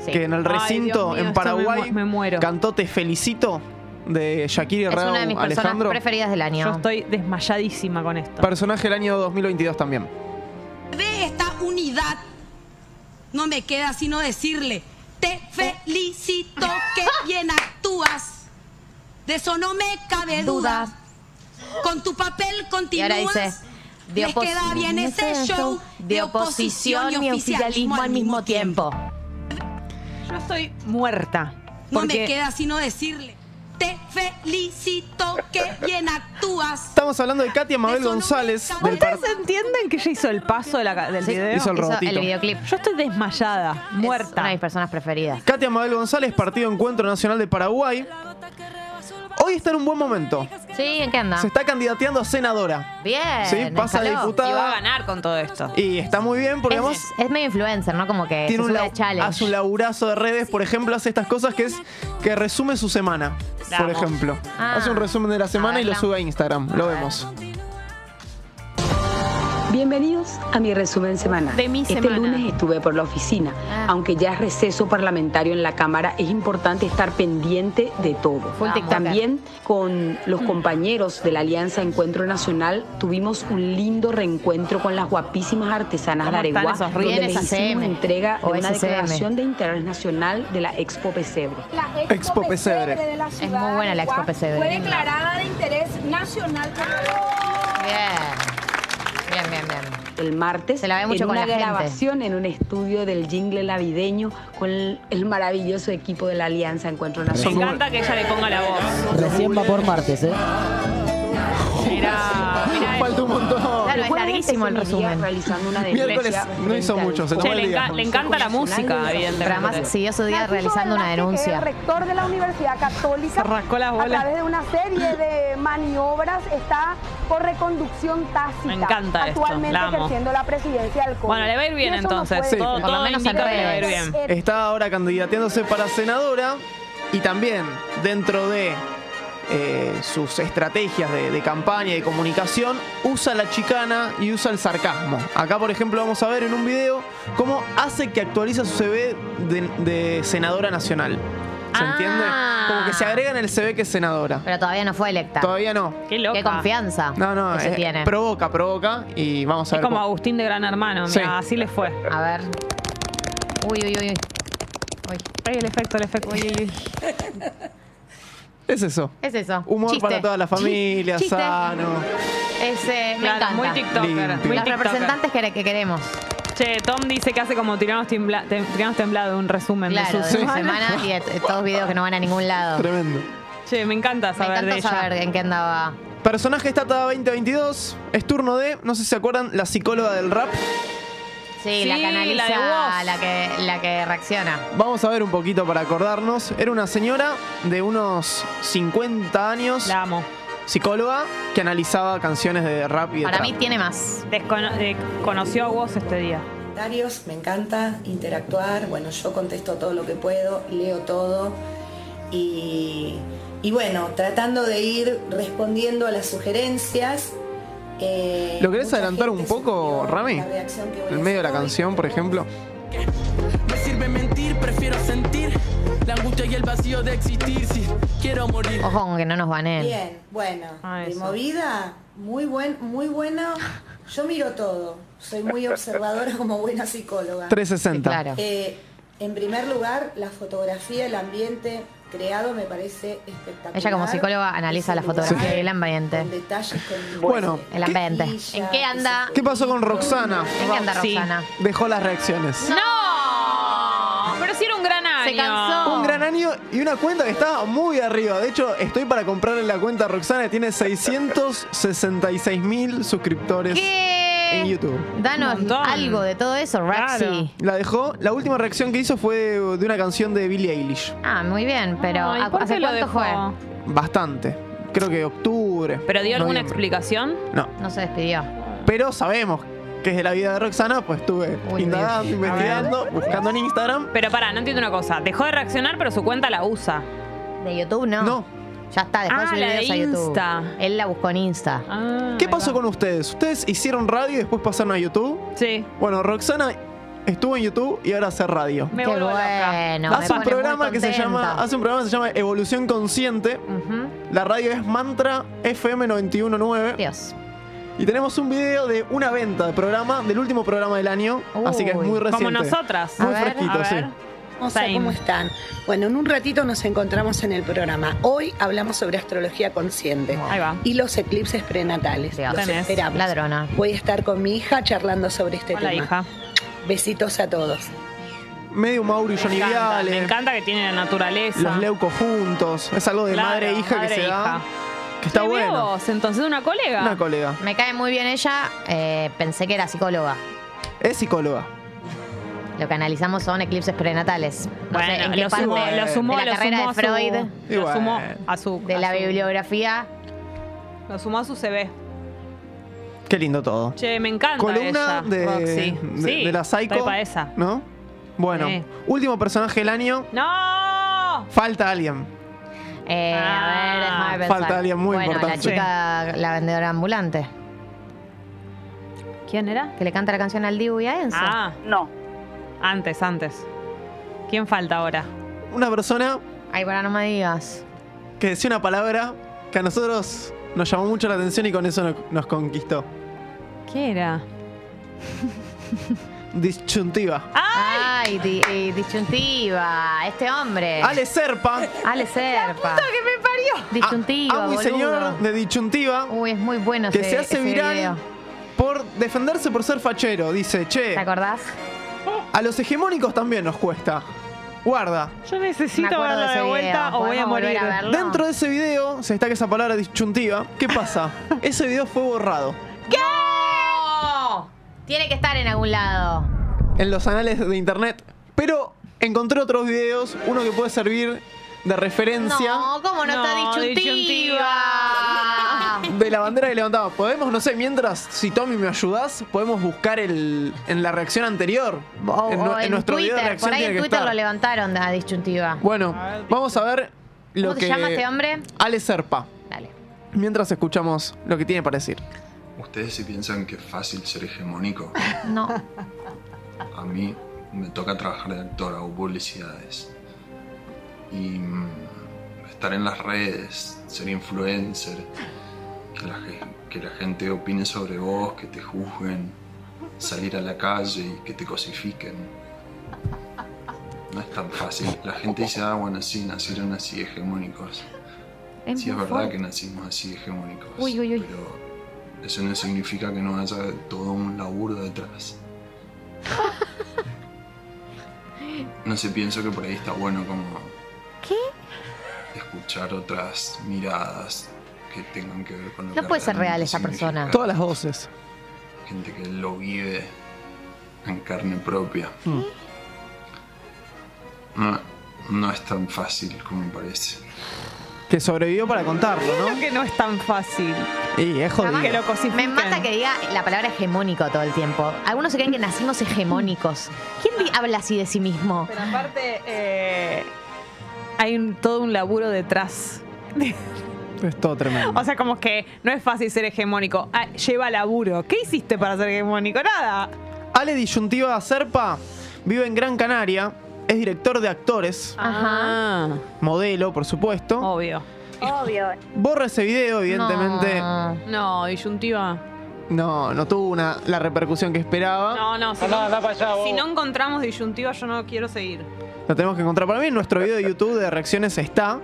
Speaker 3: Sí.
Speaker 15: Que en el
Speaker 1: Ay,
Speaker 15: recinto
Speaker 1: Dios mío,
Speaker 15: en
Speaker 1: esto me
Speaker 15: Paraguay
Speaker 1: mu- me muero.
Speaker 15: cantó Te felicito de Shakira
Speaker 3: Es
Speaker 15: Rao
Speaker 3: una de mis personas
Speaker 15: Alejandro.
Speaker 3: preferidas del año.
Speaker 1: Yo estoy desmayadísima con esto.
Speaker 15: Personaje del año 2022 también.
Speaker 6: Deja
Speaker 17: oportunidad, no me queda sino decirle, te felicito que bien actúas. De eso no me cabe duda. Con tu papel
Speaker 3: Y
Speaker 17: continúas.
Speaker 3: ahora dice, de
Speaker 17: les queda bien este show de oposición y oficialismo
Speaker 3: al mismo tiempo.
Speaker 1: Yo estoy muerta.
Speaker 17: No
Speaker 1: porque-
Speaker 17: me queda sino decirle, te felicito que bien actúas.
Speaker 15: Estamos hablando de Katia Mabel González. Del par-
Speaker 1: ¿Ustedes entienden que ella hizo el paso de la ca- del video?
Speaker 15: Hizo el Hizo robotito. el videoclip.
Speaker 1: Yo estoy desmayada, muerta.
Speaker 3: una de mis personas preferidas.
Speaker 15: Katia Mabel González, Partido Encuentro Nacional de Paraguay. Hoy está en un buen momento.
Speaker 3: Sí, ¿en qué anda?
Speaker 15: Se está candidateando a senadora.
Speaker 3: Bien.
Speaker 15: Sí, pasa
Speaker 3: escaló.
Speaker 15: diputada.
Speaker 1: ganar con todo esto.
Speaker 15: Y está muy bien porque
Speaker 3: es,
Speaker 15: además
Speaker 3: es medio influencer, ¿no? Como que
Speaker 15: tiene
Speaker 3: se
Speaker 15: un
Speaker 3: sube
Speaker 15: lau-
Speaker 3: a challenge.
Speaker 15: hace un laburazo de redes, por ejemplo, hace estas cosas que es que resume su semana, por
Speaker 3: Vamos.
Speaker 15: ejemplo.
Speaker 3: Ah.
Speaker 15: hace un resumen de la semana y lo sube a Instagram, lo vemos.
Speaker 18: Bienvenidos a mi resumen semanal.
Speaker 1: De mi
Speaker 18: este
Speaker 1: semana.
Speaker 18: lunes estuve por la oficina.
Speaker 3: Ah.
Speaker 18: Aunque ya es receso parlamentario en la Cámara, es importante estar pendiente de todo.
Speaker 3: Full Mm. tiktoker.
Speaker 18: También con los compañeros de la Alianza Encuentro Nacional tuvimos un lindo reencuentro con las guapísimas artesanas de
Speaker 3: ¿Cómo están
Speaker 18: Areguá,
Speaker 3: esos
Speaker 18: donde
Speaker 3: ríos?
Speaker 18: les
Speaker 3: Bien,
Speaker 18: hicimos
Speaker 3: SACM.
Speaker 18: entrega de
Speaker 3: O
Speaker 18: una
Speaker 3: SCM.
Speaker 18: declaración de interés nacional de la Expo Pesebre.
Speaker 15: Expo Pesebre.
Speaker 18: de la
Speaker 3: Es muy buena la Expo Pesebre.
Speaker 19: Fue declarada de interés nacional.
Speaker 3: Bien. Bien, bien, bien.
Speaker 18: el martes
Speaker 3: Se la ve mucho
Speaker 18: en
Speaker 3: con
Speaker 18: una
Speaker 3: la gente.
Speaker 18: grabación en un estudio del jingle navideño con el, el maravilloso equipo de la Alianza Encuentro
Speaker 1: Me
Speaker 18: Nacional.
Speaker 1: encanta que ella le ponga la voz.
Speaker 13: Recién va por martes, ¿eh?
Speaker 1: Mirá, mirá
Speaker 15: Falta un montón.
Speaker 18: El
Speaker 3: es
Speaker 18: jueves
Speaker 3: larguísimo el
Speaker 18: terminaría
Speaker 3: resumen.
Speaker 18: realizando una
Speaker 15: Miércoles
Speaker 18: denuncia
Speaker 15: no hizo
Speaker 18: frente al
Speaker 15: mucho, se
Speaker 18: Consejo
Speaker 15: tomó el día.
Speaker 1: le encanta la música, evidentemente.
Speaker 3: Pero además siguió su día realizando una
Speaker 19: El
Speaker 3: denuncia.
Speaker 19: rector de la Universidad Católica,
Speaker 1: Arrancó las bolas.
Speaker 19: a través de una serie de maniobras, está por reconducción tácita.
Speaker 1: Me encanta esto,
Speaker 19: Actualmente
Speaker 1: la amo.
Speaker 19: ejerciendo la presidencia del colegio.
Speaker 1: Bueno, le va a ir bien entonces. Todo,
Speaker 15: Por lo
Speaker 1: todo
Speaker 15: menos
Speaker 1: indica
Speaker 15: en
Speaker 1: que le va a ir bien.
Speaker 15: Está ahora candidateándose para senadora y también dentro de eh, sus estrategias de, de campaña y de comunicación usa la chicana y usa el sarcasmo. Acá, por ejemplo, vamos a ver en un video cómo hace que actualiza su CV de, de senadora nacional. ¿Se
Speaker 1: Ah.
Speaker 15: entiende? Como que se agrega en el CV que es senadora.
Speaker 3: Pero todavía no fue electa.
Speaker 15: Todavía no.
Speaker 1: Qué loca.
Speaker 3: Qué confianza
Speaker 15: No, no,
Speaker 3: que se
Speaker 15: eh,
Speaker 3: tiene.
Speaker 15: provoca, provoca y vamos a
Speaker 1: Es
Speaker 15: ver.
Speaker 1: como
Speaker 15: cómo-
Speaker 1: Agustín de Gran Hermano,
Speaker 15: Sí.
Speaker 1: mirá, así le fue.
Speaker 3: A ver. Uy, uy, uy, uy.
Speaker 1: Ay, el efecto, el efecto.
Speaker 15: Es eso.
Speaker 3: Es eso.
Speaker 15: Humor
Speaker 3: Chiste.
Speaker 15: para toda la familia,
Speaker 3: Chiste.
Speaker 15: sano.
Speaker 3: Es, eh, me
Speaker 1: Claro,
Speaker 3: encanta.
Speaker 1: muy tiktoker, muy
Speaker 15: Limpio.
Speaker 1: tiktoker.
Speaker 3: Los representantes que, que queremos.
Speaker 1: Che, Tom dice que hace como tiranos, tembla- tem- tiranos temblado, un resumen
Speaker 3: Claro,
Speaker 1: de
Speaker 3: de su
Speaker 1: su
Speaker 3: semana y de t- todos videos que no van a ningún lado.
Speaker 15: Tremendo.
Speaker 1: Che, me encanta
Speaker 3: Me
Speaker 1: saber de
Speaker 3: encanta
Speaker 1: ella.
Speaker 3: saber en qué andaba.
Speaker 15: Personaje Estatada 2022. Es turno de, no sé si se acuerdan, la psicóloga del rap.
Speaker 3: Sí, la
Speaker 1: Sí,
Speaker 3: que analiza,
Speaker 1: la de
Speaker 3: la,
Speaker 1: vos.
Speaker 3: que, la que reacciona.
Speaker 15: Vamos a ver un poquito para acordarnos. Era una señora de unos 50 años.
Speaker 1: La amo.
Speaker 15: Psicóloga que analizaba canciones de rap y de
Speaker 3: Para
Speaker 15: trap.
Speaker 3: mí tiene más.
Speaker 1: Descono- de- conoció a vos este día.
Speaker 20: comentarios, me encanta interactuar, bueno, yo contesto todo lo que puedo, leo todo y, y bueno, tratando de ir respondiendo a las sugerencias. eh,
Speaker 15: ¿Lo querés
Speaker 20: mucha
Speaker 15: adelantar un
Speaker 20: gente
Speaker 15: poco,
Speaker 20: sugirió
Speaker 15: Rami?
Speaker 20: la reacción que voy a
Speaker 15: En medio de la canción, por ejemplo.
Speaker 21: Me sirve mentir, prefiero sentir la angustia y el vacío de existir si quiero morir.
Speaker 3: Ojo con que no nos baneen.
Speaker 20: Bien, bueno, de
Speaker 3: Ah, eso.
Speaker 20: movida, muy buen, muy bueno. Yo miro todo, soy muy observadora como buena psicóloga.
Speaker 15: 360. Sí, claro.
Speaker 20: Eh, en primer lugar, la fotografía, el ambiente creado me parece espectacular.
Speaker 3: Ella como psicóloga analiza la fotografía y el ambiente.
Speaker 20: Detalles con
Speaker 15: Bueno,
Speaker 3: El ambiente. ¿En qué anda?
Speaker 15: ¿qué pasó con Roxana?
Speaker 3: ¿En qué anda Roxana?
Speaker 15: Dejó las reacciones.
Speaker 1: ¡No! Pero si era un gran año.
Speaker 3: Se cansó.
Speaker 15: Un gran año y una cuenta que está muy arriba. De hecho, estoy para comprarle la cuenta a Roxana. que Tiene 666 mil suscriptores
Speaker 3: ¿Qué?
Speaker 15: en YouTube.
Speaker 3: Danos algo de todo eso, Roxy.
Speaker 15: La dejó. La última reacción que hizo fue de una canción de Billie Eilish.
Speaker 3: Ah, muy bien, pero
Speaker 1: Ay,
Speaker 3: ¿a-
Speaker 1: ¿por
Speaker 3: ¿hace
Speaker 1: qué lo
Speaker 3: cuánto fue?
Speaker 1: dejó?
Speaker 15: Bastante. Creo que octubre.
Speaker 1: ¿Pero dio alguna
Speaker 15: noviembre.
Speaker 1: explicación?
Speaker 15: No.
Speaker 3: No se despidió.
Speaker 15: Pero sabemos que es de la vida de Roxana, pues estuve
Speaker 3: Uy,
Speaker 15: indagando,
Speaker 3: Dios.
Speaker 15: investigando, buscando en Instagram.
Speaker 1: Pero pará, no entiendo una cosa. Dejó de reaccionar, pero su cuenta la usa.
Speaker 3: ¿De YouTube no?
Speaker 15: No.
Speaker 3: Ya está, dejó de
Speaker 1: Ah,
Speaker 3: subir
Speaker 1: la de
Speaker 3: videos a YouTube.
Speaker 1: Insta. Ah,
Speaker 3: Él la buscó en Insta.
Speaker 15: ¿Qué pasó con ustedes? ¿Ustedes hicieron radio y después pasaron a YouTube?
Speaker 1: Sí.
Speaker 15: Bueno, Roxana estuvo en YouTube y ahora hace radio.
Speaker 1: Me
Speaker 3: Qué
Speaker 1: vuelvo loca.
Speaker 3: bueno. me
Speaker 15: hace un
Speaker 3: pone muy
Speaker 15: programa que se
Speaker 3: contenta.
Speaker 15: llama hace un programa que se llama Evolución Consciente.
Speaker 3: Ujú.
Speaker 15: La radio es Mantra FM 919.
Speaker 3: Dios.
Speaker 15: Y tenemos un video de una venta de programa, del último programa del año. así que es muy reciente.
Speaker 1: Como nosotras.
Speaker 15: Muy fresquito, sí.
Speaker 5: O sea, ¿cómo están? Bueno, en un ratito nos encontramos en el programa. Hoy hablamos sobre astrología consciente. Y los eclipses prenatales. Los
Speaker 3: Tenés.
Speaker 5: esperamos.
Speaker 3: Ladrona.
Speaker 5: Voy a estar con mi hija charlando sobre este
Speaker 1: Hola,
Speaker 5: tema.
Speaker 1: hija.
Speaker 5: Besitos a todos.
Speaker 15: Medio Mauro y Johnny
Speaker 1: me encanta,
Speaker 15: Viale.
Speaker 1: me encanta que tiene la naturaleza.
Speaker 15: Los leucos juntos. Es algo de
Speaker 1: Claro,
Speaker 15: madre e hija
Speaker 1: madre
Speaker 15: que
Speaker 1: e
Speaker 15: se da.
Speaker 1: hija.
Speaker 15: Que está
Speaker 1: Sí, mira
Speaker 15: bueno.
Speaker 1: vos, entonces una colega.
Speaker 15: Una colega.
Speaker 3: Me cae muy bien ella. eh, pensé que era psicóloga.
Speaker 15: Es psicóloga.
Speaker 3: Lo que analizamos son eclipses prenatales. No sé
Speaker 1: Bueno,
Speaker 3: en qué
Speaker 1: lo
Speaker 3: parte
Speaker 1: sumó, lo sumó,
Speaker 3: de la
Speaker 1: lo
Speaker 3: carrera
Speaker 1: sumó a
Speaker 3: de
Speaker 1: su-
Speaker 3: Freud,
Speaker 1: lo Igual. sumó a su-
Speaker 3: de
Speaker 1: a
Speaker 3: la
Speaker 1: su-
Speaker 3: bibliografía.
Speaker 1: Lo sumó a su CV.
Speaker 15: Qué lindo todo.
Speaker 1: Che, me encanta
Speaker 15: Columna
Speaker 1: ella,
Speaker 15: de,
Speaker 1: Roxy.
Speaker 15: de-
Speaker 1: sí,
Speaker 15: de la Psycho.
Speaker 1: estoy pa' esa.
Speaker 15: ¿No? Bueno,
Speaker 1: Sí.
Speaker 15: último personaje del año.
Speaker 1: ¡No!
Speaker 15: Falta alguien.
Speaker 3: Eh, a ver,
Speaker 1: Ah.
Speaker 3: déjame pensar.
Speaker 15: Falta alguien muy
Speaker 3: bueno,
Speaker 15: importante.
Speaker 3: la chica, la vendedora ambulante.
Speaker 1: ¿Quién era?
Speaker 3: Que le canta la canción al Dibu y a Enzo.
Speaker 1: Ah, no. Antes, antes. ¿Quién falta ahora?
Speaker 15: Una persona
Speaker 3: Ay, para no me digas.
Speaker 15: que decía una palabra que a nosotros nos llamó mucho la atención y con eso nos, nos conquistó.
Speaker 1: ¿Qué era?
Speaker 15: Disyuntiva.
Speaker 3: Ay, di- eh, disyuntiva. Este hombre.
Speaker 15: Ale Serpa.
Speaker 3: Ale Serpa.
Speaker 1: que me parió!
Speaker 3: Disyuntiva,
Speaker 15: Ah, un
Speaker 3: boludo.
Speaker 15: señor de Disyuntiva
Speaker 3: Uy, es muy bueno
Speaker 15: que
Speaker 3: ese-
Speaker 15: se hace
Speaker 3: ese video.
Speaker 15: viral por defenderse por ser fachero. Dice, che,
Speaker 3: ¿Te acordás?
Speaker 15: a los hegemónicos también nos cuesta. Guarda.
Speaker 1: Yo
Speaker 3: Me
Speaker 1: necesito
Speaker 3: acuerdo
Speaker 1: verlo
Speaker 3: de
Speaker 1: de
Speaker 3: ese
Speaker 1: vuelta
Speaker 3: video.
Speaker 1: o voy a
Speaker 3: ¿Podemos volver
Speaker 1: morir.
Speaker 3: a verlo?
Speaker 15: Dentro de ese video se destaca esa palabra disyuntiva. ¿Qué pasa? ese video fue borrado
Speaker 3: ¡No! Tiene que estar en algún lado.
Speaker 15: en los anales de internet. Pero encontré otros videos, uno que puede servir de referencia.
Speaker 3: No, ¿cómo no, está
Speaker 1: No,
Speaker 3: disyuntiva?
Speaker 1: disyuntiva.
Speaker 15: de la bandera que levantaba. Podemos, no sé, mientras, si Tommy me ayudás, podemos buscar el, en la reacción anterior.
Speaker 3: O-
Speaker 15: en, nu-
Speaker 3: o
Speaker 15: en nuestro
Speaker 3: Twitter,
Speaker 15: video de reacción
Speaker 3: por ahí
Speaker 15: tiene
Speaker 3: en
Speaker 15: que
Speaker 3: Twitter
Speaker 15: estar.
Speaker 3: lo levantaron a disyuntiva.
Speaker 15: Bueno, vamos a ver lo
Speaker 3: ¿Cómo
Speaker 15: que.
Speaker 3: se llama este hombre?
Speaker 15: Ale Serpa.
Speaker 3: Dale.
Speaker 15: Mientras escuchamos lo que tiene para decir.
Speaker 22: ¿Ustedes se piensan que es fácil ser hegemónico?
Speaker 3: No.
Speaker 22: A mí me toca trabajar de actor, hago publicidades. Y mm, estar en las redes, ser influencer, que la, ge- que la gente opine sobre vos, que te juzguen, salir a la calle y que te cosifiquen. No es tan fácil. La gente dice, ah, bueno, sí, nacieron así hegemónicos.
Speaker 3: Es
Speaker 22: sí, es
Speaker 3: muy
Speaker 22: verdad
Speaker 3: fuerte.
Speaker 22: que nacimos así hegemónicos.
Speaker 3: Uy, uy, uy.
Speaker 22: Eso no significa que no haya todo un laburo detrás. No sé, pienso que por ahí está bueno como
Speaker 3: ¿Qué?
Speaker 22: escuchar otras miradas que tengan que ver con lo
Speaker 3: No
Speaker 22: que
Speaker 3: puede ser real
Speaker 22: realmente
Speaker 3: esa
Speaker 22: significa.
Speaker 3: persona.
Speaker 15: Todas las voces.
Speaker 22: Gente que lo vive en carne propia.
Speaker 15: Mm.
Speaker 22: No, no es tan fácil como parece.
Speaker 15: Que sobrevivió para contarlo, ¿no?
Speaker 1: Que no es tan fácil.
Speaker 15: Y es jodido.
Speaker 1: Que lo cosifiquen.
Speaker 3: Me mata que diga la palabra hegemónico todo el tiempo. Algunos se creen que nacimos hegemónicos. ¿Quién di- habla así de sí mismo?
Speaker 1: Pero aparte, eh, hay un- todo un laburo detrás.
Speaker 15: Es todo tremendo.
Speaker 1: O sea, como que no es fácil ser hegemónico. Ah, lleva laburo. ¿Qué hiciste Este para ser hegemónico? Nada.
Speaker 15: Ale Disyuntiva Serpa vive en Gran Canaria, es director de actores, Ah.
Speaker 1: Ajá.
Speaker 15: modelo, por supuesto.
Speaker 1: Obvio. Obvio.
Speaker 15: Borra ese video, evidentemente. No,
Speaker 1: No, disyuntiva.
Speaker 15: no, tuvo una, la repercusión que esperaba.
Speaker 1: No, no. Si
Speaker 15: Andá, andá pa' allá, vos.
Speaker 1: si no encontramos disyuntiva, yo no quiero seguir.
Speaker 15: Lo tenemos que encontrar para mí. en Nuestro video de YouTube de reacciones está.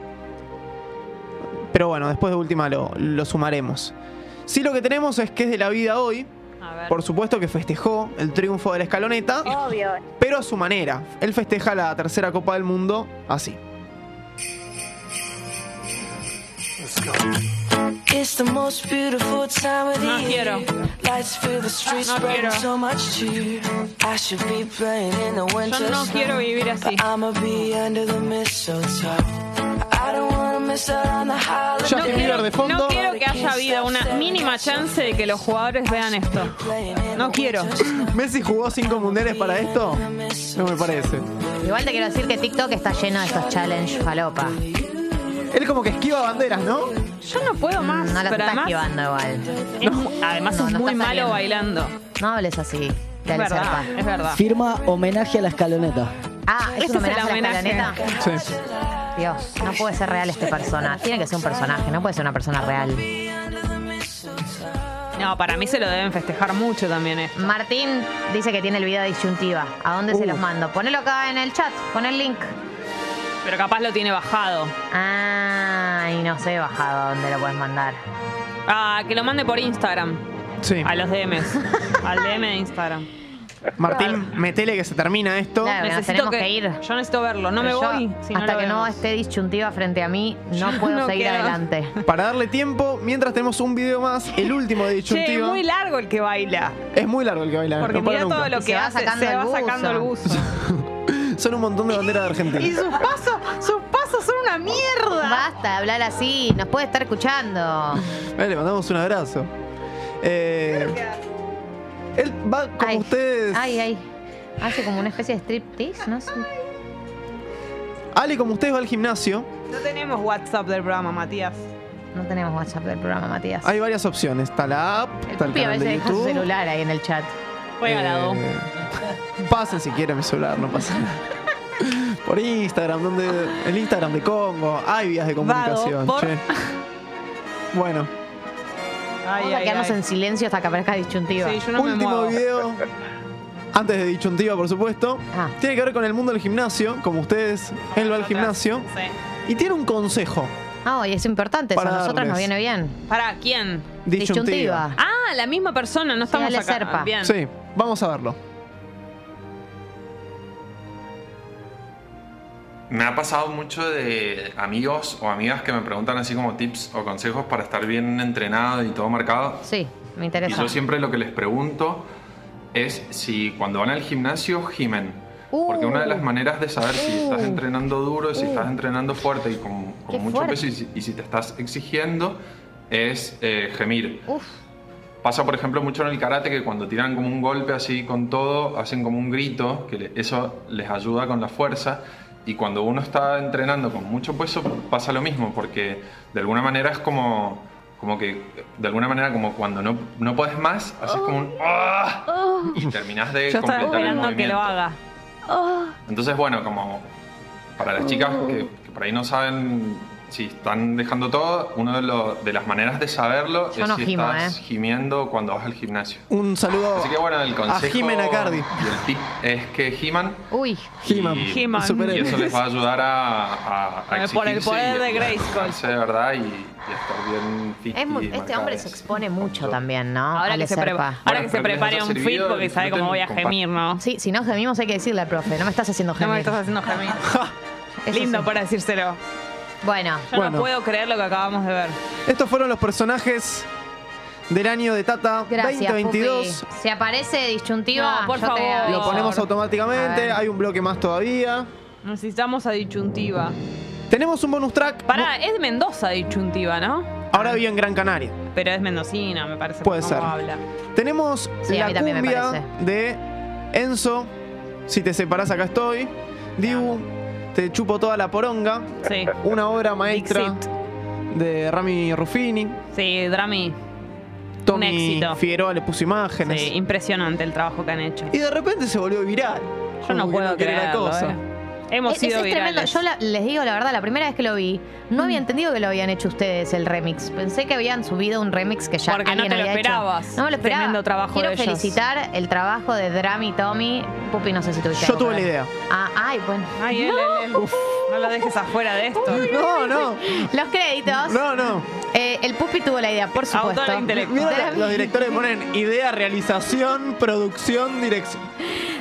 Speaker 15: Pero bueno, después de última lo, lo sumaremos. Sí, lo que tenemos es que es de la vida hoy.
Speaker 1: A ver.
Speaker 15: Por supuesto que festejó el triunfo de la escaloneta,
Speaker 19: Obvio.
Speaker 15: pero a su manera. Él festeja la tercera Copa del Mundo así.
Speaker 6: It's the most beautiful time of the
Speaker 1: No
Speaker 6: year.
Speaker 1: quiero.
Speaker 6: Lights fill the streets,
Speaker 1: No
Speaker 6: spreading
Speaker 1: quiero.
Speaker 6: so much cheer. I should be playing in the winter
Speaker 1: Yo no
Speaker 6: snow,
Speaker 1: quiero vivir así.
Speaker 6: but I'ma be under the mistletoe. I don't wanna miss out on the holiday.
Speaker 15: Justin Bieber de fondo.
Speaker 1: No quiero que haya habido una mínima chance de que los jugadores vean esto. No quiero.
Speaker 15: Messi jugó cinco mundiales para esto. No me parece.
Speaker 3: Igual te quiero decir que TikTok está lleno de estos challenge falopa.
Speaker 15: Él como que esquiva banderas, ¿no?
Speaker 1: Yo no puedo más.
Speaker 3: Mm, No las
Speaker 1: pero
Speaker 3: está
Speaker 1: además,
Speaker 3: esquivando igual.
Speaker 1: es mu- además
Speaker 3: No,
Speaker 1: es
Speaker 3: no
Speaker 1: muy
Speaker 3: está
Speaker 1: malo
Speaker 3: saliendo.
Speaker 1: bailando.
Speaker 3: No hables así.
Speaker 1: Es
Speaker 3: Dale,
Speaker 1: verdad,
Speaker 3: Serpa.
Speaker 1: es verdad.
Speaker 13: Firma homenaje a la escaloneta.
Speaker 3: Ah, ¿es
Speaker 1: Este
Speaker 3: un
Speaker 1: es el
Speaker 3: homenaje a la
Speaker 1: homenaje.
Speaker 3: escaloneta?
Speaker 15: Sí.
Speaker 3: Dios, no puede ser real este personaje. Tiene que ser un personaje, no puede ser una persona real.
Speaker 1: No, para mí se lo deben festejar mucho también esto.
Speaker 3: Martín dice que tiene el video disyuntiva. ¿A dónde se los mando? Ponelo acá en el chat, pon el link.
Speaker 1: Pero capaz lo tiene bajado.
Speaker 3: Ah, y no sé bajado dónde lo puedes mandar.
Speaker 1: Ah, que lo mande por Instagram. Sí. A los DMs. Al DM de Instagram.
Speaker 15: Martín, metele que se termina esto.
Speaker 3: Claro, nos tenemos que, ir.
Speaker 1: Yo necesito verlo, no me
Speaker 3: Yo,
Speaker 1: voy. si
Speaker 3: hasta
Speaker 1: lo
Speaker 3: que no
Speaker 1: vemos.
Speaker 3: esté disyuntiva frente a mí, no puedo
Speaker 1: no
Speaker 3: seguir
Speaker 1: quedo.
Speaker 3: adelante.
Speaker 15: Para darle tiempo, mientras tenemos un video más, el último de
Speaker 1: Che, es
Speaker 15: disyuntiva.
Speaker 1: muy largo el que baila.
Speaker 15: Es muy largo el que baila. ¿eh?
Speaker 1: Porque
Speaker 15: no para
Speaker 1: mira
Speaker 15: nunca.
Speaker 1: todo lo que
Speaker 3: va
Speaker 1: hace,
Speaker 3: sacando
Speaker 1: se
Speaker 3: el
Speaker 1: va
Speaker 3: buzo.
Speaker 1: sacando el buzo.
Speaker 15: Son un montón de banderas de Argentina.
Speaker 1: Y sus pasos, sus pasos son una mierda.
Speaker 3: Basta de hablar así, nos puede estar escuchando.
Speaker 15: Vale, le mandamos un abrazo. Eh, él va como ustedes.
Speaker 3: Ay, ay. Hace como una especie de striptease, ¿no? sé.
Speaker 15: Ale, como ustedes va al gimnasio,
Speaker 1: No tenemos WhatsApp del programa, Matías.
Speaker 3: No tenemos WhatsApp del programa, Matías.
Speaker 15: hay varias opciones. Está la app, está el
Speaker 3: Pupi a
Speaker 15: canal
Speaker 3: veces
Speaker 15: de
Speaker 3: deja su
Speaker 15: YouTube.
Speaker 3: celular ahí en el chat.
Speaker 1: Regalado.
Speaker 15: Eh, pasen si quieren mi celular, no pasa nada. Por Instagram, donde el Instagram de Congo, hay vías de comunicación.
Speaker 1: por-
Speaker 15: che. Bueno,
Speaker 3: Vamos a quedarnos en silencio hasta que aparezca disyuntiva.
Speaker 1: Sí, yo no me
Speaker 15: último
Speaker 1: muevo.
Speaker 15: video. Antes de disyuntiva, por supuesto.
Speaker 3: Ah.
Speaker 15: Tiene que ver con el mundo del gimnasio. Como ustedes, él va al gimnasio. Y tiene un consejo.
Speaker 3: Ah, y es importante, eso
Speaker 15: Para
Speaker 3: a nosotros nos
Speaker 15: darles.
Speaker 3: viene bien.
Speaker 1: ¿Para quién?
Speaker 15: Disyuntiva.
Speaker 1: Ah, la misma persona, no estamos
Speaker 3: Ale
Speaker 1: acá.
Speaker 3: Serpa.
Speaker 1: Bien.
Speaker 15: Sí, vamos a verlo.
Speaker 4: Me ha pasado mucho de amigos o amigas que me preguntan así como tips o consejos para estar bien entrenado y todo marcado.
Speaker 3: Sí, me
Speaker 4: Y
Speaker 3: interesa.
Speaker 4: yo siempre lo que les pregunto es si cuando van al gimnasio gimen.
Speaker 3: Uh.
Speaker 4: Porque una de
Speaker 7: Oh.
Speaker 4: las maneras de saber si estás
Speaker 7: Uh.
Speaker 4: entrenando duro, si
Speaker 7: Uh.
Speaker 4: estás entrenando fuerte y con, con
Speaker 7: Qué
Speaker 4: mucho
Speaker 7: fuerte.
Speaker 4: peso y si, y si te estás exigiendo es eh, gemir.
Speaker 7: Uf.
Speaker 4: Pasa, por ejemplo, mucho en el karate que cuando tiran como un golpe así con todo, hacen como un grito, que le- eso les ayuda con la fuerza. Y cuando uno está entrenando con mucho peso, pasa lo mismo, porque de alguna manera es como, como que, de alguna manera, como cuando no, no puedes más, haces como un ¡ah!
Speaker 7: Oh.
Speaker 4: y terminás de
Speaker 1: Yo
Speaker 4: completar
Speaker 1: estaba
Speaker 4: el
Speaker 1: esperando que
Speaker 4: movimiento.
Speaker 1: lo haga.
Speaker 3: Oh,
Speaker 4: Entonces, bueno, como para las chicas que, que por ahí no saben si están dejando todo, una de, lo- de las maneras de saberlo
Speaker 15: Yo
Speaker 4: es
Speaker 15: no
Speaker 4: si
Speaker 15: gimo,
Speaker 3: eh.
Speaker 4: estás gimiendo cuando vas al gimnasio.
Speaker 15: Un saludo
Speaker 4: Así que bueno, el consejo
Speaker 15: a Jimena Cardi.
Speaker 4: y el tip es que giman
Speaker 3: Uy.
Speaker 15: He-Man.
Speaker 4: y,
Speaker 15: He-Man.
Speaker 4: y eso les va a ayudar a, a, a
Speaker 1: Por el
Speaker 4: exigirse
Speaker 1: poder
Speaker 4: y
Speaker 1: de
Speaker 4: a-
Speaker 1: Grayskull.
Speaker 4: a esforzarse de verdad y, y a estar bien fit
Speaker 3: Es muy-
Speaker 4: y
Speaker 3: este
Speaker 4: marcado.
Speaker 3: hombre se expone mucho también, ¿no?
Speaker 1: Ahora
Speaker 3: Ale
Speaker 1: que se
Speaker 3: Serpa.
Speaker 1: prepa- ahora que se
Speaker 4: espero que les
Speaker 1: prepare
Speaker 4: haya
Speaker 1: un
Speaker 4: servido,
Speaker 1: fit porque sabe
Speaker 4: disfruten,
Speaker 1: cómo voy a
Speaker 4: compartan.
Speaker 1: gemir, ¿no?
Speaker 3: Sí, si no gemimos hay que decirle al profe, no me estás haciendo gemir.
Speaker 1: No me estás haciendo gemir. Lindo para decírselo.
Speaker 3: Bueno.
Speaker 1: Yo no puedo creer lo que acabamos de ver.
Speaker 15: Estos fueron los personajes del año de Tata
Speaker 3: Gracias,
Speaker 15: 2022.
Speaker 1: Ah,
Speaker 3: Pupi. Si aparece disyuntiva,
Speaker 1: No, por
Speaker 3: yo te
Speaker 1: favor.
Speaker 3: aviso.
Speaker 15: Lo ponemos automáticamente. Hay un bloque más todavía.
Speaker 1: Necesitamos a Dichuntiva.
Speaker 15: Tenemos un bonus track.
Speaker 1: Pará, es de Mendoza Dichuntiva, ¿no?
Speaker 15: Ahora vive en Gran Canaria.
Speaker 1: Pero es mendocina, me parece.
Speaker 15: Puede
Speaker 1: por
Speaker 15: ser.
Speaker 1: cómo habla.
Speaker 15: Tenemos
Speaker 1: Sí, a
Speaker 15: la
Speaker 1: mí también me
Speaker 15: cumbia de Enzo. Si te separás, acá estoy. Dibu, te chupo toda la poronga.
Speaker 1: Sí.
Speaker 15: Una obra maestra de Eh, Rami Ruffini.
Speaker 1: Sí, Drami. Un
Speaker 15: Tommy
Speaker 1: éxito.
Speaker 15: Figueroa le puso imágenes.
Speaker 1: Sí, impresionante el trabajo que han hecho.
Speaker 15: Y de repente se volvió viral.
Speaker 1: Yo no
Speaker 15: Como que
Speaker 1: puedo
Speaker 15: quiere la
Speaker 1: creerlo.
Speaker 15: cosa.
Speaker 1: eh. Hemos
Speaker 3: Es-
Speaker 1: sido
Speaker 3: es tremendo.
Speaker 1: virales. Mm.
Speaker 3: Yo la- les digo la verdad, la primera vez que lo vi, no había entendido que lo habían hecho ustedes el remix. Pensé que habían subido un remix que ya
Speaker 1: Porque no
Speaker 3: alguien
Speaker 1: te lo
Speaker 3: había hecho.
Speaker 1: esperabas.
Speaker 3: No me lo esperaba.
Speaker 1: Tremendo trabajo
Speaker 3: Quiero
Speaker 1: de ellos.
Speaker 3: felicitar el trabajo de Drami Tommy. Pupi, no sé si tuviste.
Speaker 15: Yo
Speaker 3: algo
Speaker 15: tuve
Speaker 3: que
Speaker 15: la
Speaker 3: ver.
Speaker 15: idea.
Speaker 3: Ah, ay, bueno.
Speaker 1: Ay, él, él, él. No lo dejes afuera de esto.
Speaker 15: No, no.
Speaker 3: Los créditos.
Speaker 15: No, no.
Speaker 3: Eh, el Pupi tuvo la idea, por supuesto.
Speaker 1: Autor e intelectual.
Speaker 15: Mira, los directores ponen idea, realización, producción, dirección.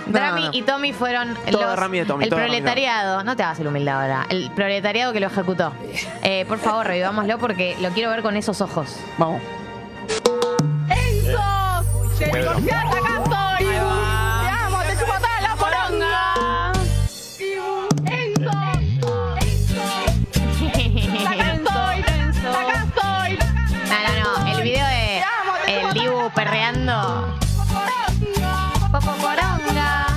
Speaker 15: No,
Speaker 3: Drami
Speaker 15: no.
Speaker 3: y Tommy fueron
Speaker 15: Todo
Speaker 3: los-
Speaker 15: Rami y Tommy,
Speaker 3: el
Speaker 15: todo Rami y Tommy.
Speaker 3: proletariado. No te hagas el humilde ahora. El proletariado que lo ejecutó. Eh, por favor, revivámoslo porque lo quiero ver con esos ojos.
Speaker 15: Vamos.
Speaker 6: ¡Enzo! ¡Te
Speaker 3: Bueno.
Speaker 6: confianza acá estoy! ¡Te amo! ¡Te chupo toda la poronga! ¡Enzo! ¡Enzo! ¡Acá estoy! ¡Acá estoy!
Speaker 3: No, no, no. El video de el Dibu perreando. Popoporonga.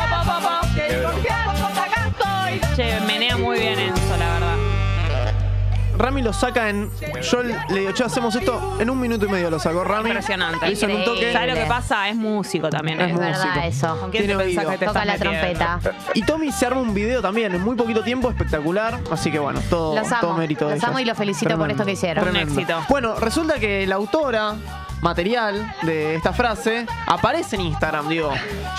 Speaker 6: Poporonga.
Speaker 1: Eh,
Speaker 15: Rami lo saca en. Yo le digo, che, hacemos esto en un minuto y medio lo sacó Rami.
Speaker 1: Impresionante.
Speaker 15: Lo hizo en un toque.
Speaker 1: ¿Sabes lo que pasa? Es músico también.
Speaker 15: Es músico.
Speaker 1: ¿Con quién te
Speaker 15: Tiene
Speaker 1: pensás
Speaker 15: oído.
Speaker 1: que te estás metiendo?
Speaker 15: Y Tommy se arma un video también en muy poquito tiempo, espectacular. Así que bueno, todo,
Speaker 3: Los amo,
Speaker 15: todo mérito de
Speaker 3: los
Speaker 15: ellos.
Speaker 3: amo y los felicito por esto que hicieron. Un éxito.
Speaker 15: Bueno, resulta que la autora material de esta frase aparece en Instagram, digo.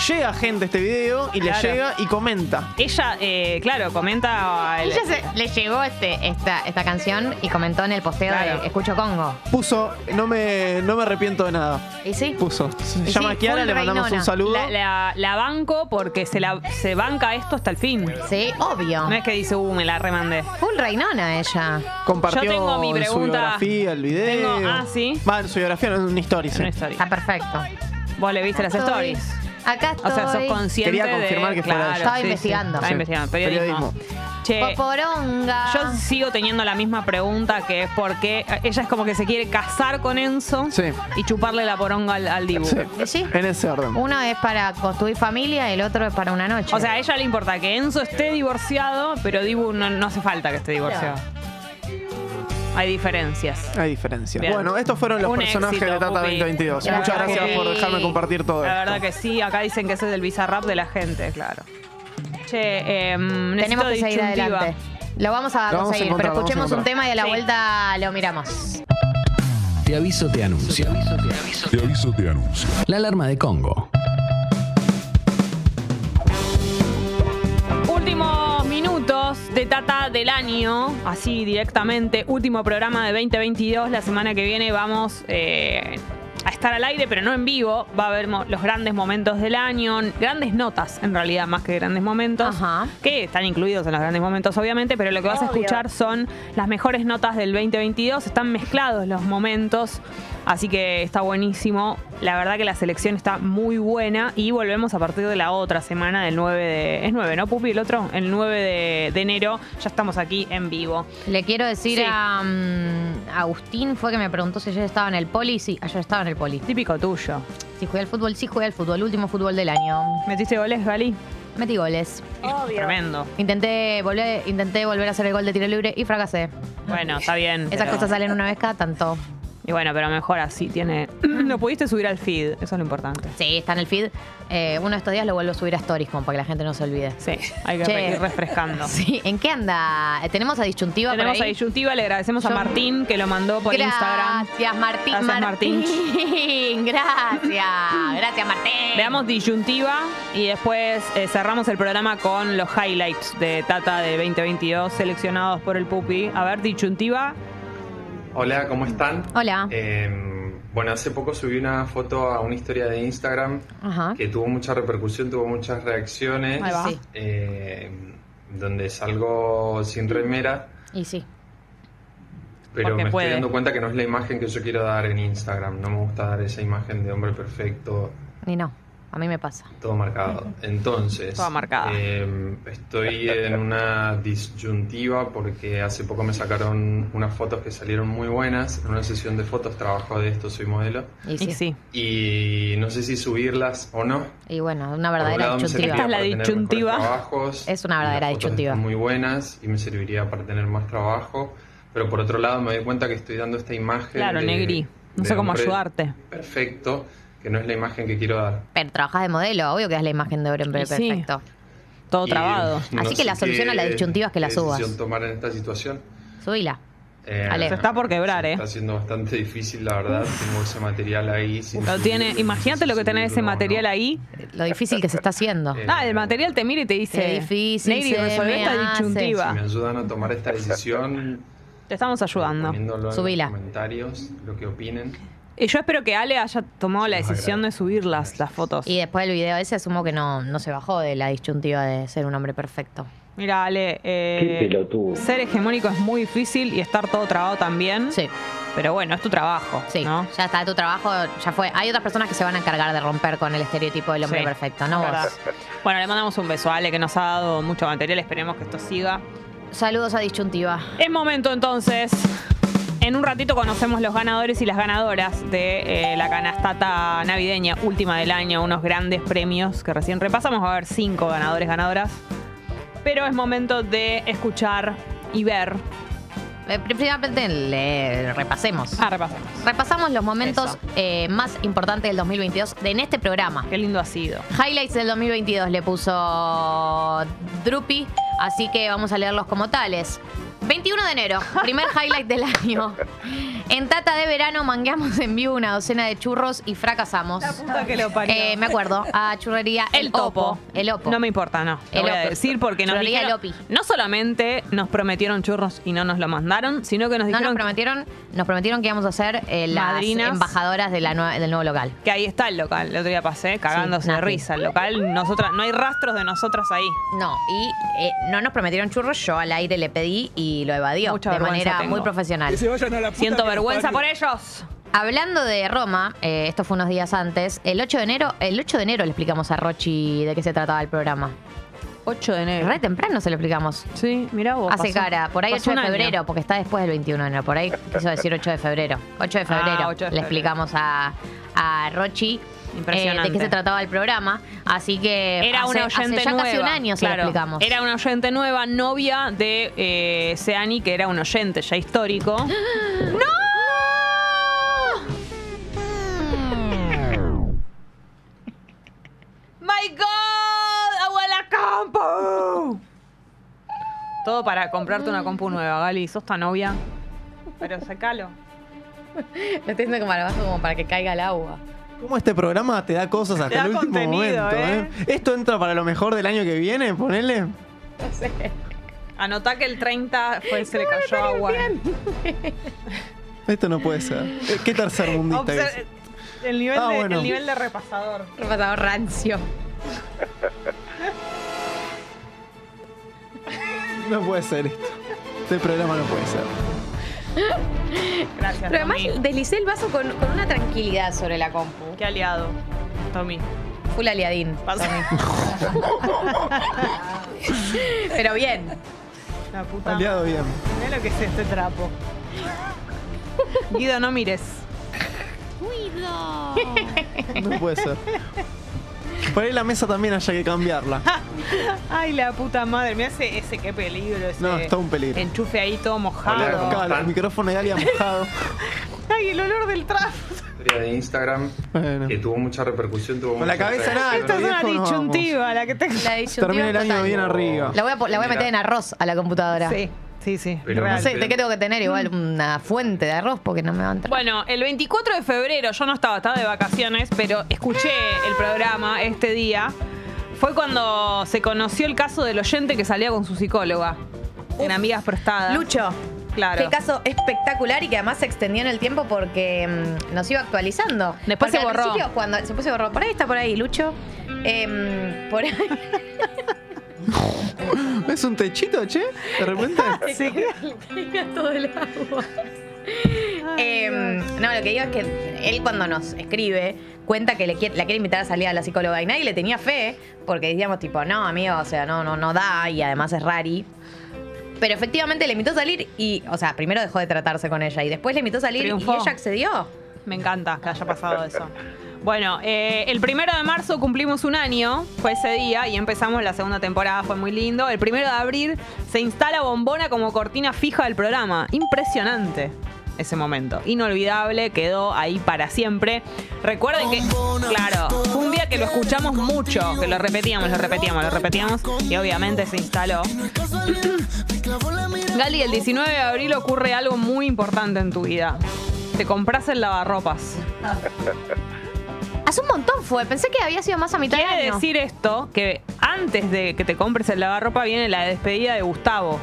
Speaker 15: Llega gente a este video y
Speaker 1: Claro.
Speaker 15: le llega y comenta.
Speaker 1: Ella, eh, claro, comenta. el-
Speaker 3: Ella se- le llegó este, esta, esta canción y comentó en el posteo de Escucho Congo.
Speaker 15: Puso, no me, no me arrepiento de nada.
Speaker 3: ¿Y sí?
Speaker 15: Puso. Se
Speaker 3: Y
Speaker 15: llama
Speaker 3: sí,
Speaker 15: Kiara,
Speaker 3: full
Speaker 15: le mandamos
Speaker 3: reinona.
Speaker 15: un saludo.
Speaker 1: La, la- la banco porque se, la, se banca esto hasta el fin.
Speaker 3: Sí, obvio.
Speaker 1: No es que dice, uh, me la remandé.
Speaker 3: Full reinona ella.
Speaker 15: Compartió
Speaker 1: Yo tengo mi
Speaker 15: en su
Speaker 1: pregunta.
Speaker 15: biografía, el video.
Speaker 1: Tengo- ah, sí.
Speaker 15: Va, en su biografía, no, en una historia. sí.
Speaker 3: Está perfecto.
Speaker 1: Vos le viste las
Speaker 3: Estoy-
Speaker 1: stories.
Speaker 3: Acá estoy.
Speaker 1: O sea, sos consciente.
Speaker 15: Quería confirmar
Speaker 1: de-
Speaker 15: que fuera
Speaker 1: claro,
Speaker 15: ella.
Speaker 3: Estaba
Speaker 1: sí, sí.
Speaker 3: investigando.
Speaker 1: Estaba
Speaker 3: Sí.
Speaker 1: investigando. Periodismo. Che,
Speaker 3: Poporonga.
Speaker 1: yo sigo teniendo la misma pregunta que es por qué ella es como que se quiere casar con Enzo y chuparle la poronga al, al Dibu.
Speaker 3: Sí.
Speaker 15: En ese orden.
Speaker 3: Uno es para construir familia, el otro es para una noche.
Speaker 1: O sea, a ella le importa que Enzo esté divorciado, pero Dibu no, no hace falta que esté divorciado. Hay diferencias.
Speaker 15: Hay diferencias.
Speaker 1: Bien.
Speaker 15: Bueno, estos fueron los
Speaker 1: Un
Speaker 15: personajes
Speaker 1: éxito,
Speaker 15: de Tata
Speaker 1: Pupi.
Speaker 15: 2022.
Speaker 1: La
Speaker 15: Muchas
Speaker 1: verdad
Speaker 15: gracias
Speaker 1: que
Speaker 15: por
Speaker 1: sí.
Speaker 15: dejarme compartir todo
Speaker 1: La
Speaker 15: esto.
Speaker 1: verdad que sí, acá dicen que ese es el bizarrap de la gente, claro. Che, eh,
Speaker 3: Tenemos que seguir adelante. Lo vamos a
Speaker 1: Lo vamos a
Speaker 3: conseguir,
Speaker 1: encontrar,
Speaker 3: pero
Speaker 1: lo vamos a
Speaker 3: escuchemos un
Speaker 1: encontrar.
Speaker 3: tema y a la vuelta lo miramos.
Speaker 5: Te aviso, te anuncio. Te aviso, te anuncio. La alarma de Congo.
Speaker 1: Últimos minutos de Tata del año, así directamente, último programa de 2022. La semana que viene vamos eh, a estar al aire, pero no en vivo. Va a haber mo- los grandes momentos del año, grandes notas en realidad, más que grandes momentos, que están incluidos en los grandes momentos obviamente, pero lo que vas a
Speaker 23: Obvio.
Speaker 1: escuchar son las mejores notas del 2022. Están mezclados los momentos, así que está buenísimo. La verdad que la selección está muy buena y volvemos a partir de la otra semana del 9 de... Es 9, ¿no, Pupi? El otro, el 9 de, de enero. Ya estamos aquí en vivo.
Speaker 3: Le quiero decir
Speaker 1: Sí.
Speaker 3: a mm, Agustín, fue que me preguntó si ayer estaba en el poli. Sí, ayer estaba en el poli.
Speaker 1: Típico tuyo.
Speaker 3: Si jugué al fútbol, sí jugué al fútbol. Último fútbol del año.
Speaker 1: ¿Metiste goles, Gali?
Speaker 3: Metí goles.
Speaker 1: Tremendo.
Speaker 3: Intenté volver, intenté volver a hacer el gol de tiro libre y fracasé.
Speaker 1: Bueno, está bien.
Speaker 3: Esas
Speaker 1: pero-
Speaker 3: cosas salen una vez cada tanto.
Speaker 1: Y bueno, pero mejor así tiene... Mm, lo pudiste subir al feed, eso es lo importante.
Speaker 3: Sí, está en el feed. Eh, uno de estos días lo vuelvo a subir a Stories, como para que la gente no se olvide.
Speaker 1: Sí, hay que
Speaker 3: Che.
Speaker 1: ir refrescando.
Speaker 3: Sí, ¿en qué anda? Tenemos a Disyuntiva por
Speaker 1: Tenemos a
Speaker 3: ahí?
Speaker 1: Disyuntiva, le agradecemos a
Speaker 3: Yo-
Speaker 1: Martín que lo mandó por
Speaker 3: gracias,
Speaker 1: Instagram.
Speaker 3: Martín.
Speaker 1: Gracias, Martín.
Speaker 3: Martín. Gracias. Gracias, Martín.
Speaker 1: Le damos disyuntiva y después eh, cerramos el programa con los highlights de Tata de 2022 seleccionados por el Pupi. A ver, disyuntiva.
Speaker 4: Hola, ¿cómo están?
Speaker 3: Hola.
Speaker 4: Eh, bueno, hace poco subí una foto a una historia de Instagram
Speaker 3: Ajá.
Speaker 4: que tuvo mucha repercusión, tuvo muchas reacciones,
Speaker 3: Ah. Ahí va. Sí.
Speaker 4: eh, donde salgo sin remera,
Speaker 3: Y sí.
Speaker 4: pero
Speaker 3: Mm. Porque
Speaker 4: me
Speaker 3: puede.
Speaker 4: estoy dando cuenta que no es la imagen que yo quiero dar en Instagram, no me gusta dar esa imagen de hombre perfecto,
Speaker 3: Y no. A mí me pasa.
Speaker 4: todo marcado. Entonces,
Speaker 3: Todo marcado.
Speaker 4: eh, estoy en una disyuntiva porque hace poco me sacaron unas fotos que salieron muy buenas, en una sesión de fotos, trabajo de esto, soy modelo.
Speaker 3: Y sí. Y,
Speaker 4: y no sé si subirlas o no.
Speaker 3: bueno, una
Speaker 4: Por un lado
Speaker 3: verdadera
Speaker 4: me
Speaker 3: disyuntiva.
Speaker 4: serviría para tener mejores trabajos,
Speaker 3: Es una verdadera
Speaker 4: las fotos
Speaker 3: disyuntiva.
Speaker 4: están muy buenas y me serviría para tener más trabajo, pero por otro lado me doy cuenta que estoy dando esta imagen
Speaker 1: Claro,
Speaker 4: de-
Speaker 1: Negri. No
Speaker 4: de
Speaker 1: sé cómo
Speaker 4: hombre
Speaker 1: ayudarte.
Speaker 4: Perfecto, que no es la imagen que quiero dar.
Speaker 3: Pero trabajas de modelo, obvio que es la imagen de hombre
Speaker 4: Y sí.
Speaker 3: perfecto.
Speaker 1: Todo
Speaker 4: Y trabado. no
Speaker 3: Así que
Speaker 4: sé
Speaker 3: la solución
Speaker 4: qué-
Speaker 3: a la disyuntiva es que la
Speaker 4: qué
Speaker 3: subas.
Speaker 4: decisión tomar en esta situación?
Speaker 3: Subila.
Speaker 4: Eh,
Speaker 3: Ale. Se está por quebrar,
Speaker 4: se
Speaker 3: eh.
Speaker 4: Está siendo bastante difícil, la verdad. Tengo ese material ahí. sin
Speaker 1: Lo tiene,
Speaker 4: subirlo.
Speaker 1: imagínate lo que tenés ese material ahí.
Speaker 3: Lo difícil que se está haciendo.
Speaker 1: Ah, el material te mira y te dice.
Speaker 3: Qué difícil
Speaker 1: Negri,
Speaker 3: se
Speaker 1: resolvé
Speaker 3: me
Speaker 1: esta
Speaker 3: hace".
Speaker 1: disyuntiva.
Speaker 4: Si me ayudan a tomar esta decisión,
Speaker 1: Te estamos ayudando.
Speaker 4: poniéndolo en
Speaker 1: Subila.
Speaker 4: los comentarios, lo que opinen.
Speaker 1: Y yo espero que Ale haya tomado la decisión de subirlas, las fotos.
Speaker 3: Y después del video ese asumo que no, no se bajó de la disyuntiva de ser un hombre perfecto.
Speaker 1: Mira, Ale, eh,
Speaker 3: Qué pelotudo.
Speaker 1: ser hegemónico es muy difícil y estar todo trabado también.
Speaker 3: Sí.
Speaker 1: Pero bueno, es tu trabajo.
Speaker 3: Sí,
Speaker 1: ¿no?
Speaker 3: ya está, tu trabajo ya fue. Hay otras personas que se van a encargar de romper con el estereotipo del hombre
Speaker 1: Sí,
Speaker 3: perfecto, ¿no vos?
Speaker 1: es verdad. Bueno, le mandamos un beso a Ale que nos ha dado mucho material. Esperemos que esto siga.
Speaker 3: Saludos a Disyuntiva.
Speaker 1: Es momento entonces. En un ratito conocemos los ganadores y las ganadoras de eh, la canastata navideña última del año, unos grandes premios que recién repasamos. Va a haber cinco E, ganadores, ganadoras. Pero es momento de escuchar y eh, ver
Speaker 3: eh, principalmente le repasemos.
Speaker 1: Ah, repasemos.
Speaker 3: Repasamos los momentos eh, más importantes del 2022 de- en este programa.
Speaker 1: Qué lindo ha sido.
Speaker 3: Highlights del 2022 le puso Drupi, así que vamos a leerlos como tales. 21 de enero, primer highlight del año. En Tata de Verano mangueamos en vivo una docena de churros y fracasamos.
Speaker 1: que lo parió.
Speaker 3: Eh, me acuerdo, a churrería El, Topo. El Opo.
Speaker 1: No me importa, no.
Speaker 3: El
Speaker 1: Lo voy a
Speaker 3: Opo.
Speaker 1: decir porque nos
Speaker 3: Churrería
Speaker 1: dijeron,
Speaker 3: El Opi.
Speaker 1: no solamente nos prometieron churros y no nos lo mandaron, sino que nos
Speaker 3: No, nos
Speaker 1: dijeron
Speaker 3: prometieron, nos prometieron que íbamos a ser eh, las
Speaker 1: Madrinas.
Speaker 3: embajadoras de la nue- del nuevo local.
Speaker 1: que ahí está el local. El otro día pasé cagándose de
Speaker 3: Nati.
Speaker 1: risa el local. Nosotras, no hay rastros de nosotras ahí.
Speaker 3: No, y eh, no nos prometieron churros, yo al aire le pedí y lo evadió
Speaker 1: Mucha
Speaker 3: de
Speaker 1: vergüenza
Speaker 3: manera
Speaker 1: tengo.
Speaker 3: muy profesional.
Speaker 1: Que se vayan a la puta Siento que los vergüenza parió. por ellos.
Speaker 3: Hablando de Roma, eh, esto fue unos días antes, el 8 de enero, el 8 de enero le explicamos a Rochi de qué se trataba el programa.
Speaker 1: 8 de enero.
Speaker 3: Re temprano se lo explicamos.
Speaker 1: Sí, mirá vos.
Speaker 3: Hace
Speaker 1: pasó-
Speaker 3: cara, por ahí 8
Speaker 1: pasó
Speaker 3: de
Speaker 1: un año.
Speaker 3: febrero, porque está después del 21 de enero, por ahí quiso decir 8 de febrero. 8 de
Speaker 1: Ah,
Speaker 3: febrero,
Speaker 1: 8 de
Speaker 3: le
Speaker 1: febrero.
Speaker 3: explicamos a, a Rochi. eh,
Speaker 1: Impresionante.
Speaker 3: de qué se trataba el programa, así que
Speaker 1: Era
Speaker 3: Eh, hace,
Speaker 1: una
Speaker 3: hace
Speaker 1: oyente
Speaker 3: ya
Speaker 1: nueva.
Speaker 3: casi un año se lo
Speaker 1: claro.
Speaker 3: explicamos.
Speaker 1: Era una oyente nueva, novia de eh, Seani, que era un oyente ya histórico. ¡My God! ¡Agua la compu! Todo para comprarte una compu nueva, Gali. ¿Sos tan novia? Pero sacalo.
Speaker 3: Lo estoy haciendo como al abajo como para que caiga el agua.
Speaker 15: ¿Cómo este programa te da cosas
Speaker 3: Te
Speaker 15: hasta
Speaker 3: da
Speaker 15: el último
Speaker 3: contenido,
Speaker 15: momento?
Speaker 1: ¿eh?
Speaker 15: ¿eh? ¿Esto entra para lo mejor del año que viene? Ponele.
Speaker 1: Anotá que el 30 fue, se le cayó agua.
Speaker 15: Esto no puede ser. Eh, ¿Qué tercer mundista que es?
Speaker 1: Obser- el, nivel
Speaker 15: Ah,
Speaker 1: de,
Speaker 15: bueno.
Speaker 1: el nivel de repasador.
Speaker 3: Repasador rancio.
Speaker 15: No puede ser esto. Este programa no puede ser.
Speaker 1: Gracias,
Speaker 3: Pero además
Speaker 1: Tommy.
Speaker 3: deslicé el vaso con, con una tranquilidad sobre la compu.
Speaker 1: Qué aliado, Tommy.
Speaker 3: Full aliadín. Pero bien.
Speaker 1: La puta.
Speaker 15: Aliado bien.
Speaker 1: Mirá lo que es este trapo. Guido, no mires.
Speaker 3: ¡Cuido!
Speaker 15: No puede ser. Por ahí la mesa también haya que cambiarla.
Speaker 1: Ah, Ay, la puta madre. Mirá ese, ese qué peligro. Ese
Speaker 15: No, es todo un peligro.
Speaker 1: Enchufe ahí todo
Speaker 15: Hola,
Speaker 1: mojado.
Speaker 15: Claro, el micrófono de Galia mojado.
Speaker 1: Ay, el olor del trapo.
Speaker 7: historia de Instagram que tuvo mucha repercusión. Tuvo
Speaker 15: Con la cabeza en alto,
Speaker 1: Esta es una
Speaker 15: viejo, nos vamos.
Speaker 1: disyuntiva la que te...
Speaker 3: La disyuntiva
Speaker 15: Termina el año
Speaker 3: total.
Speaker 15: bien arriba.
Speaker 3: La voy a, po- la voy a meter en arroz a la computadora.
Speaker 1: Sí, sí, sí.
Speaker 15: Pero
Speaker 3: no
Speaker 15: real.
Speaker 3: sé, ¿de qué tengo que tener? Igual una fuente de arroz porque no me va a entrar.
Speaker 1: Bueno, el 24 de febrero, yo no estaba, estaba de vacaciones, pero escuché el programa este día. Fue cuando se conoció el caso del oyente que salía con su psicóloga. En Amigas Prestadas.
Speaker 3: Lucho.
Speaker 1: Claro.
Speaker 3: Qué caso espectacular y que además se extendió en el tiempo porque mm, nos iba actualizando.
Speaker 1: Después
Speaker 3: Porque
Speaker 1: se
Speaker 3: al
Speaker 1: borró.
Speaker 3: principio, cuando, después se borró. Por ahí está por ahí, Lucho. Em, por ahí.
Speaker 15: ¿Es un techito, che? ¿De repente?
Speaker 3: Sí. todo el agua. Em, no, lo que digo es que él cuando nos escribe cuenta que le quiere, la quiere invitar a salir a la psicóloga y nadie le tenía fe porque decíamos tipo, no, amigo, o sea, no, no, no da y además es rari. Pero efectivamente le invitó a salir y, o sea, primero dejó de tratarse con ella y después le invitó a salir
Speaker 1: Triunfó.
Speaker 3: y ella accedió.
Speaker 1: Me encanta que haya pasado eso. Bueno, eh, el primero de marzo cumplimos un año, fue ese día, y empezamos la segunda temporada, fue muy lindo. El primero de abril se instala Bombona como cortina fija del programa. Impresionante ese momento. Inolvidable, quedó ahí para siempre. Recuerden que, claro, fue un día que lo escuchamos mucho, que lo repetíamos, lo repetíamos, lo repetíamos, y obviamente se instaló. Gali, el 19 de abril ocurre algo muy importante en tu vida. Te compras el lavarropas.
Speaker 3: Hace un montón fue, pensé que había sido más a mitad de
Speaker 1: Quiere
Speaker 3: año.
Speaker 1: decir esto que antes de que te compres el lavarropa viene la despedida de Gustavo.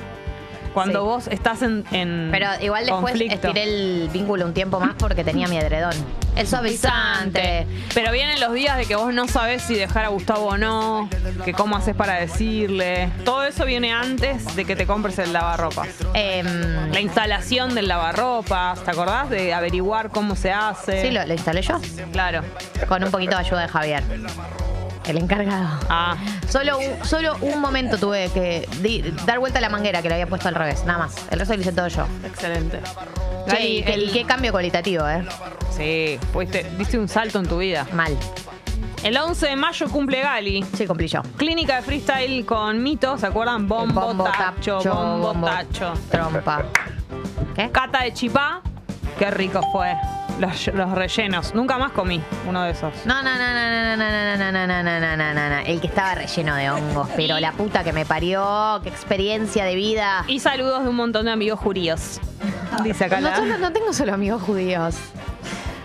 Speaker 1: Cuando
Speaker 3: Sí.
Speaker 1: vos estás en, en
Speaker 3: Pero igual después
Speaker 1: conflicto.
Speaker 3: estiré el vínculo un tiempo más porque tenía mi edredón. El suavizante.
Speaker 1: Pero vienen los días de que vos no sabés si dejar a Gustavo o no, que cómo haces para decirle. Todo eso viene antes de que te compres el lavarropas.
Speaker 3: Em,
Speaker 1: la instalación del lavarropas, ¿te acordás? De averiguar cómo se hace.
Speaker 3: Sí, lo, lo instalé yo.
Speaker 1: Claro.
Speaker 3: Con un poquito de ayuda de Javier. El encargado.
Speaker 1: Ah.
Speaker 3: Solo un, solo un momento tuve que di- dar vuelta a la manguera que le había puesto al revés, nada más. El resto lo hice todo yo.
Speaker 1: Excelente.
Speaker 3: Che,
Speaker 1: Gali,
Speaker 3: y, qué,
Speaker 1: el-
Speaker 3: y qué cambio cualitativo, ¿eh?
Speaker 1: Sí, fuiste, diste un salto en tu vida.
Speaker 3: Mal.
Speaker 1: El 11 de mayo cumple Gali.
Speaker 3: Sí, cumplí yo.
Speaker 1: Clínica de freestyle con Mito, ¿se acuerdan? Bombo,
Speaker 3: Bombo,
Speaker 1: tacho,
Speaker 3: tacho,
Speaker 1: bombo,
Speaker 3: bombo.
Speaker 1: tacho.
Speaker 3: Trompa.
Speaker 1: Cata de chipá. Qué rico fue. Los, los rellenos. Nunca más comí uno de esos.
Speaker 3: No, no, no, no, no, no, no, no, no, no, no, no, no, no, no. El que estaba relleno de hongos, pero la puta que me parió, qué experiencia de vida. Ah,
Speaker 1: Y saludos de un montón de amigos judíos. Dice acá la-
Speaker 3: No, solo- no tengo solo amigos judíos.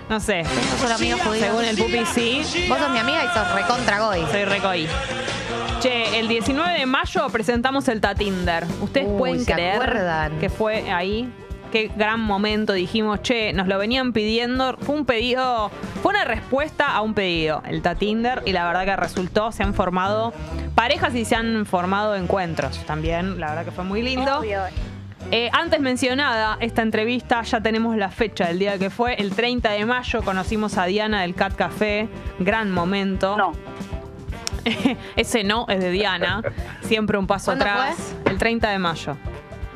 Speaker 1: No sé.
Speaker 3: Tengo solo amigos judíos.
Speaker 1: Según el pupi, sí.
Speaker 3: Vos sos mi amiga y sos recontra goy.
Speaker 1: Soy recoy. Che, el 19 de mayo presentamos el Tatinder. Ustedes
Speaker 3: Uy,
Speaker 1: pueden
Speaker 3: ¿se
Speaker 1: creer
Speaker 3: acuerdan?
Speaker 1: que fue ahí. Qué gran momento dijimos, che, nos lo venían pidiendo. Fue un pedido, fue una respuesta a un pedido, el Tatinder, y la verdad que resultó, se han formado parejas y se han formado encuentros también. La verdad que fue muy lindo. Eh, antes mencionada, esta entrevista ya tenemos la fecha del día que fue. El 30 de mayo conocimos a Diana del Cat Café. Gran momento. No. Ese no es de Diana. Siempre un paso
Speaker 3: ¿Cuándo
Speaker 1: atrás. El 30 de mayo.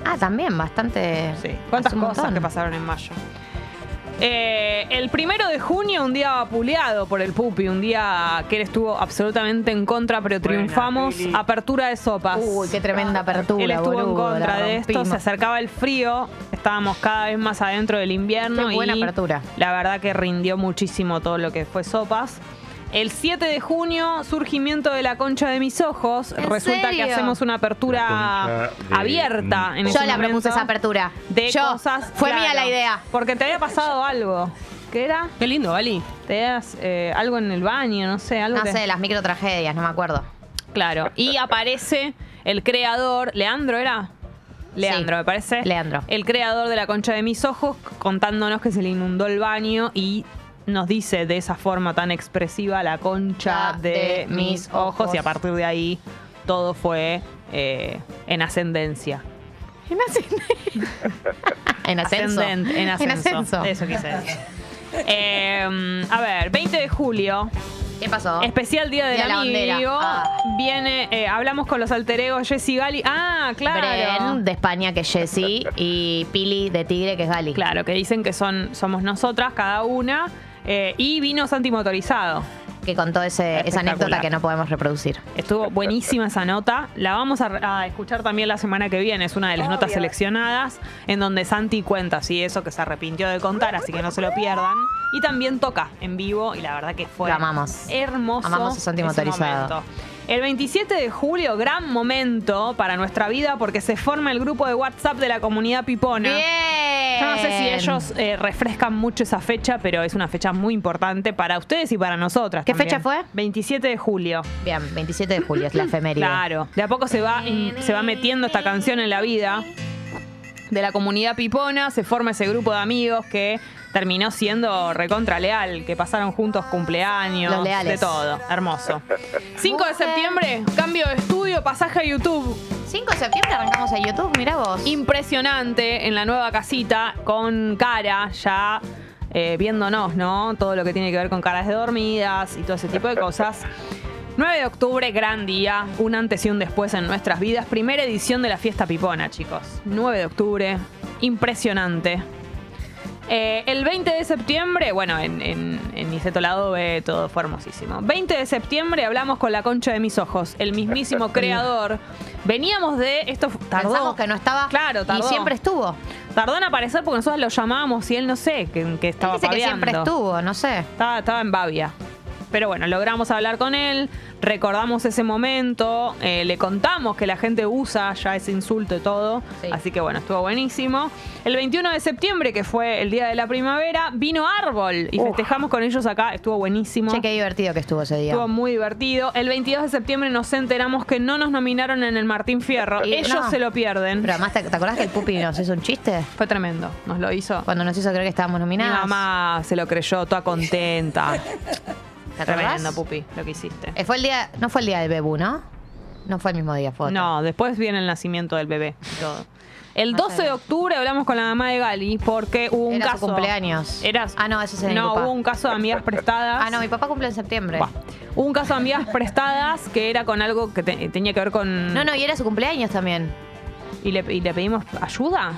Speaker 3: Ah, también, bastante.
Speaker 1: Sí. ¿Cuántas
Speaker 3: hace un
Speaker 1: cosas
Speaker 3: montón.
Speaker 1: que pasaron en mayo? Eh, el primero de junio, un día vapuleado por el Pupi, un día que él estuvo absolutamente en contra, pero triunfamos.
Speaker 3: Pili.
Speaker 1: apertura de sopas.
Speaker 3: Uy, qué tremenda apertura.
Speaker 1: Él estuvo en
Speaker 3: boludo,
Speaker 1: contra
Speaker 3: la
Speaker 1: de esto, se
Speaker 3: rompimos.
Speaker 1: acercaba el frío, estábamos cada vez más adentro del invierno
Speaker 3: Qué buena
Speaker 1: y
Speaker 3: apertura.
Speaker 1: la verdad que rindió muchísimo todo lo que fue sopas. El 7 de junio, surgimiento de la concha de mis ojos.
Speaker 3: ¿En
Speaker 1: Resulta que
Speaker 3: serio?
Speaker 1: hacemos una apertura
Speaker 3: concha de
Speaker 1: abierta en
Speaker 3: Yo
Speaker 1: ese
Speaker 3: la propuse
Speaker 1: momento
Speaker 3: esa apertura.
Speaker 1: De
Speaker 3: Yo.
Speaker 1: cosas.
Speaker 3: Fue mía la idea.
Speaker 1: Porque te había pasado algo. ¿Qué era?
Speaker 8: Qué lindo, Vali.
Speaker 1: Te das eh, algo en el baño, no sé, algo.
Speaker 3: No
Speaker 1: que-
Speaker 3: sé, las microtragedias, no me acuerdo.
Speaker 1: Claro. Y aparece el creador, Leandro era. Leandro, me parece.
Speaker 3: Leandro.
Speaker 1: El creador de la concha de mis ojos, contándonos que se le inundó el baño y nos dice de esa forma tan expresiva la concha de,
Speaker 3: de
Speaker 1: mis
Speaker 3: mis
Speaker 1: ojos.
Speaker 3: ojos.
Speaker 1: Y a partir de ahí todo fue eh, en ascendencia.
Speaker 3: En En ascenso.
Speaker 1: Ascendent- en ascenso. Eso quise decir. Eh, a ver, 20 de julio.
Speaker 3: ¿Qué pasó?
Speaker 1: Especial Día del
Speaker 3: Día de la bandera.
Speaker 1: Amigo.
Speaker 3: Ah.
Speaker 1: Viene, eh, hablamos con los alteregos Jessy Gali. Ah, claro.
Speaker 3: Bren de España, que es Jessy, y Pili de Tigre, que es Gali.
Speaker 1: Claro, que dicen que son, somos nosotras, cada una. eh, y vinos antimotorizado.
Speaker 3: Que contó ese, esa
Speaker 1: Espectacular.
Speaker 3: anécdota que no podemos reproducir.
Speaker 1: Estuvo buenísima esa nota. La vamos a, a escuchar también la semana que viene. Es una de las notas seleccionadas en donde Santi cuenta así eso que se arrepintió de contar, así que no se lo pierdan. Y también toca en vivo y la verdad que fue
Speaker 3: Lo amamos.
Speaker 1: hermoso.
Speaker 3: Amamos a Santi
Speaker 1: ese
Speaker 3: Motorizado.
Speaker 1: momento. El 27 de julio, gran momento para nuestra vida porque se forma el grupo de WhatsApp de la comunidad Pipona.
Speaker 3: Bien.
Speaker 1: Yo no sé si ellos eh, refrescan mucho esa fecha, pero es una fecha muy importante para ustedes y para nosotras.
Speaker 3: ¿Qué fecha
Speaker 1: fue? 27 de julio.
Speaker 3: Bien, 27 de julio es la efeméride.
Speaker 1: Claro, de a poco se va, se va metiendo esta canción en la vida de la comunidad pipona, se forma ese grupo de amigos que terminó siendo recontra leal, que pasaron juntos cumpleaños,
Speaker 3: Los leales.
Speaker 1: de todo, hermoso. 5 de septiembre, cambio de estudio, pasaje a YouTube.
Speaker 3: 5 de septiembre arrancamos a YouTube, mirá vos.
Speaker 1: Impresionante en la nueva casita con cara ya eh, viéndonos, ¿no? Todo lo que tiene que ver con caras de dormidas y todo ese tipo de cosas. 9 de octubre, gran día, un antes y un después en nuestras vidas. Primera edición de la fiesta pipona, chicos. 9 de octubre, impresionante. Eh, el 20 de septiembre, bueno, en, en, en Niceto Ladobe todo fue hermosísimo. 20 de septiembre hablamos con la concha de mis ojos, el mismísimo creador. Veníamos de. Esto fu- tardó.
Speaker 3: Pensamos que no estaba.
Speaker 1: Claro, tardó.
Speaker 3: Y siempre estuvo.
Speaker 1: Tardó en aparecer porque nosotros lo llamábamos y él no sé que, que estaba
Speaker 3: Dice que siempre
Speaker 1: paviando.
Speaker 3: estuvo, no sé.
Speaker 1: Estaba, estaba en Babia. Pero bueno, logramos hablar con él, recordamos ese momento, eh, le contamos que la gente usa ya ese insulto y todo. Así que bueno, estuvo buenísimo. El 21 de septiembre, que fue el día de la primavera, vino Árbol y festejamos con ellos acá. Estuvo buenísimo.
Speaker 3: Che, qué divertido que estuvo ese día.
Speaker 1: Estuvo muy divertido. El 22 de septiembre nos enteramos que no nos nominaron en el Martín Fierro.
Speaker 3: Y-
Speaker 1: Ellos
Speaker 3: no.
Speaker 1: se lo pierden.
Speaker 3: Pero además, ¿te, te acordás que el Pupi nos hizo un chiste?
Speaker 1: Fue tremendo, nos lo hizo.
Speaker 3: Cuando nos hizo creer que estábamos
Speaker 1: Mi
Speaker 3: nominadas.
Speaker 1: mamá se lo creyó, toda contenta.
Speaker 3: ¿Te acordás?
Speaker 1: Tremendo, Pupi, lo que hiciste.
Speaker 3: Eh, fue el día, no fue el día del Bebu, ¿no? No fue el mismo día, fue otro.
Speaker 1: No, después viene el nacimiento del bebé. y todo. El
Speaker 3: No
Speaker 1: 12 de
Speaker 3: sabía.
Speaker 1: octubre hablamos con la mamá de Gali porque hubo un
Speaker 3: Era su
Speaker 1: caso.
Speaker 3: cumpleaños.
Speaker 1: Era,
Speaker 3: Ah, no, ese es el de mi
Speaker 1: No,
Speaker 3: papá.
Speaker 1: hubo un caso de amigas prestadas.
Speaker 3: Ah, no, mi papá cumple en septiembre.
Speaker 1: Buah. Hubo un caso de amigas prestadas que era con algo que te- tenía que ver con.
Speaker 3: No, no, y era su cumpleaños también.
Speaker 1: ¿Y le, y le pedimos ayuda?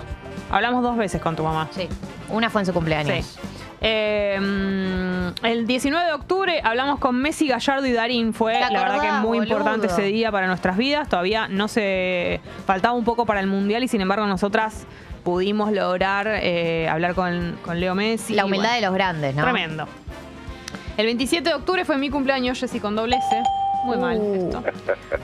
Speaker 1: Hablamos dos veces con tu mamá.
Speaker 3: Sí. Una fue en su cumpleaños.
Speaker 1: Sí. Eh, mm, el 19 de octubre hablamos con Messi, Gallardo y Darín. Fue
Speaker 3: ¿Te
Speaker 1: la verdad
Speaker 3: acordás,
Speaker 1: que muy
Speaker 3: boludo?
Speaker 1: importante ese día para nuestras vidas. Todavía no se faltaba un poco para el mundial y sin embargo nosotras pudimos lograr eh, hablar con, con Leo Messi.
Speaker 3: La humildad de los
Speaker 1: grandes,
Speaker 3: ¿no?
Speaker 1: Tremendo. El 27 de octubre fue mi cumpleaños, Jessy, con doble C. Muy mal
Speaker 3: Uh.
Speaker 1: esto.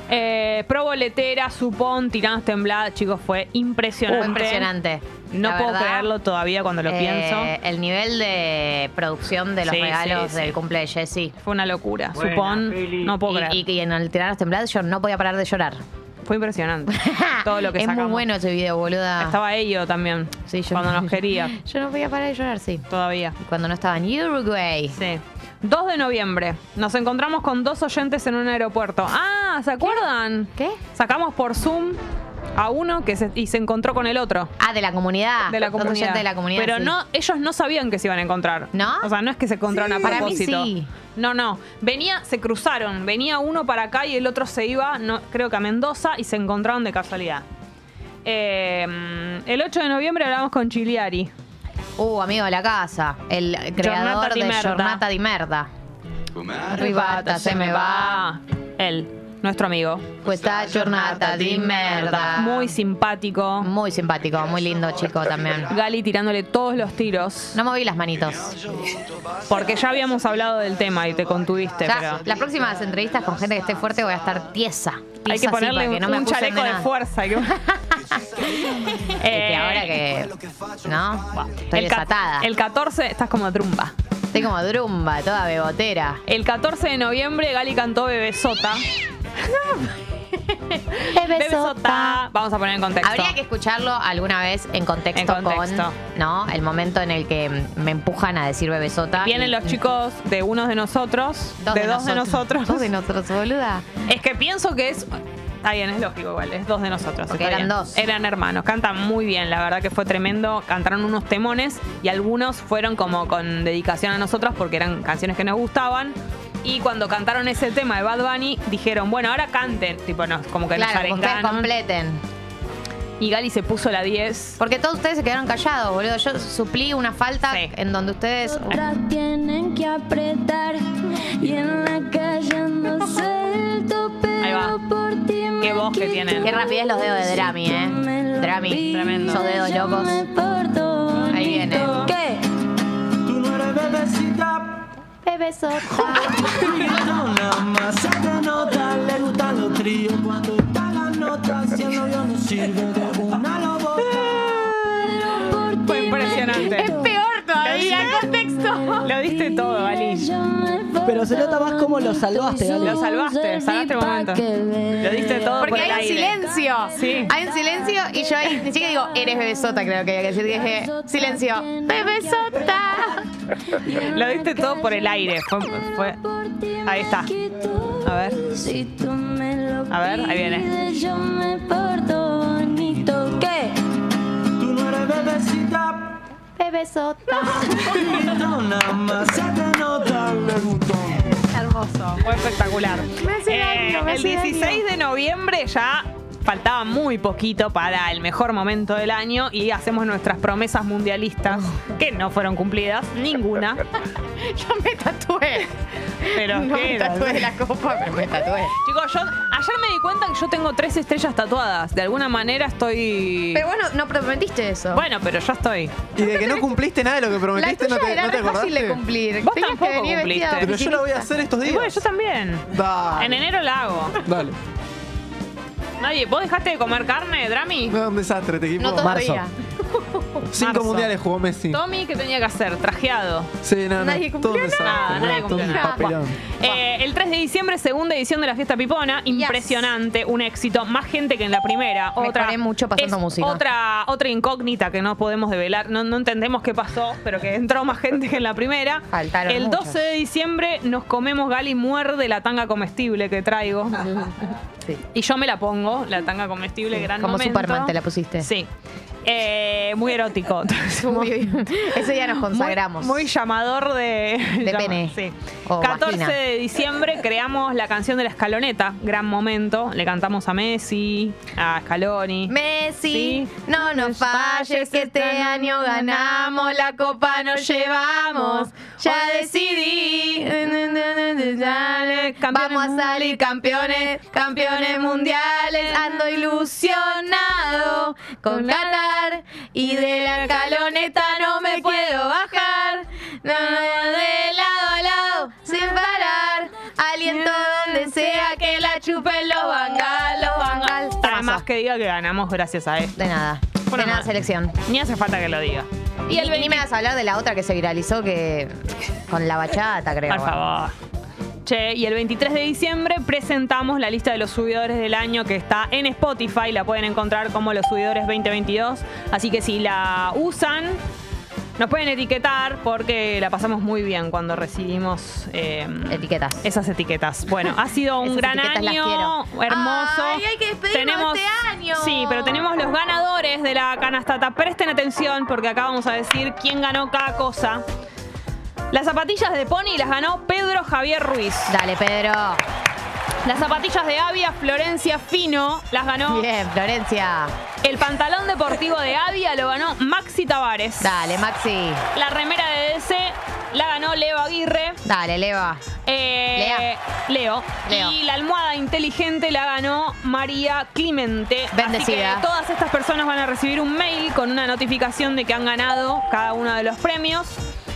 Speaker 1: Eh, pro boletera, supón, tiranos tembladas, chicos, fue impresionante.
Speaker 3: Fue Uh, impresionante.
Speaker 1: No
Speaker 3: La
Speaker 1: puedo
Speaker 3: verdad,
Speaker 1: creerlo todavía cuando lo
Speaker 3: eh,
Speaker 1: pienso.
Speaker 3: El nivel de producción de los
Speaker 1: Sí,
Speaker 3: regalos
Speaker 1: sí, sí.
Speaker 3: del cumple de Jessy.
Speaker 1: Fue una locura. supón, no puedo
Speaker 3: Y-
Speaker 1: creer.
Speaker 3: Y, y en el Tiranos Temblados yo no podía parar de llorar. Ah,
Speaker 1: Fue impresionante. Todo lo que
Speaker 3: es
Speaker 1: sacamos.
Speaker 3: muy bueno ese video, boluda.
Speaker 1: Estaba ello también. cuando nos quería.
Speaker 3: Yo no podía parar de llorar, sí.
Speaker 1: Todavía.
Speaker 3: Cuando no estaba en Uruguay.
Speaker 1: Sí. 2 de noviembre. Nos encontramos con dos oyentes en un aeropuerto. Ah, ¿se acuerdan?
Speaker 3: ¿Qué?
Speaker 1: Sacamos por Zoom a uno que se- y se encontró con el otro.
Speaker 3: Ah, de la comunidad.
Speaker 1: de la
Speaker 3: Otro
Speaker 1: comunidad.
Speaker 3: oyente de la comunidad,
Speaker 1: Pero
Speaker 3: sí.
Speaker 1: no, ellos no sabían que se iban a encontrar.
Speaker 3: ¿No?
Speaker 1: O sea, no es que se
Speaker 3: Sí.
Speaker 1: encontraron a
Speaker 3: Para mí
Speaker 1: propósito.
Speaker 3: sí.
Speaker 1: No, no. Venía, se cruzaron. Venía uno para acá y el otro se iba, no, creo que a Mendoza, y se encontraron de casualidad. Eh, el 8 de noviembre hablamos con Chiliari.
Speaker 3: Uh, amigo de la casa. El creador
Speaker 1: Di
Speaker 3: de
Speaker 1: Merda.
Speaker 3: Jornata di Merda. Ah,
Speaker 1: Rivata se me va. Él, nuestro amigo.
Speaker 3: Questa jornata di merda.
Speaker 1: Muy simpático.
Speaker 3: Muy simpático, muy lindo chico también.
Speaker 1: Gali tirándole todos los tiros.
Speaker 3: No moví las manitos.
Speaker 1: Porque ya habíamos hablado del tema y te contuviste,
Speaker 3: Ya,
Speaker 1: pero.
Speaker 3: Las próximas entrevistas con gente que esté fuerte voy a estar tiesa.
Speaker 1: Hay que
Speaker 3: Tiesa, sí,
Speaker 1: ponerle
Speaker 3: para que
Speaker 1: un,
Speaker 3: no me
Speaker 1: un
Speaker 3: acusen
Speaker 1: chaleco de,
Speaker 3: nada.
Speaker 1: fuerza. hay que-
Speaker 3: Que
Speaker 1: Eh,
Speaker 3: ahora que. ¿No? Estoy
Speaker 1: el ca-
Speaker 3: desatada.
Speaker 1: El 14, estás como trumba.
Speaker 3: Estoy como drumba, toda bebotera.
Speaker 1: El 14 de noviembre Gali cantó Bebé Sota. Bebé Sota. Vamos a poner en contexto.
Speaker 3: Habría que escucharlo alguna vez en contexto,
Speaker 1: En contexto.
Speaker 3: con ¿no? el momento en el que mm, me empujan a decir bebesota.
Speaker 1: Vienen
Speaker 3: y-
Speaker 1: los chicos de unos de nosotros,
Speaker 3: Dos
Speaker 1: de, dos de nosotros.
Speaker 3: Dos de nosotros, boluda.
Speaker 1: Es que pienso que es. Está bien, es lógico igual, es dos de nosotros.
Speaker 3: Porque
Speaker 1: está
Speaker 3: eran
Speaker 1: bien.
Speaker 3: dos.
Speaker 1: Eran hermanos, cantan muy bien, la verdad que fue tremendo. Cantaron unos temones y algunos fueron como con dedicación a nosotros porque eran canciones que nos gustaban. Y cuando cantaron ese tema de Bad Bunny, dijeron, bueno, ahora canten. Tipo, nos, como que nos
Speaker 3: claro, ustedes
Speaker 1: arengaron.
Speaker 3: completen.
Speaker 1: Y Gali se puso la 10.
Speaker 3: Porque todos ustedes se quedaron callados, boludo. Yo suplí una falta en donde ustedes.
Speaker 8: tienen que apretar y en la calle ando suelto, pero por ti me
Speaker 1: Qué voz que tienen.
Speaker 3: Qué rapidez los dedos de Drami, ¿eh? Drami.
Speaker 1: Tremendo.
Speaker 3: Esos dedos locos. Ahí viene. ¿Qué?
Speaker 6: Tú no eres bebecita.
Speaker 8: Bebesota.
Speaker 6: Nada más se te nota, le gustan los tríos. Cuando está la nota, si el novio no sirve, de una lo bota.
Speaker 1: Fue impresionante.
Speaker 8: Es peor
Speaker 1: todavía, contexto. Lo diste todo, Gali.
Speaker 13: Pero se nota más cómo lo salvaste, Ale.
Speaker 1: Lo salvaste, salvaste el momento. Lo diste todo por
Speaker 3: Porque
Speaker 1: el
Speaker 3: hay un
Speaker 1: aire.
Speaker 3: silencio.
Speaker 1: Sí.
Speaker 3: Hay un silencio y yo ahí ni siquiera digo, eres bebesota, creo que había que decir. Dije, silencio, bebesota.
Speaker 1: Lo diste todo por el aire. Fue- fue- Ahí está. A ver. A ver, ahí viene.
Speaker 8: Yo me porto bonito. ¿Qué?
Speaker 6: Tú no eres bebecita.
Speaker 8: Bebesota.
Speaker 6: Nada más se te nota, le gustan.
Speaker 1: Hermoso, fue espectacular. Eh,
Speaker 8: Me hace daño, me
Speaker 1: el
Speaker 8: hace
Speaker 1: 16 de noviembre ya faltaba muy poquito para el mejor momento del año y hacemos nuestras promesas mundialistas que no fueron cumplidas, ninguna.
Speaker 3: Oh. Yo me tatué.
Speaker 1: Pero
Speaker 3: no
Speaker 1: ¿qué
Speaker 3: me
Speaker 1: era?
Speaker 3: tatué la copa, pero me tatué.
Speaker 1: Chicos, yo ayer me di cuenta que yo tengo tres estrellas tatuadas. De alguna manera estoy.
Speaker 3: Pero bueno, no prometiste eso.
Speaker 1: Bueno, pero ya estoy.
Speaker 15: Y de que no cumpliste nada de lo que
Speaker 3: la
Speaker 15: prometiste,
Speaker 3: tuya
Speaker 15: no te,
Speaker 3: era
Speaker 15: no te
Speaker 3: re fácil de
Speaker 15: acordaste.
Speaker 3: cumplir.
Speaker 1: Vos
Speaker 3: Tenías
Speaker 1: tampoco
Speaker 3: que venir vestida
Speaker 1: cumpliste.
Speaker 3: de
Speaker 15: Pero yo lo voy a
Speaker 3: oficinista.
Speaker 15: hacer estos
Speaker 1: Y bueno,
Speaker 15: días.
Speaker 1: yo también.
Speaker 15: Dale.
Speaker 1: En enero la hago.
Speaker 15: Dale.
Speaker 1: Nadie, ¿vos dejaste de comer carne, Drami?
Speaker 15: No, un desastre, te equipo.
Speaker 3: No todavía.
Speaker 15: Cinco
Speaker 1: Marzo.
Speaker 15: mundiales jugó Messi.
Speaker 1: Tommy, ¿qué tenía que hacer? Trajeado.
Speaker 15: Sí, no, no.
Speaker 3: Nadie
Speaker 15: todo
Speaker 3: cumplió
Speaker 15: un desastre,
Speaker 1: nada, nadie
Speaker 15: todo un
Speaker 1: cumplió nada.
Speaker 15: papelón.
Speaker 1: Eh, el 3 de diciembre, segunda edición de la fiesta pipona. Impresionante, un éxito. Más gente que en la primera. Otra,
Speaker 3: Mejoré mucho pasando
Speaker 1: es
Speaker 3: música.
Speaker 1: Otra, otra incógnita que no podemos develar. No, no entendemos qué pasó, pero que entró más gente que en la primera.
Speaker 3: Faltaron
Speaker 1: el 12
Speaker 3: muchos.
Speaker 1: de diciembre nos comemos Gali muerde la tanga comestible que traigo. Y yo me la pongo, la tanga comestible, gran
Speaker 3: Como
Speaker 1: momento.
Speaker 3: Superman te la pusiste.
Speaker 1: Sí. Eh, muy erótico.
Speaker 3: Uy, Ese día nos consagramos.
Speaker 1: Muy, muy llamador de.
Speaker 3: De pene.
Speaker 1: Sí.
Speaker 3: O
Speaker 1: 14
Speaker 3: vagina.
Speaker 1: de diciembre creamos la canción de la escaloneta. Gran momento. Le cantamos a Messi, a Scaloni.
Speaker 3: Messi,
Speaker 1: Sí.
Speaker 3: no nos falles que este año ganamos, la copa nos llevamos. Ya decidí. Vamos a salir campeones, campeones mundiales. Ando ilusionado con ganar Y de la caloneta no me puedo bajar. No, no, de lado a lado, sin parar. Aliento donde sea que la chupen los bangal, los bangal.
Speaker 1: Nada más que diga que ganamos gracias a él.
Speaker 3: De nada.
Speaker 1: Bueno,
Speaker 3: de nada, selección.
Speaker 1: Ni hace falta que lo diga.
Speaker 3: Y el ni me vas a hablar de la otra que se viralizó que con la bachata, creo.
Speaker 1: Por favor. Che, y el 23 de diciembre presentamos la lista de los subidores del año que está en Spotify. La pueden encontrar como los subidores 2022. Así que si la usan, nos pueden etiquetar porque la pasamos muy bien cuando recibimos eh,
Speaker 3: Etiquetas.
Speaker 1: esas etiquetas. Bueno, ha sido un
Speaker 3: Esas
Speaker 1: gran
Speaker 3: etiquetas las
Speaker 1: año,
Speaker 3: quiero.
Speaker 1: hermoso.
Speaker 3: Ay, hay que despedirnos este año.
Speaker 1: Sí, pero tenemos los ganadores de la canastata. Presten atención porque acá vamos a decir quién ganó cada cosa. Las zapatillas de Pony las ganó Pedro Javier Ruiz.
Speaker 3: Dale, Pedro.
Speaker 1: Las zapatillas de Avia Florencia Fino las ganó.
Speaker 3: Bien, Florencia.
Speaker 1: El pantalón deportivo de Avia lo ganó Maxi Tavares.
Speaker 3: Dale, Maxi.
Speaker 1: La remera de DC la ganó Leo Aguirre.
Speaker 3: Dale, Leva.
Speaker 1: Eh, Leo.
Speaker 3: Leo.
Speaker 1: Y la almohada inteligente la ganó María Clemente.
Speaker 3: Bendecida.
Speaker 1: Así que todas estas personas van a recibir un mail con una notificación de que han ganado cada uno de los premios.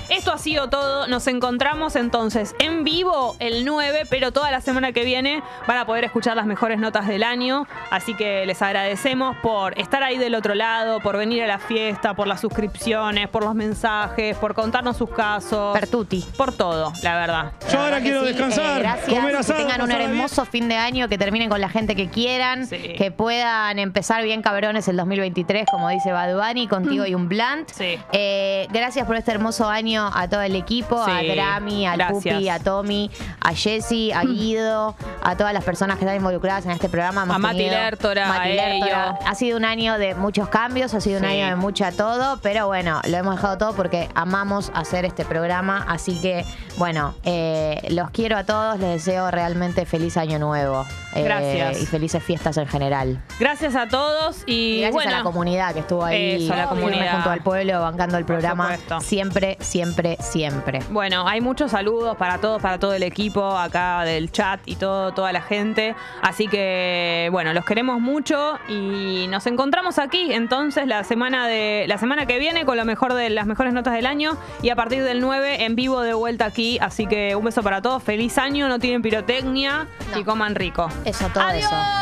Speaker 1: Esto ha sido todo. Nos encontramos entonces en vivo el 9, pero toda la semana que viene van a poder escuchar las mejores notas del año. Así que les agradecemos por estar ahí del otro lado, por venir a la fiesta, por las suscripciones, por los mensajes, por contarnos sus casos.
Speaker 3: Pertuti.
Speaker 1: Por todo, la verdad.
Speaker 3: La verdad que sí, eh, gracias. que tengan un hermoso fin de año, que terminen con la gente que quieran, que puedan empezar bien cabrones el 2023, como dice Baduani,
Speaker 1: Mm.
Speaker 3: contigo y un blunt. Eh, gracias por este hermoso año a todo el equipo, a
Speaker 1: Sí,
Speaker 3: Grammy, al
Speaker 1: gracias. Mm.
Speaker 3: Pupi, a Tommy, a Jessy, a Guido, a todas las personas que están involucradas en este programa. Hemos
Speaker 1: A Mati
Speaker 3: tenido-
Speaker 1: Lertora,
Speaker 3: Mati
Speaker 1: a
Speaker 3: Lertora.
Speaker 1: Elio.
Speaker 3: Ha sido un año de muchos cambios, ha sido un
Speaker 1: Sí.
Speaker 3: año de mucha todo, pero bueno, lo hemos dejado todo porque amamos hacer este programa, así que bueno, eh, los quiero a todos, les deseo realmente feliz año nuevo. eh,
Speaker 1: Gracias.
Speaker 3: Y felices fiestas en general.
Speaker 1: Gracias a todos y
Speaker 3: gracias
Speaker 1: bueno,
Speaker 3: a la comunidad que estuvo ahí
Speaker 1: Eso, a la
Speaker 3: firme
Speaker 1: comunidad.
Speaker 3: junto al pueblo, bancando el programa
Speaker 1: supuesto.
Speaker 3: siempre, siempre, siempre.
Speaker 1: Bueno, hay muchos saludos para todos, para todo el equipo acá del chat y todo, toda la gente. Así que, bueno, los queremos mucho y nos encontramos aquí entonces la semana de la semana que viene con lo mejor de las mejores notas del año y a partir del 9 en vivo de vuelta aquí. Así que un beso para todos, feliz año, no tienen pirotecnia y coman rico.
Speaker 3: Eso, todo eso.